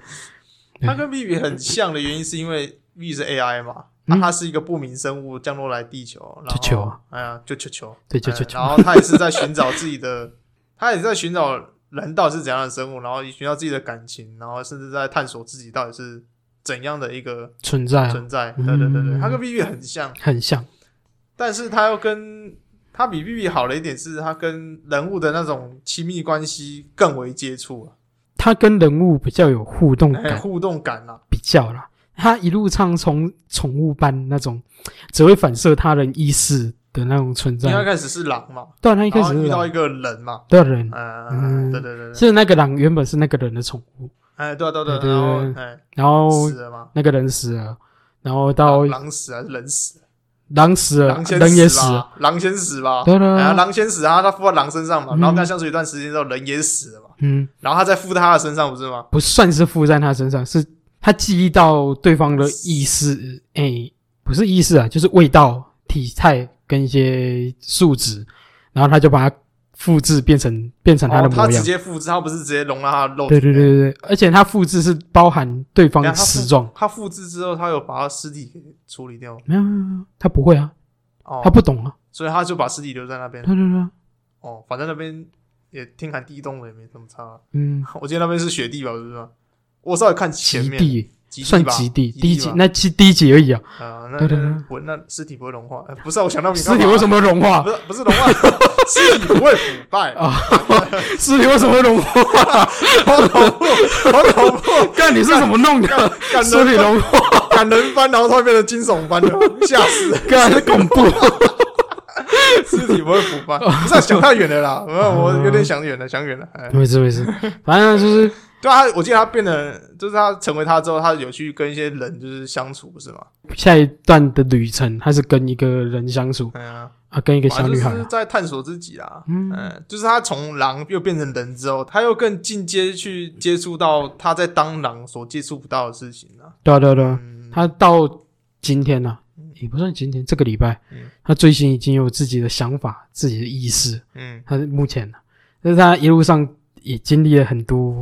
嗯
它跟 B B 很像的原因是因为 B 是 AI 嘛，那、
嗯
它是一个不明生物降落来地球，然后
就球啊，
哎呀，就球球，
对，就
哎
就就
然后它也是在寻找自己的， 它也是在寻找人到底是怎样的生物，然后寻找自己的感情，然后甚至在探索自己到底是怎样的一个
存在啊，
存在。
嗯
对对对对，它跟 B B 很像，
很像，
但是它又跟它比 B B 好的一点是，它跟人物的那种亲密关系更为接触啊，
他跟人物比较有互动
哎
感，
互动感啊，
比较啦。他一路唱从宠物般那种，只会反射他人意识的那种存
因为它
在。
开始是狼嘛，
对啊，他一开
然
始
后
是
遇到
狼
一个人嘛。
对啊人，
嗯，
嗯
对对对对，
是那个狼原本是那个人的宠物，
哎，对啊对啊对啊，
对对
然后
对
哎
然后
死了嘛，
那个人死啊了，然后到
狼死还是人死？
狼死了，
狼先
人也
死
死了，
吧，狼先死吧，
对了，
然后狼先死，然后他附到狼身上嘛，
嗯
然后跟他相处一段时间之后，人也死了嘛，
嗯，
然后他再附在他的身上，不是吗？
不算是附在他身上，是他记忆到对方的意识，哎、不是意识啊，就是味道、体态跟一些数值，然后他就把它复制变成变成他的
哦他
模
直
样。
接复制，他不是直接融到他的肉体？
对对，对对，对而且他复制是包含对方
等
的
下他复
死状，
他复制之后，他有把他尸体给处理掉吗，
没有没有没有，他不会啊，
哦
他，不懂啊，
所以他就把尸体留在那边
对，对对，
哦，反正那边也天寒地冻的，也没什么差啊。
嗯，
我记得那边是雪地吧，是不是？我稍微看前
极
面，
地
极
算
吧
极地，
极
第一
吧
集那第第一集而已啊，
啊，那
对对对
那不那尸体不会融化？呃不是啊，我想到你
尸体为什
么
么融 化
不？是不是融化，尸体不会腐 败
啊尸体为什么融化？
好恐怖，好恐怖，
干你是怎么弄的？
感
尸体
人
融化，
感人番，然后突然变成惊悚番了，吓死人！
干恐怖。
尸体不会腐
哦
败，不是啊想太远了啦，我我有点想远了，想远了。哎，
没事没事，反正就是
对啊，他我记得他变得，就是他成为他之后，他有去跟一些人就是相处，不是吗？
下一段的旅程，他是跟一个人相处
哎呀，
啊，跟一个
反
小
正
女
就
孩
是
啊，
在探索自己啦。
嗯，
嗯，就是他从狼又变成人之后，他又更进阶去接触到他在当狼所接触不到的事情啊。
对啊对啊对啊，
嗯，
他到今天呢、也不算今天，这个礼拜
嗯，
他最新已经有自己的想法、自己的意识，
嗯，
他目前呢，但是他一路上也经历了很多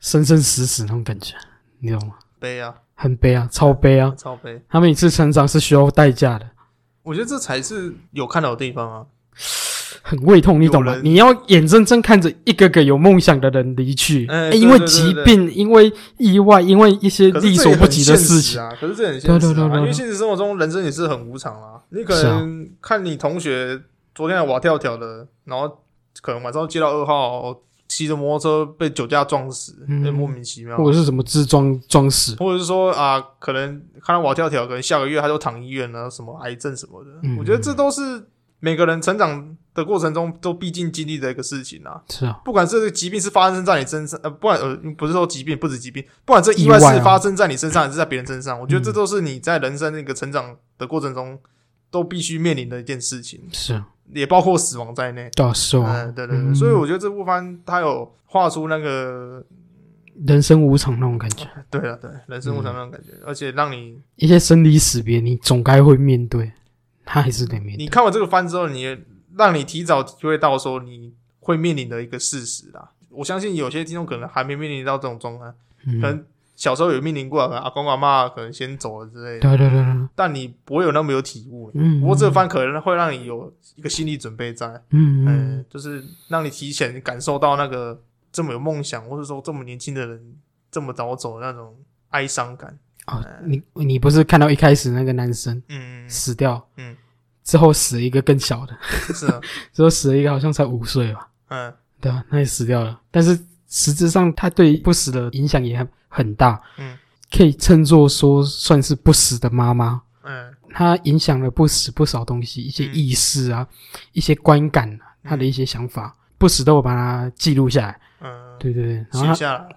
生生死死那种感觉，你懂吗？
悲啊，
很悲啊，超悲啊！
超悲。
他每次成长是需要代价的，
我觉得这才是有看到的地方啊。
很胃痛，你懂
有
吗？
人
你要眼睁睁看着一个个有梦想的人离去，
哎
哎
对
因为
对对
疾
对
病，因为意外，因为一些
可是
力
这
所
也
不
很
及的
现
事
实
情。
啊，可是这也很现
对
实
对对
啊，
对
因为
对
现实生活中人生也是很无常啊。你可
是啊
能看你同学昨天还蛙跳跳的，然后可能晚上接到噩耗，骑着摩托车被酒驾撞死，哎
嗯
也莫名其妙。啊
或者是什么自装装死，
或者是说啊，可能看到瓦跳跳，可能下个月他就躺医院了，什么癌症什么的。
嗯
我觉得这都是每个人成长的过程中都必经经历的一个事情啊。
是啊，
不管这个疾病是发生在你身上，呃，不管呃，不是说疾病，不止疾病，不管这意外
意外
是
啊
发生在你身上还是在别人身上，我觉得
嗯
这都是你在人生那个成长的过程中都必须面临的一件事情，
是啊，
也包括死亡在内。
对啊，是啊
嗯，对对对，所以我觉得这部番它有画出那个，
人生无常那种感觉，
对了对，人生无常那种感
嗯
觉，而且让你
一些生离死别，你总该会面对，他还是得面对。
你看完这个番之后，你也让你提早体会到说你会面临的一个事实啦。我相信有些听众可能还没面临到这种状态，
嗯
可能小时候有命令过，可能阿公阿妈可能先走了之类的，
对啊对对对，
但你不会有那么有体悟。
嗯，
不过这番可能会让你有一个心理准备在，
嗯嗯
嗯，就是让你提前感受到那个这么有梦想，或者说这么年轻的人这么早走的那种哀伤感。
哦，你你不是看到一开始那个男生
嗯，
死掉，
嗯，
之后死一个更小的，
是啊，
之后死了一个好像才五岁哦吧，
嗯，
对吧？那也死掉了，但是实质上他对不死的影响也很大，
嗯，
可以称作说算是不死的妈妈，
嗯，
它影响了不死不少东西，一些
嗯
意识啊，一些观感、啊，他的一些想法，不死都有把它记录下来，
嗯，
对对对，然
写
后
下来，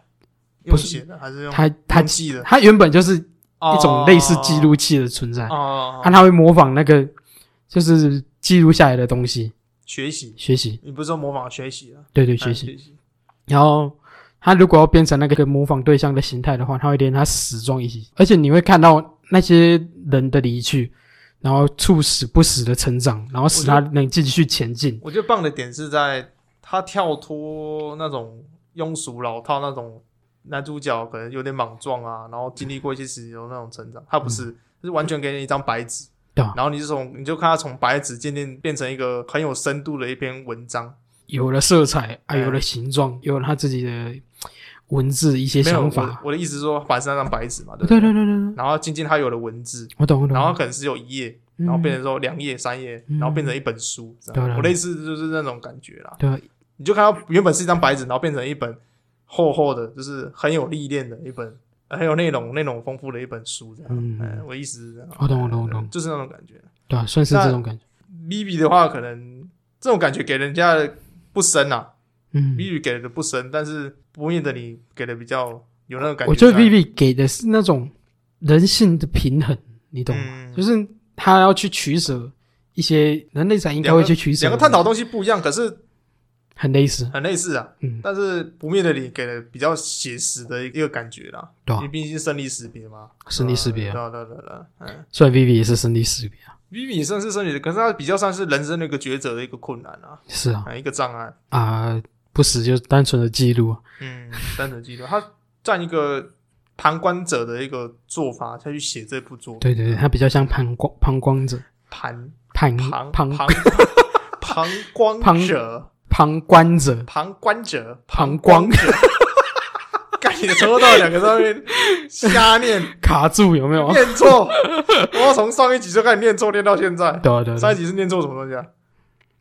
不
用
是
写的还是用
他他
用记的
他原本就是一
一
种类似记录器的存在，
哦，
啊，他会模仿那个就是记录下来的东西
学习，
学习，
你不是说模仿学习啊？
对对
嗯
学习。
学习，
然后他如果要变成那个模仿对象的形态的话，他会连他死状一起，而且你会看到那些人的离去，然后促使不死的成长，然后使他
我
能继续前进。
我觉得棒的点是在他跳脱那种庸俗老套那种男主角可能有点莽撞啊，然后经历过一些事情的那种成长，他不是，就是完全给你一张白纸，
嗯对啊
然后你就从你就看他从白纸渐渐变成一个很有深度的一篇文章，
有了色彩啊，
嗯
有了形状，有了他自己的文字一些
没有
想
我的
法。
我的意思是说，反正那张白纸嘛，对不
对对对嗯对对，
然后渐渐他有了文字，
我懂我懂。
然后可能是有一页，
嗯
然后变成说两页、三页，
嗯
然后变成一本书，这
对
样
啦
我类似就是那种感觉啦。
对，啊
你就看到原本是一张白纸，然后变成一本厚厚的，就是很有历练的一本，呃很有内容、内容丰富的一本书这样。
嗯
哎我意思是这样，
我懂我懂我懂
嗯就是那种感觉。
对啊，算是
那
这种感觉。
Vivi 的话，可能这种感觉给人家的不深啊
嗯，
，Vivi 给的不深，但是不灭的你给的比较有那种感觉在。嗯
我觉得 Vivi 给的是那种人性的平衡，你懂吗？
嗯
就是他要去取舍一些人类才应该会去取舍，
两个探讨的东西不一样，可是
很类似，
很类似啊。
嗯，
但是不灭的你给了比较写实的一个感觉啦，
对
因为
啊，
毕竟是生离死别嘛，
生离死别
嗯
啊
对啊对啊对啊对啊，嗯
虽然 Vivi 也是生离死别啊，
，Vivi 算是生离的，可是它比较像是人生的一个抉择的一个困难啊，
是啊，
啊一个障碍，
啊，不死就是单纯的记录啊，
嗯，单纯记录，它占一个旁观者的一个做法，再去写这部作品，
对对对，他比较像旁观旁观者，
旁旁
旁嗯旁
旁旁观
旁
者，
旁观者，
旁观者，
旁
观
观
者， 干你抽到两个上面瞎念。
卡住有没有？
念错， 我从上一集就开始念错，念到现在。
对啊对啊对
上
啊，
一集是念错什么东西啊？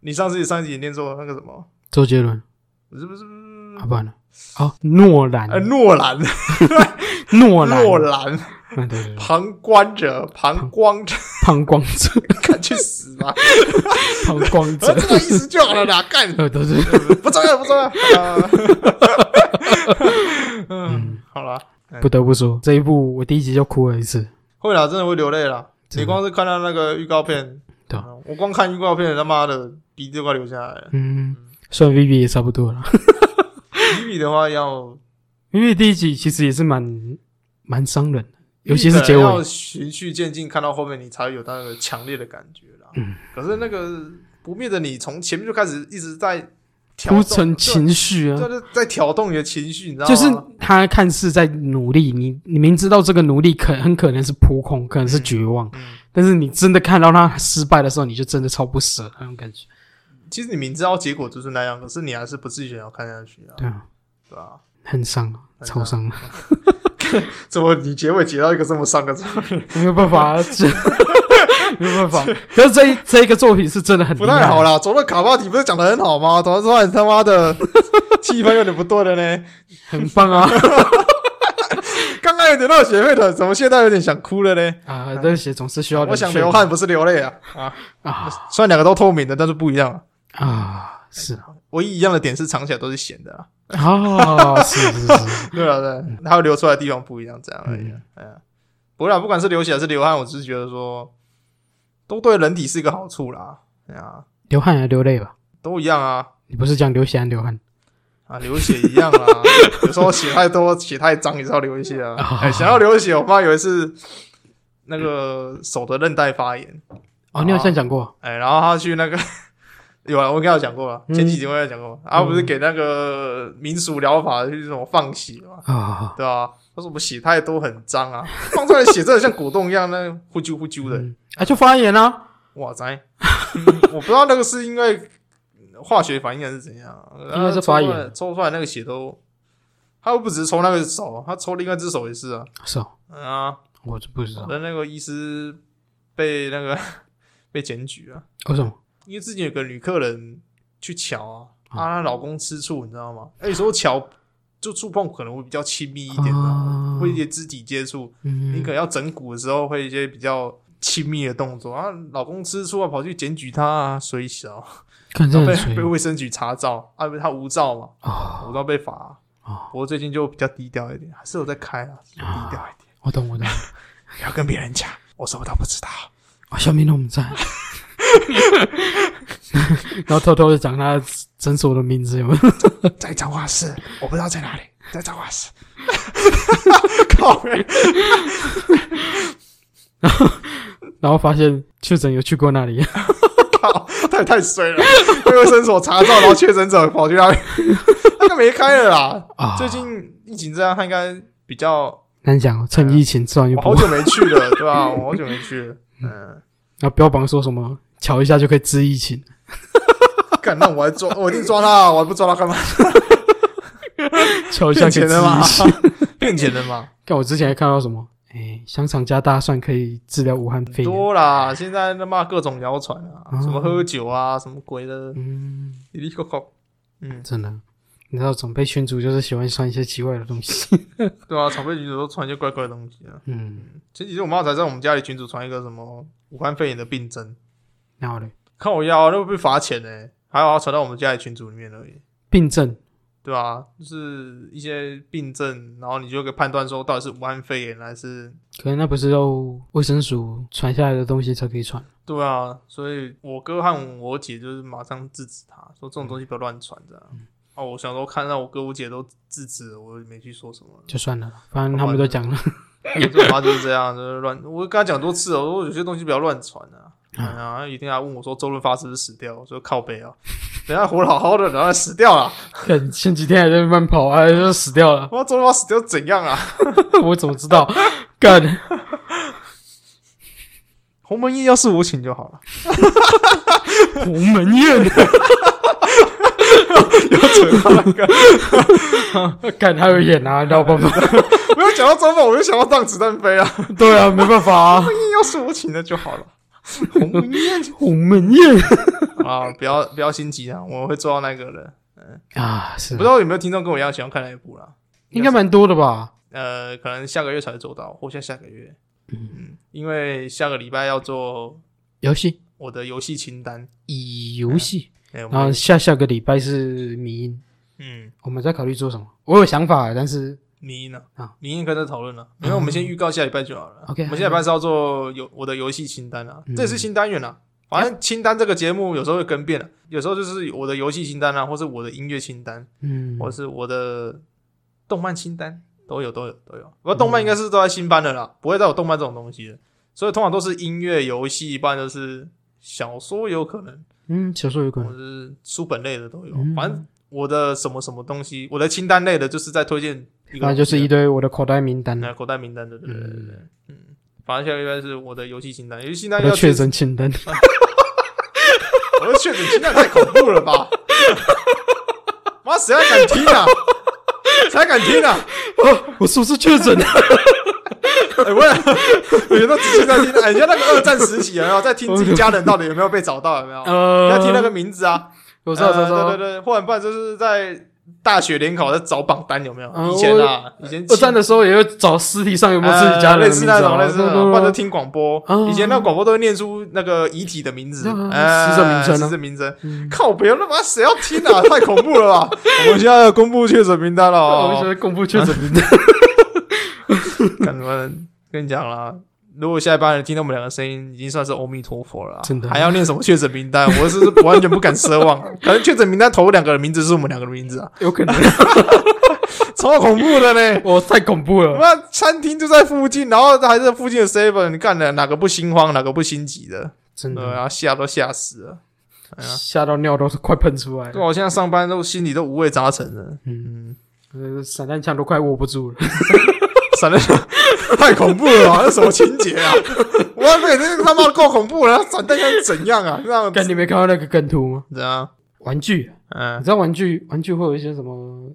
你上次上一集也念错那个什么？
周杰伦，
不是不是不
啊不然呢？哦，诺兰
是，，呃，诺兰，
诺兰，
诺兰，
嗯，对对对，
旁观者，旁观者，
旁观者，
敢去死 吧！呃
旁观
这
者，
个意思就好了啦， 干，
呃，都是
不重要不重要。啊 嗯，好了，
不得不说，这一部我第一集就哭了一次。
会啦，真的会流泪啦。
真的
你光是看到那个预告片，
对啊
嗯我光看预告片，他妈的鼻子都快流下来了。
嗯，算 Vivi 也差不多了。
比比的话要
因为第一集其实也是蛮蛮伤人的，尤其是结
日本要
尾。
循序渐进，看到后面你才会有那个强烈的感觉啦。
嗯，
可是那个不灭的你，从前面就开始一直在挑
铺
动
陈情绪
对
啊，
就是在挑动你的情绪，你知道吗？
就是他看似在努力，你你明知道这个努力可很可能是扑空，可能是绝望，
嗯，
但是你真的看到他失败的时候，你就真的超不舍那种感觉。
其实你明知道结果就是那样，可是你还是不自觉要看下去啊，
对啊，
对吧？
很伤啊，
很
超伤啊，
怎么你结尾结到一个这么伤的？
没有办法啊， 这没有办法。可是这一这一个作品是真的很
不
厉害
太好 啦。昨天卡巴迪不是讲的很好吗？怎么突然他妈的气氛有点不对了呢？
很 棒啊
刚刚有点热血沸腾，怎么现在有点想哭了呢？
啊！热血总是需要
我
冷
想
却
流汗不是流泪啊啊！
啊
虽然两个都透明的，但是不一样啊。
啊！是啊，
唯一一样的点是藏起来都是咸的啊。
啊，是是是，
对啊，对啊，它会流出来的地方不一样，这样而已啊 哎
嗯。
呀，不过啦，不管是流血还是流汗，我只是觉得说，都对人体是一个好处啦。哎呀，
流汗还是流泪吧？
都一样啊。
你不是讲流血还是流汗？
啊， 流血一样啦。有时候血太多、血太脏也是要流一些啊。哎，想要流血，我妈有一次那个手的韧带发炎，
哦，你好像讲过，
哎，然后她去那个 有啊，我跟他讲过啊，
嗯
前几集我也讲过，啊，不是给那个民俗疗法去什么放血嘛，
啊，
对啊，他说我血太多很脏 啊，放出来血真的像果冻一样，那呼啾呼啾的，
嗯啊就发炎啊，
哇塞！嗯我不知道那个是因为化学反应还是怎样，
应该是发炎
然后抽出来抽出来那个血都，他又不只是抽那个手，啊他抽另外一只手也是啊。
是哦，
嗯啊，
我就不知
我
道
的那个医师被那个 被检举啊，
为什么
因为之前有个女客人去瞧啊，
嗯
啊，她老公吃醋，你知道吗？那哎有时候瞧就触碰可能会比较亲密一点啊
啊，
会一些肢体接触，你
嗯
可能要整蛊的时候会一些比较亲密的动作啊，老公吃醋啊，跑去检举他啊，水小，
可
然
能真
后
的
被
很
被
水
卫生局查照，啊，因为他无照嘛，
啊
无照被罚啊、
啊，
不过最近就比较低调一点，还是有在开啊，低调一点，
我懂我懂，
不要跟别人讲，我什么都不知道。
啊小明我 们在，然后偷偷的讲他诊所的名字有没 有？
在彰化市，我不知道在哪里，在彰化 市。靠北！
然后发现确诊有去过那里，
靠，他也 太衰了，被卫生所查照，然后确诊者跑去那里，那个没开了啦。
啊
最近疫情这样，他应该比较
难讲哦，趁疫情吃完一
我好
波，
久没去了，对吧、我好久没去了。嗯，
然后标榜说什么瞧一下就可以治 疫情，
干，那我还抓，我一定抓他，啊我还不抓他干嘛？
瞧一下
骗
可
钱
以治
的嘛
疫情。，
骗钱的嘛，
看我之前还看到什么，哎，香肠加大蒜可以治疗武汉肺炎，
多啦！现在他妈各种谣传啊，
嗯
什么喝酒啊，什么鬼的，
嗯，
滴滴扣扣，嗯，
真的，你知道总被群主就是喜欢穿一些奇怪的 东西，
对啊，常被群主都传一些怪怪的东西啊。
嗯，
前几天我妈才在我们家里群主传一个什么武汉肺炎的病征，
然后嘞，
看我腰，那会被罚钱呢、还好她传到我们家里群组里面而已。
病症
对啊，就是一些病症，然后你就可以判断说到底是武汉肺炎还是
可能那不是都卫生署传下来的东西才可以传，
对啊，所以我哥和我姐就是马上制止他，说这种东西不要乱传这样。哦，我小时候看到我哥我姐都制止了，我也没去说什么。
就算了，反正他们都讲了，
这妈就是这样，就是乱。我跟他讲多次了，哦我说有些东西不要乱传啊。哎呀，一定要问我说周润发是不是死掉？我说靠北啊，人家活得好好的，然后死掉了。
看前几天还在慢跑，哎，就死掉了，
我说周润发死掉怎样啊？
我怎么知道？ 干，
鸿门宴要是我请就好 了，
鸿门宴，
不要扯到那个。
干他有演啊，你知道吧？
没有讲到周润发，我就想到让子弹飞啊。
对啊，没办法啊，
鸿门宴要是我请的就好了，鸿门宴
鸿门宴
啊，不要不要心急啊，我会做到那个的。
啊，是
不知道有没有听众跟我一样喜欢看那一部啦？
应该蛮多的吧？
呃，可能下个月才做到，或下下个月。嗯，因为下个礼拜要做
游戏，
我的游戏清单。
以游戏，
哎、我
然后
们
下下个礼拜是迷音，
嗯，
我们在考虑做什么。我有想法，但是
迷音呢、
啊嗯
迷音跟着讨论了，因为我们先预告下礼拜就好了。
OK，
我们下礼拜是要做游我的游戏清单啊，
嗯
这也是新单元啊。反正清单这个节目有时候会更变了、啊有时候就是我的游戏清单啊，或是我的音乐清单，
嗯，
或是我的动漫清单都有都有都有。不过动漫应该是都在新番的啦，不会再有动漫这种东西了。所以通常都是音乐、游戏，一般就是小说有可能，
嗯，小说有可
或
能，
是书本类的都有。
嗯
反正我的什么什么东西，我的清单类的，就是在推荐一个，啊
那就是一堆我的口袋名单，
那口袋名单的，对对对对对
嗯，
嗯。反正下个月是我的游戏清单，游戏清
我
单要
的确，诊清单。
我的确诊清单太恐怖了吧！妈，谁还敢听啊？谁还敢听啊？
哦， 我是不是确诊了？
哎、我也我觉得仔细在听，哎、人家那个二战时期有没有在听自己家人到底有没有被找到，有没有？
呃
要听那个，名字啊，
我知道，我知道，
呃
我
对对
知道。
对，或者不然就是在大学联考在找榜单，有没有？
嗯
以前啊，以前
二战的时候也会找尸体上有没有自己家
呃
人
类
的名
似
字
那
啊，
种类似那 种，或者
对
听广播，
嗯
以前那个广播都会念出那个遗体的名字，
嗯
哎
死者名称啊
死者名称。
嗯
靠，别他妈谁要听 啊？太恐怖了吧！我们现在要公布确诊名单了
我
哦
们现在公布确 诊名单。
干什么？跟你讲啦，如果下一班人听到我们两个声音，已经算是阿弥陀佛了啊，
真的
还要念什么确诊名单？我是完全不敢奢 望啊。可能确诊名单头两个人名字是我们两个的名字啊，
有可能，
超恐怖的嘞！
我太恐怖了。
那餐厅就在附近，然后还是附近的 seven，你看哪哪个不心慌，哪个不心急的？
真
对
的，
啊，吓都吓死了。哎呀，
吓到尿都是快喷出来
对
了，
啊我现在上班都心里都五味杂陈了。
嗯，
嗯，
呃散弹枪都快握不住了。
闪电 太恐怖了吧？那什么情节啊？我被这个他妈的够恐怖了，闪电枪是怎样啊？让
跟你没看到那个梗图吗？
怎样？
玩具，你
啊嗯
知道玩具玩具会有一些什么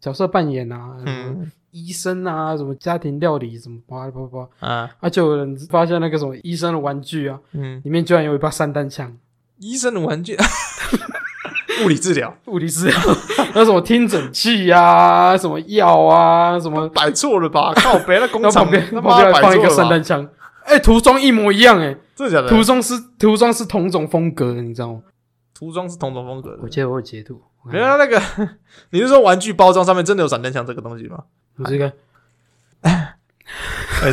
角色扮演啊，什么
嗯
医生啊，什么家庭料理什么叭叭叭，
啊
而且有人发现那个什么医生的玩具啊，
嗯，
里面居然有一把散弹枪，
医生的玩具， 物理治疗
物理治 疗，那什么听诊器啊，什么药啊，什么，
摆错了吧？靠北，别的工
然后
厂
旁边
他
旁
妈
边
的
还
摆
放一
错
个
了
散
吧，
弹枪，哎、涂装一模一样、哎，
真的假
涂
的？
装是涂装是同种风格的，你知道吗？
涂装是同种风格的
我。记得我有截图，我
没有那个， 你是说玩具包装上面真的有闪电枪这个东西吗？
我这个
哎、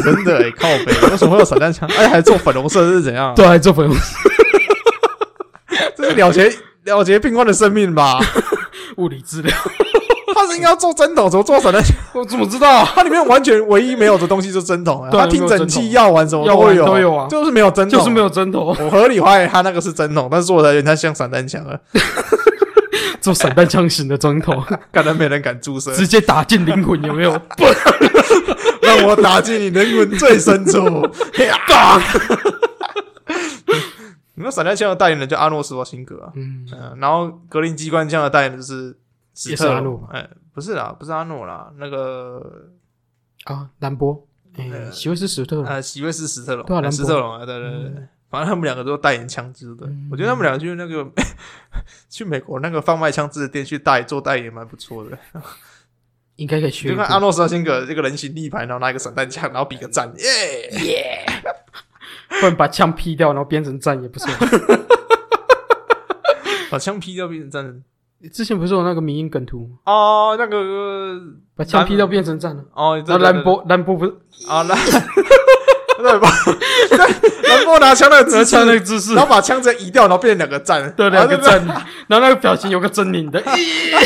真的哎、靠背，为什么会有散弹枪？哎，还做粉红色是怎样？
对，还做粉红色
这是了结了结病患的生命 吧？
物理治疗，
他是应该要做针筒，怎么做散弹枪？
我怎么知道？
它里面完全唯一没有的东西就是针筒啊，
对
它听诊器、药丸什么
药丸
有，
都有啊
就是没有针筒，
就是没。有针头，
我合理怀疑他那个是针筒，但是做的有点太像散弹枪啊 了，
做散弹枪型的针头，
可能没人敢注射。
直接打进灵魂，有没有？
让我打进你灵魂最深处。 嘿啊！你说散弹枪的代言人叫阿诺斯瓦辛格啊，
嗯，
嗯、然后格林机关枪的代言人就是史特
也是
龙
阿诺，
哎、不是啦，不是阿诺啦，那个
啊，兰博，哎、
呃
席位是史特龙，
呃，席位是史特龙，
对啊
哎
兰博
史特龙啊，对对对，对反正他们两个都代言枪支的，
嗯
我觉得他们两个去那个 去美国那个贩卖枪支的店去代做代言蛮不错的，
应该可以
你
学
就
一部。
看阿诺斯瓦辛格这个人形立牌，然后拿一个散弹枪，然后比个赞，耶、
不然把枪劈掉，然后变成战也不错。
把枪劈掉变成战人。
之前不是有那个迷因梗图吗，
哦，那个
把枪劈掉变成战了。
哦，
然后兰博，兰博不是
啊，兰 兰博， 兰博拿枪那个姿势，
穿那个姿势，
然后把枪直接移掉，然后变成两个赞，
对
然
两
后
个
就
狰，然后那个表情有个狰 狞的，咦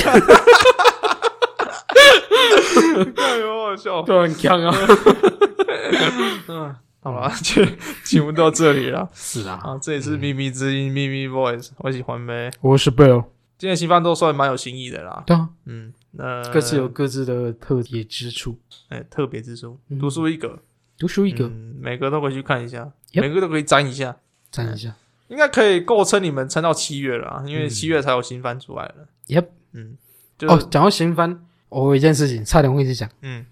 哎呦，好笑。
就很强啊。
嗯，好了，这节目到这里了
是啊，
啊，这里是秘密之音，秘密 voice，我喜欢呗。
我是 Bill，
今天新番都算蛮有新意的啦，
对啊，
嗯，那
各自有各自的特别之处，
哎特别之处，
嗯
读书一格，
独树一
一
格，
每个都可以去看一下，
Yep
每个都可以沾一下，
赞一下。
应该可以够撑你们撑到七月了啊，因为
嗯
七月才有新番出来了。
Yep
嗯，就
哦，讲到新番，我有一件事情差点忘记讲，
嗯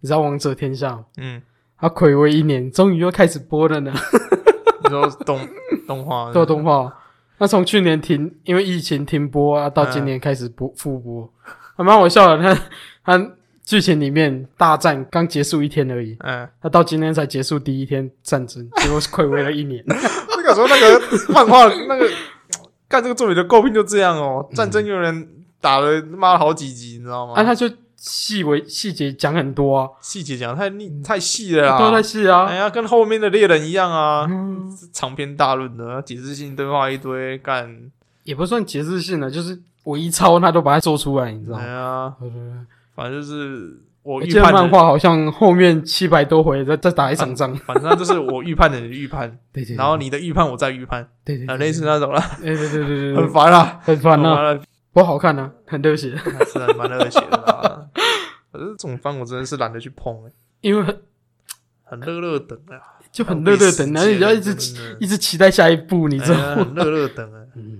你知道《王者天下》吗？
嗯，
它暌违一年，终于又开始播了呢，
你说动 动画
做动画。那从去年停，因为疫情停播啊，到今年开始播复 播，还蛮好笑的。它它剧情里面大战刚结束一天而已，
嗯，
他到今天才结束第一天战 争，结果是暌违了一 年。
那个时候那个漫画那个干这个作品的诟病就这样哦，战争有人打了他妈好几集，你知道吗？
嗯啊，他就细微细节讲很多啊，
细节讲太腻太细了
都在
啦，
细啊
哎。呀，跟后面的猎人一样啊，
嗯，
长篇大论的解释性对话一堆，干
也不算节制性的，就是我一抄他都把它做出来，你知道
哎
吗？
呀，
对对对
反正就是我
我
预
记得
判
漫
的，
画好像后面七百多回再再打一场仗，
反正就是我预判的你的预判，
对对，对
然后你的预判我再预判，
对对
啊，
对
类似那种啦，
哎对对对对对
很
对，
烦啊，
很烦
完
啊，
了
不好看啊，很热血，
还是还蛮热血的啦。 可是这种番我真的是懒得去碰、欸，
因为很
很热热等啊，
就很热热等，然后你要一直期
真的
一直期待下一步，你知道
哎呀
吗？
很热热等啊。
嗯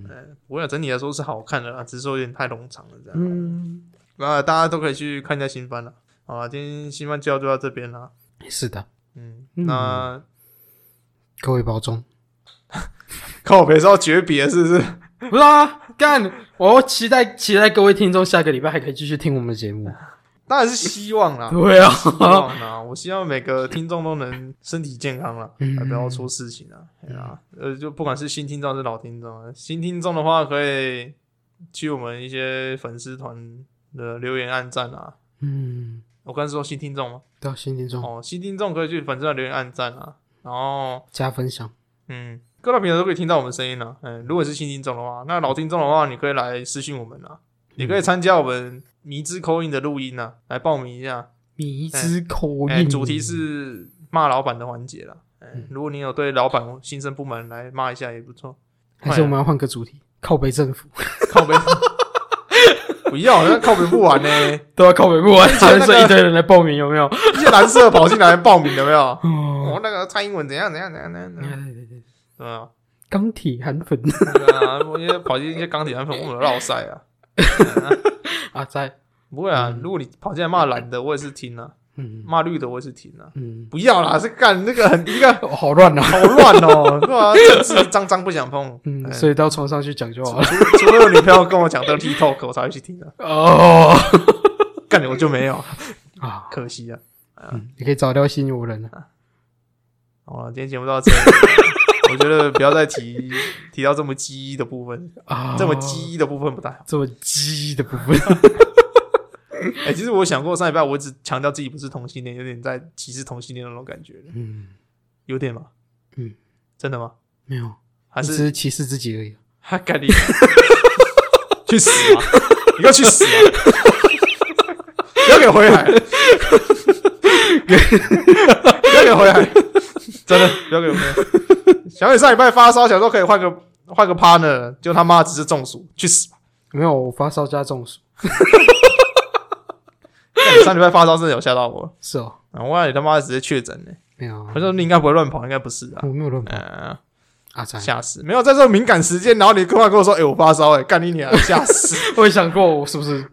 我想整体来说是好看的啦，只是说有点太冗长了这样。
嗯，
那、大家都可以去看一下新番了。好啦，今天新番介绍就到这边啦。
是的，
嗯，
嗯
那
各位保重。
靠北是要诀别是不是？
不是啊，干！我期待期待各位听众下个礼拜还可以继续听我们的节目。
当然是希望 啦，
对啊，
希望啦。我希望每个听众都能身体健康啦，
嗯
还不要出事情啊。对啊，呃，就不管是新听众还是老听众啊，新听众的话可以去我们一些粉丝团的留言按赞啊。
嗯，
我刚才说新听众吗？
对啊，新听众
哦，新听众可以去粉丝团留言按赞啊。然后，
加分享，
嗯，各大平台都可以听到我们声音啊。嗯，如果是新听众的话，那老听众的话，你可以来私讯我们啊，也可以参加我们迷之扣印的录音啊，来报名一下。
迷之口
哎、
音，
主题是骂老板的环节啦。哎
嗯
如果你有对老板心生不满，来骂一下也不错。
还是我们要换个主题，靠北政府？
靠北， 不要，那靠北不玩呢、
对啊，靠北不完，
前那个
所以一堆人来报名，有没有？
一些蓝色跑进来报名，有没有？
哦，
哦，那个蔡英文怎样怎样怎样怎样
嗯
怎样？对啊，
钢铁韩粉
对啊，我觉得跑进一些钢铁男粉，我们绕赛 啊。
啊，在，
不会啊
嗯，
如果你跑进来骂蓝的，我也是听啊；
嗯
骂绿的，我也是听啊。
嗯，
不要啦，是干那个很一个
哦好乱啊，
好乱 哦，对吧？政治脏脏不想碰。
嗯，
哎
所以到床上去讲就好了。
除除了有女朋友跟我讲 dirty talk，我才会去听的。
哦，
干你我就没有，
啊，
可惜啊。
嗯，你可以找到新游人了。
好了，今天节目到这里， 我觉得不要再提提到这么鸡的部分，
啊，
这么鸡的部分不太好。
这么鸡的部分，
哎、其实我想过上礼拜我一直强调自己不是同性恋，有点在歧视同性恋那种感觉，
嗯，
有点吗？
嗯，
真的吗？
没有，
还
你只
是
是歧视自己而已。
他干 你去死 啊！你给我去死啊！不要给我回来！不要给我回来！真的不要给我回来！小野上礼拜发烧，想说可以换个换个 partner，就他妈只是中暑，去死吧！
没有，我发烧加中暑，
干你上礼拜发烧真的有吓到我，
是哦，
啊、我让你他妈直接确诊呢！
没有啊，
我说你应该不会乱跑，应该不是啊
我。没有乱跑。
嗯，
阿仔，
吓死！没有在这种敏感时间，然后你突然跟我说：“哎、我发烧，哎，干你娘！”吓死！
我也想过我是不是？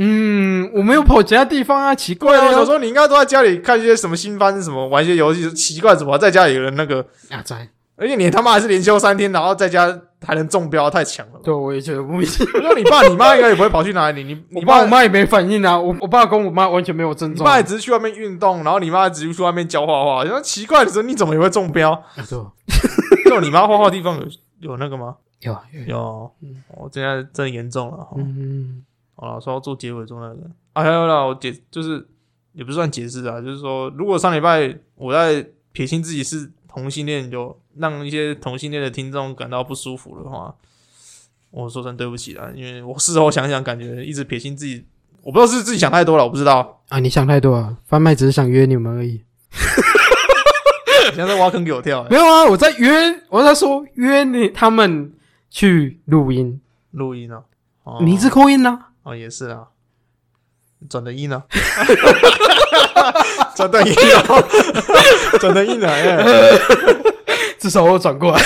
嗯，我没有跑其他地方啊，奇怪
对啊，我想
了。
说你应该都在家里看一些什么新番，什么玩一些游戏，奇怪怎么在家里有人那个，
阿仔，
而且你他妈还是连休三天，然后在家还能中标，太 强了吧。
对，我也觉得莫名其妙。
我说你爸你妈应该也不会跑去哪里，你
我
你
爸
爸
我妈也没反应啊，我我爸跟我妈完全没有症
你
状啊。
爸也只是去外面运动，然后你妈只是去外面教画画，然后奇怪的时候你怎么也会中标？
啊对哦，
就你妈画画的地方有有那个吗？
有啊有啊，
有哦，我现在真的严重了。哦
嗯，
好了，说到做结尾做那个啊，还有啦，我解就是也不算解释啊，就是说，如果上礼拜我在撇清自己是同性恋，有让一些同性恋的听众感到不舒服的话，我说声对不起啦，因为我事后想想，感觉一直撇清自己，我不知道是自己想太多了，我不知道，
啊，你想太多了，贩卖只是想约你们而已。
你现在在挖坑给我跳、欸，
没有啊，我在约，我在说约你他们去录音，
录音啊，哦、
你一直扣音呢？
哦也是啊，转的音呢、啊， 转的音啊， 转的音啊，哎
至少我转过来，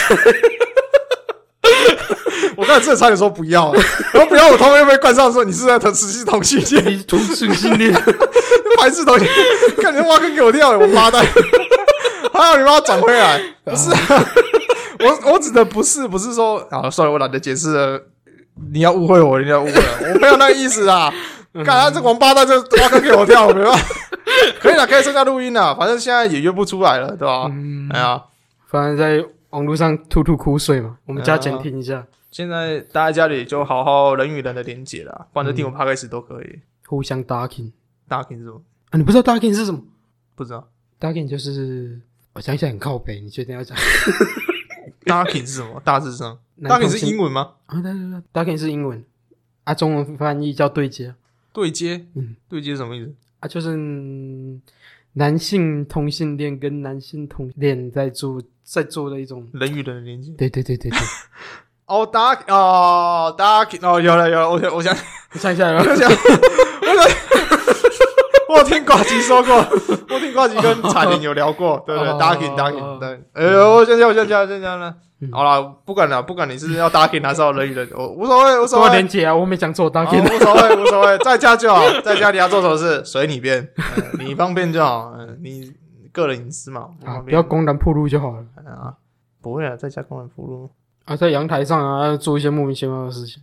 我刚才真的差点说不要、啊，然后不要我同学被冠上说你是在同持续同性恋，
你同性性 恋，
排斥同性恋，看人挖坑给我跳、我妈蛋！ 还好你妈转回来，不是、啊，我我指的不是不是说啊，算了，我懒得解释了，你要误会我，你要误会我，我没有那个意思啊。看他这王八蛋就挖坑给我跳，没办法， 可以了，可以参加录音了，反正现在也约不出来了，对吧？
嗯，
哎呀，
反正在网络上吐吐苦水嘛，我们加减听一下，
现在大家家里就好好人与人的连接啦，不然就听我 p 开始都可以。
互相 darking
大家听什么？
啊，你不知道 darking 是什么
不知道。
？darking 就是我想想很靠北，你确定要讲？
Darking 是什 么？大智商？Darking 是英文吗？
啊，对对对，darking 是英文啊，中文翻译叫对接
对接？
嗯，
对接什么意思？
啊，就是嗯男性同性恋跟男性同恋在做在做的一种，
人与人的连接。
对对对对对，
哦，Dark 哦，Darking 哦，有了有了，我想我想
你想起 来了
我
吗？
想，我想，我有听瓜吉说过，我听瓜吉跟彩铃有聊过，对对
哦
，Darking Darking 对。哎呦，我先讲我先讲我先讲了
嗯。
好啦，不管了，不管你是要 Darking 还是要人与人，我无所谓无所
多
谓
连。结啊，我没讲错
好
，darking
无所谓，无所谓，在家就好，在家你要做什么事随你便，呃你方便就好，呃你个人隐私嘛，我
啊，
方
不
便
要公然铺路就好了
啊，不会啊，在家公然铺路。
啊，在阳台上啊做一些莫名其妙的事情，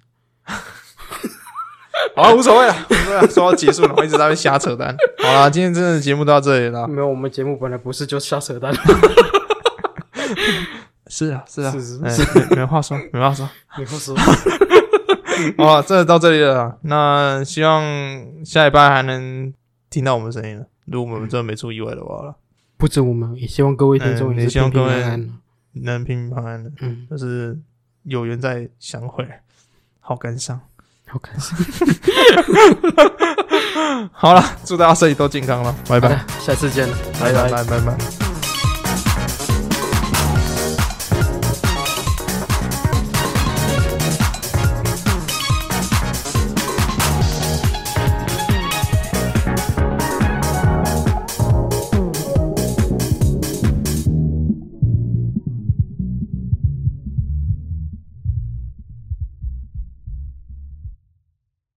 好了，无所谓了，无所谓了，啊说要结束了，我一直在那边瞎扯淡。好了，今天真的节目到这里了。
啊没有，我们节目本来不是就瞎扯淡，
是啊，是
是是
哎没没话说， 没话说。
你不说，
好了，真的到这里了。那希望下礼拜还能听到我们声音了。如果我们真的没出意外的话了，
不止我们，也希望各位听众
嗯
也
也
是
希望
平平
各位
安安，
能平平安安的，
嗯，
就是有缘再相会，好感伤。
好感谢，
好了，祝大家身体都健康了，拜
好
拜
的，，下次见了，
拜
拜
拜，拜拜。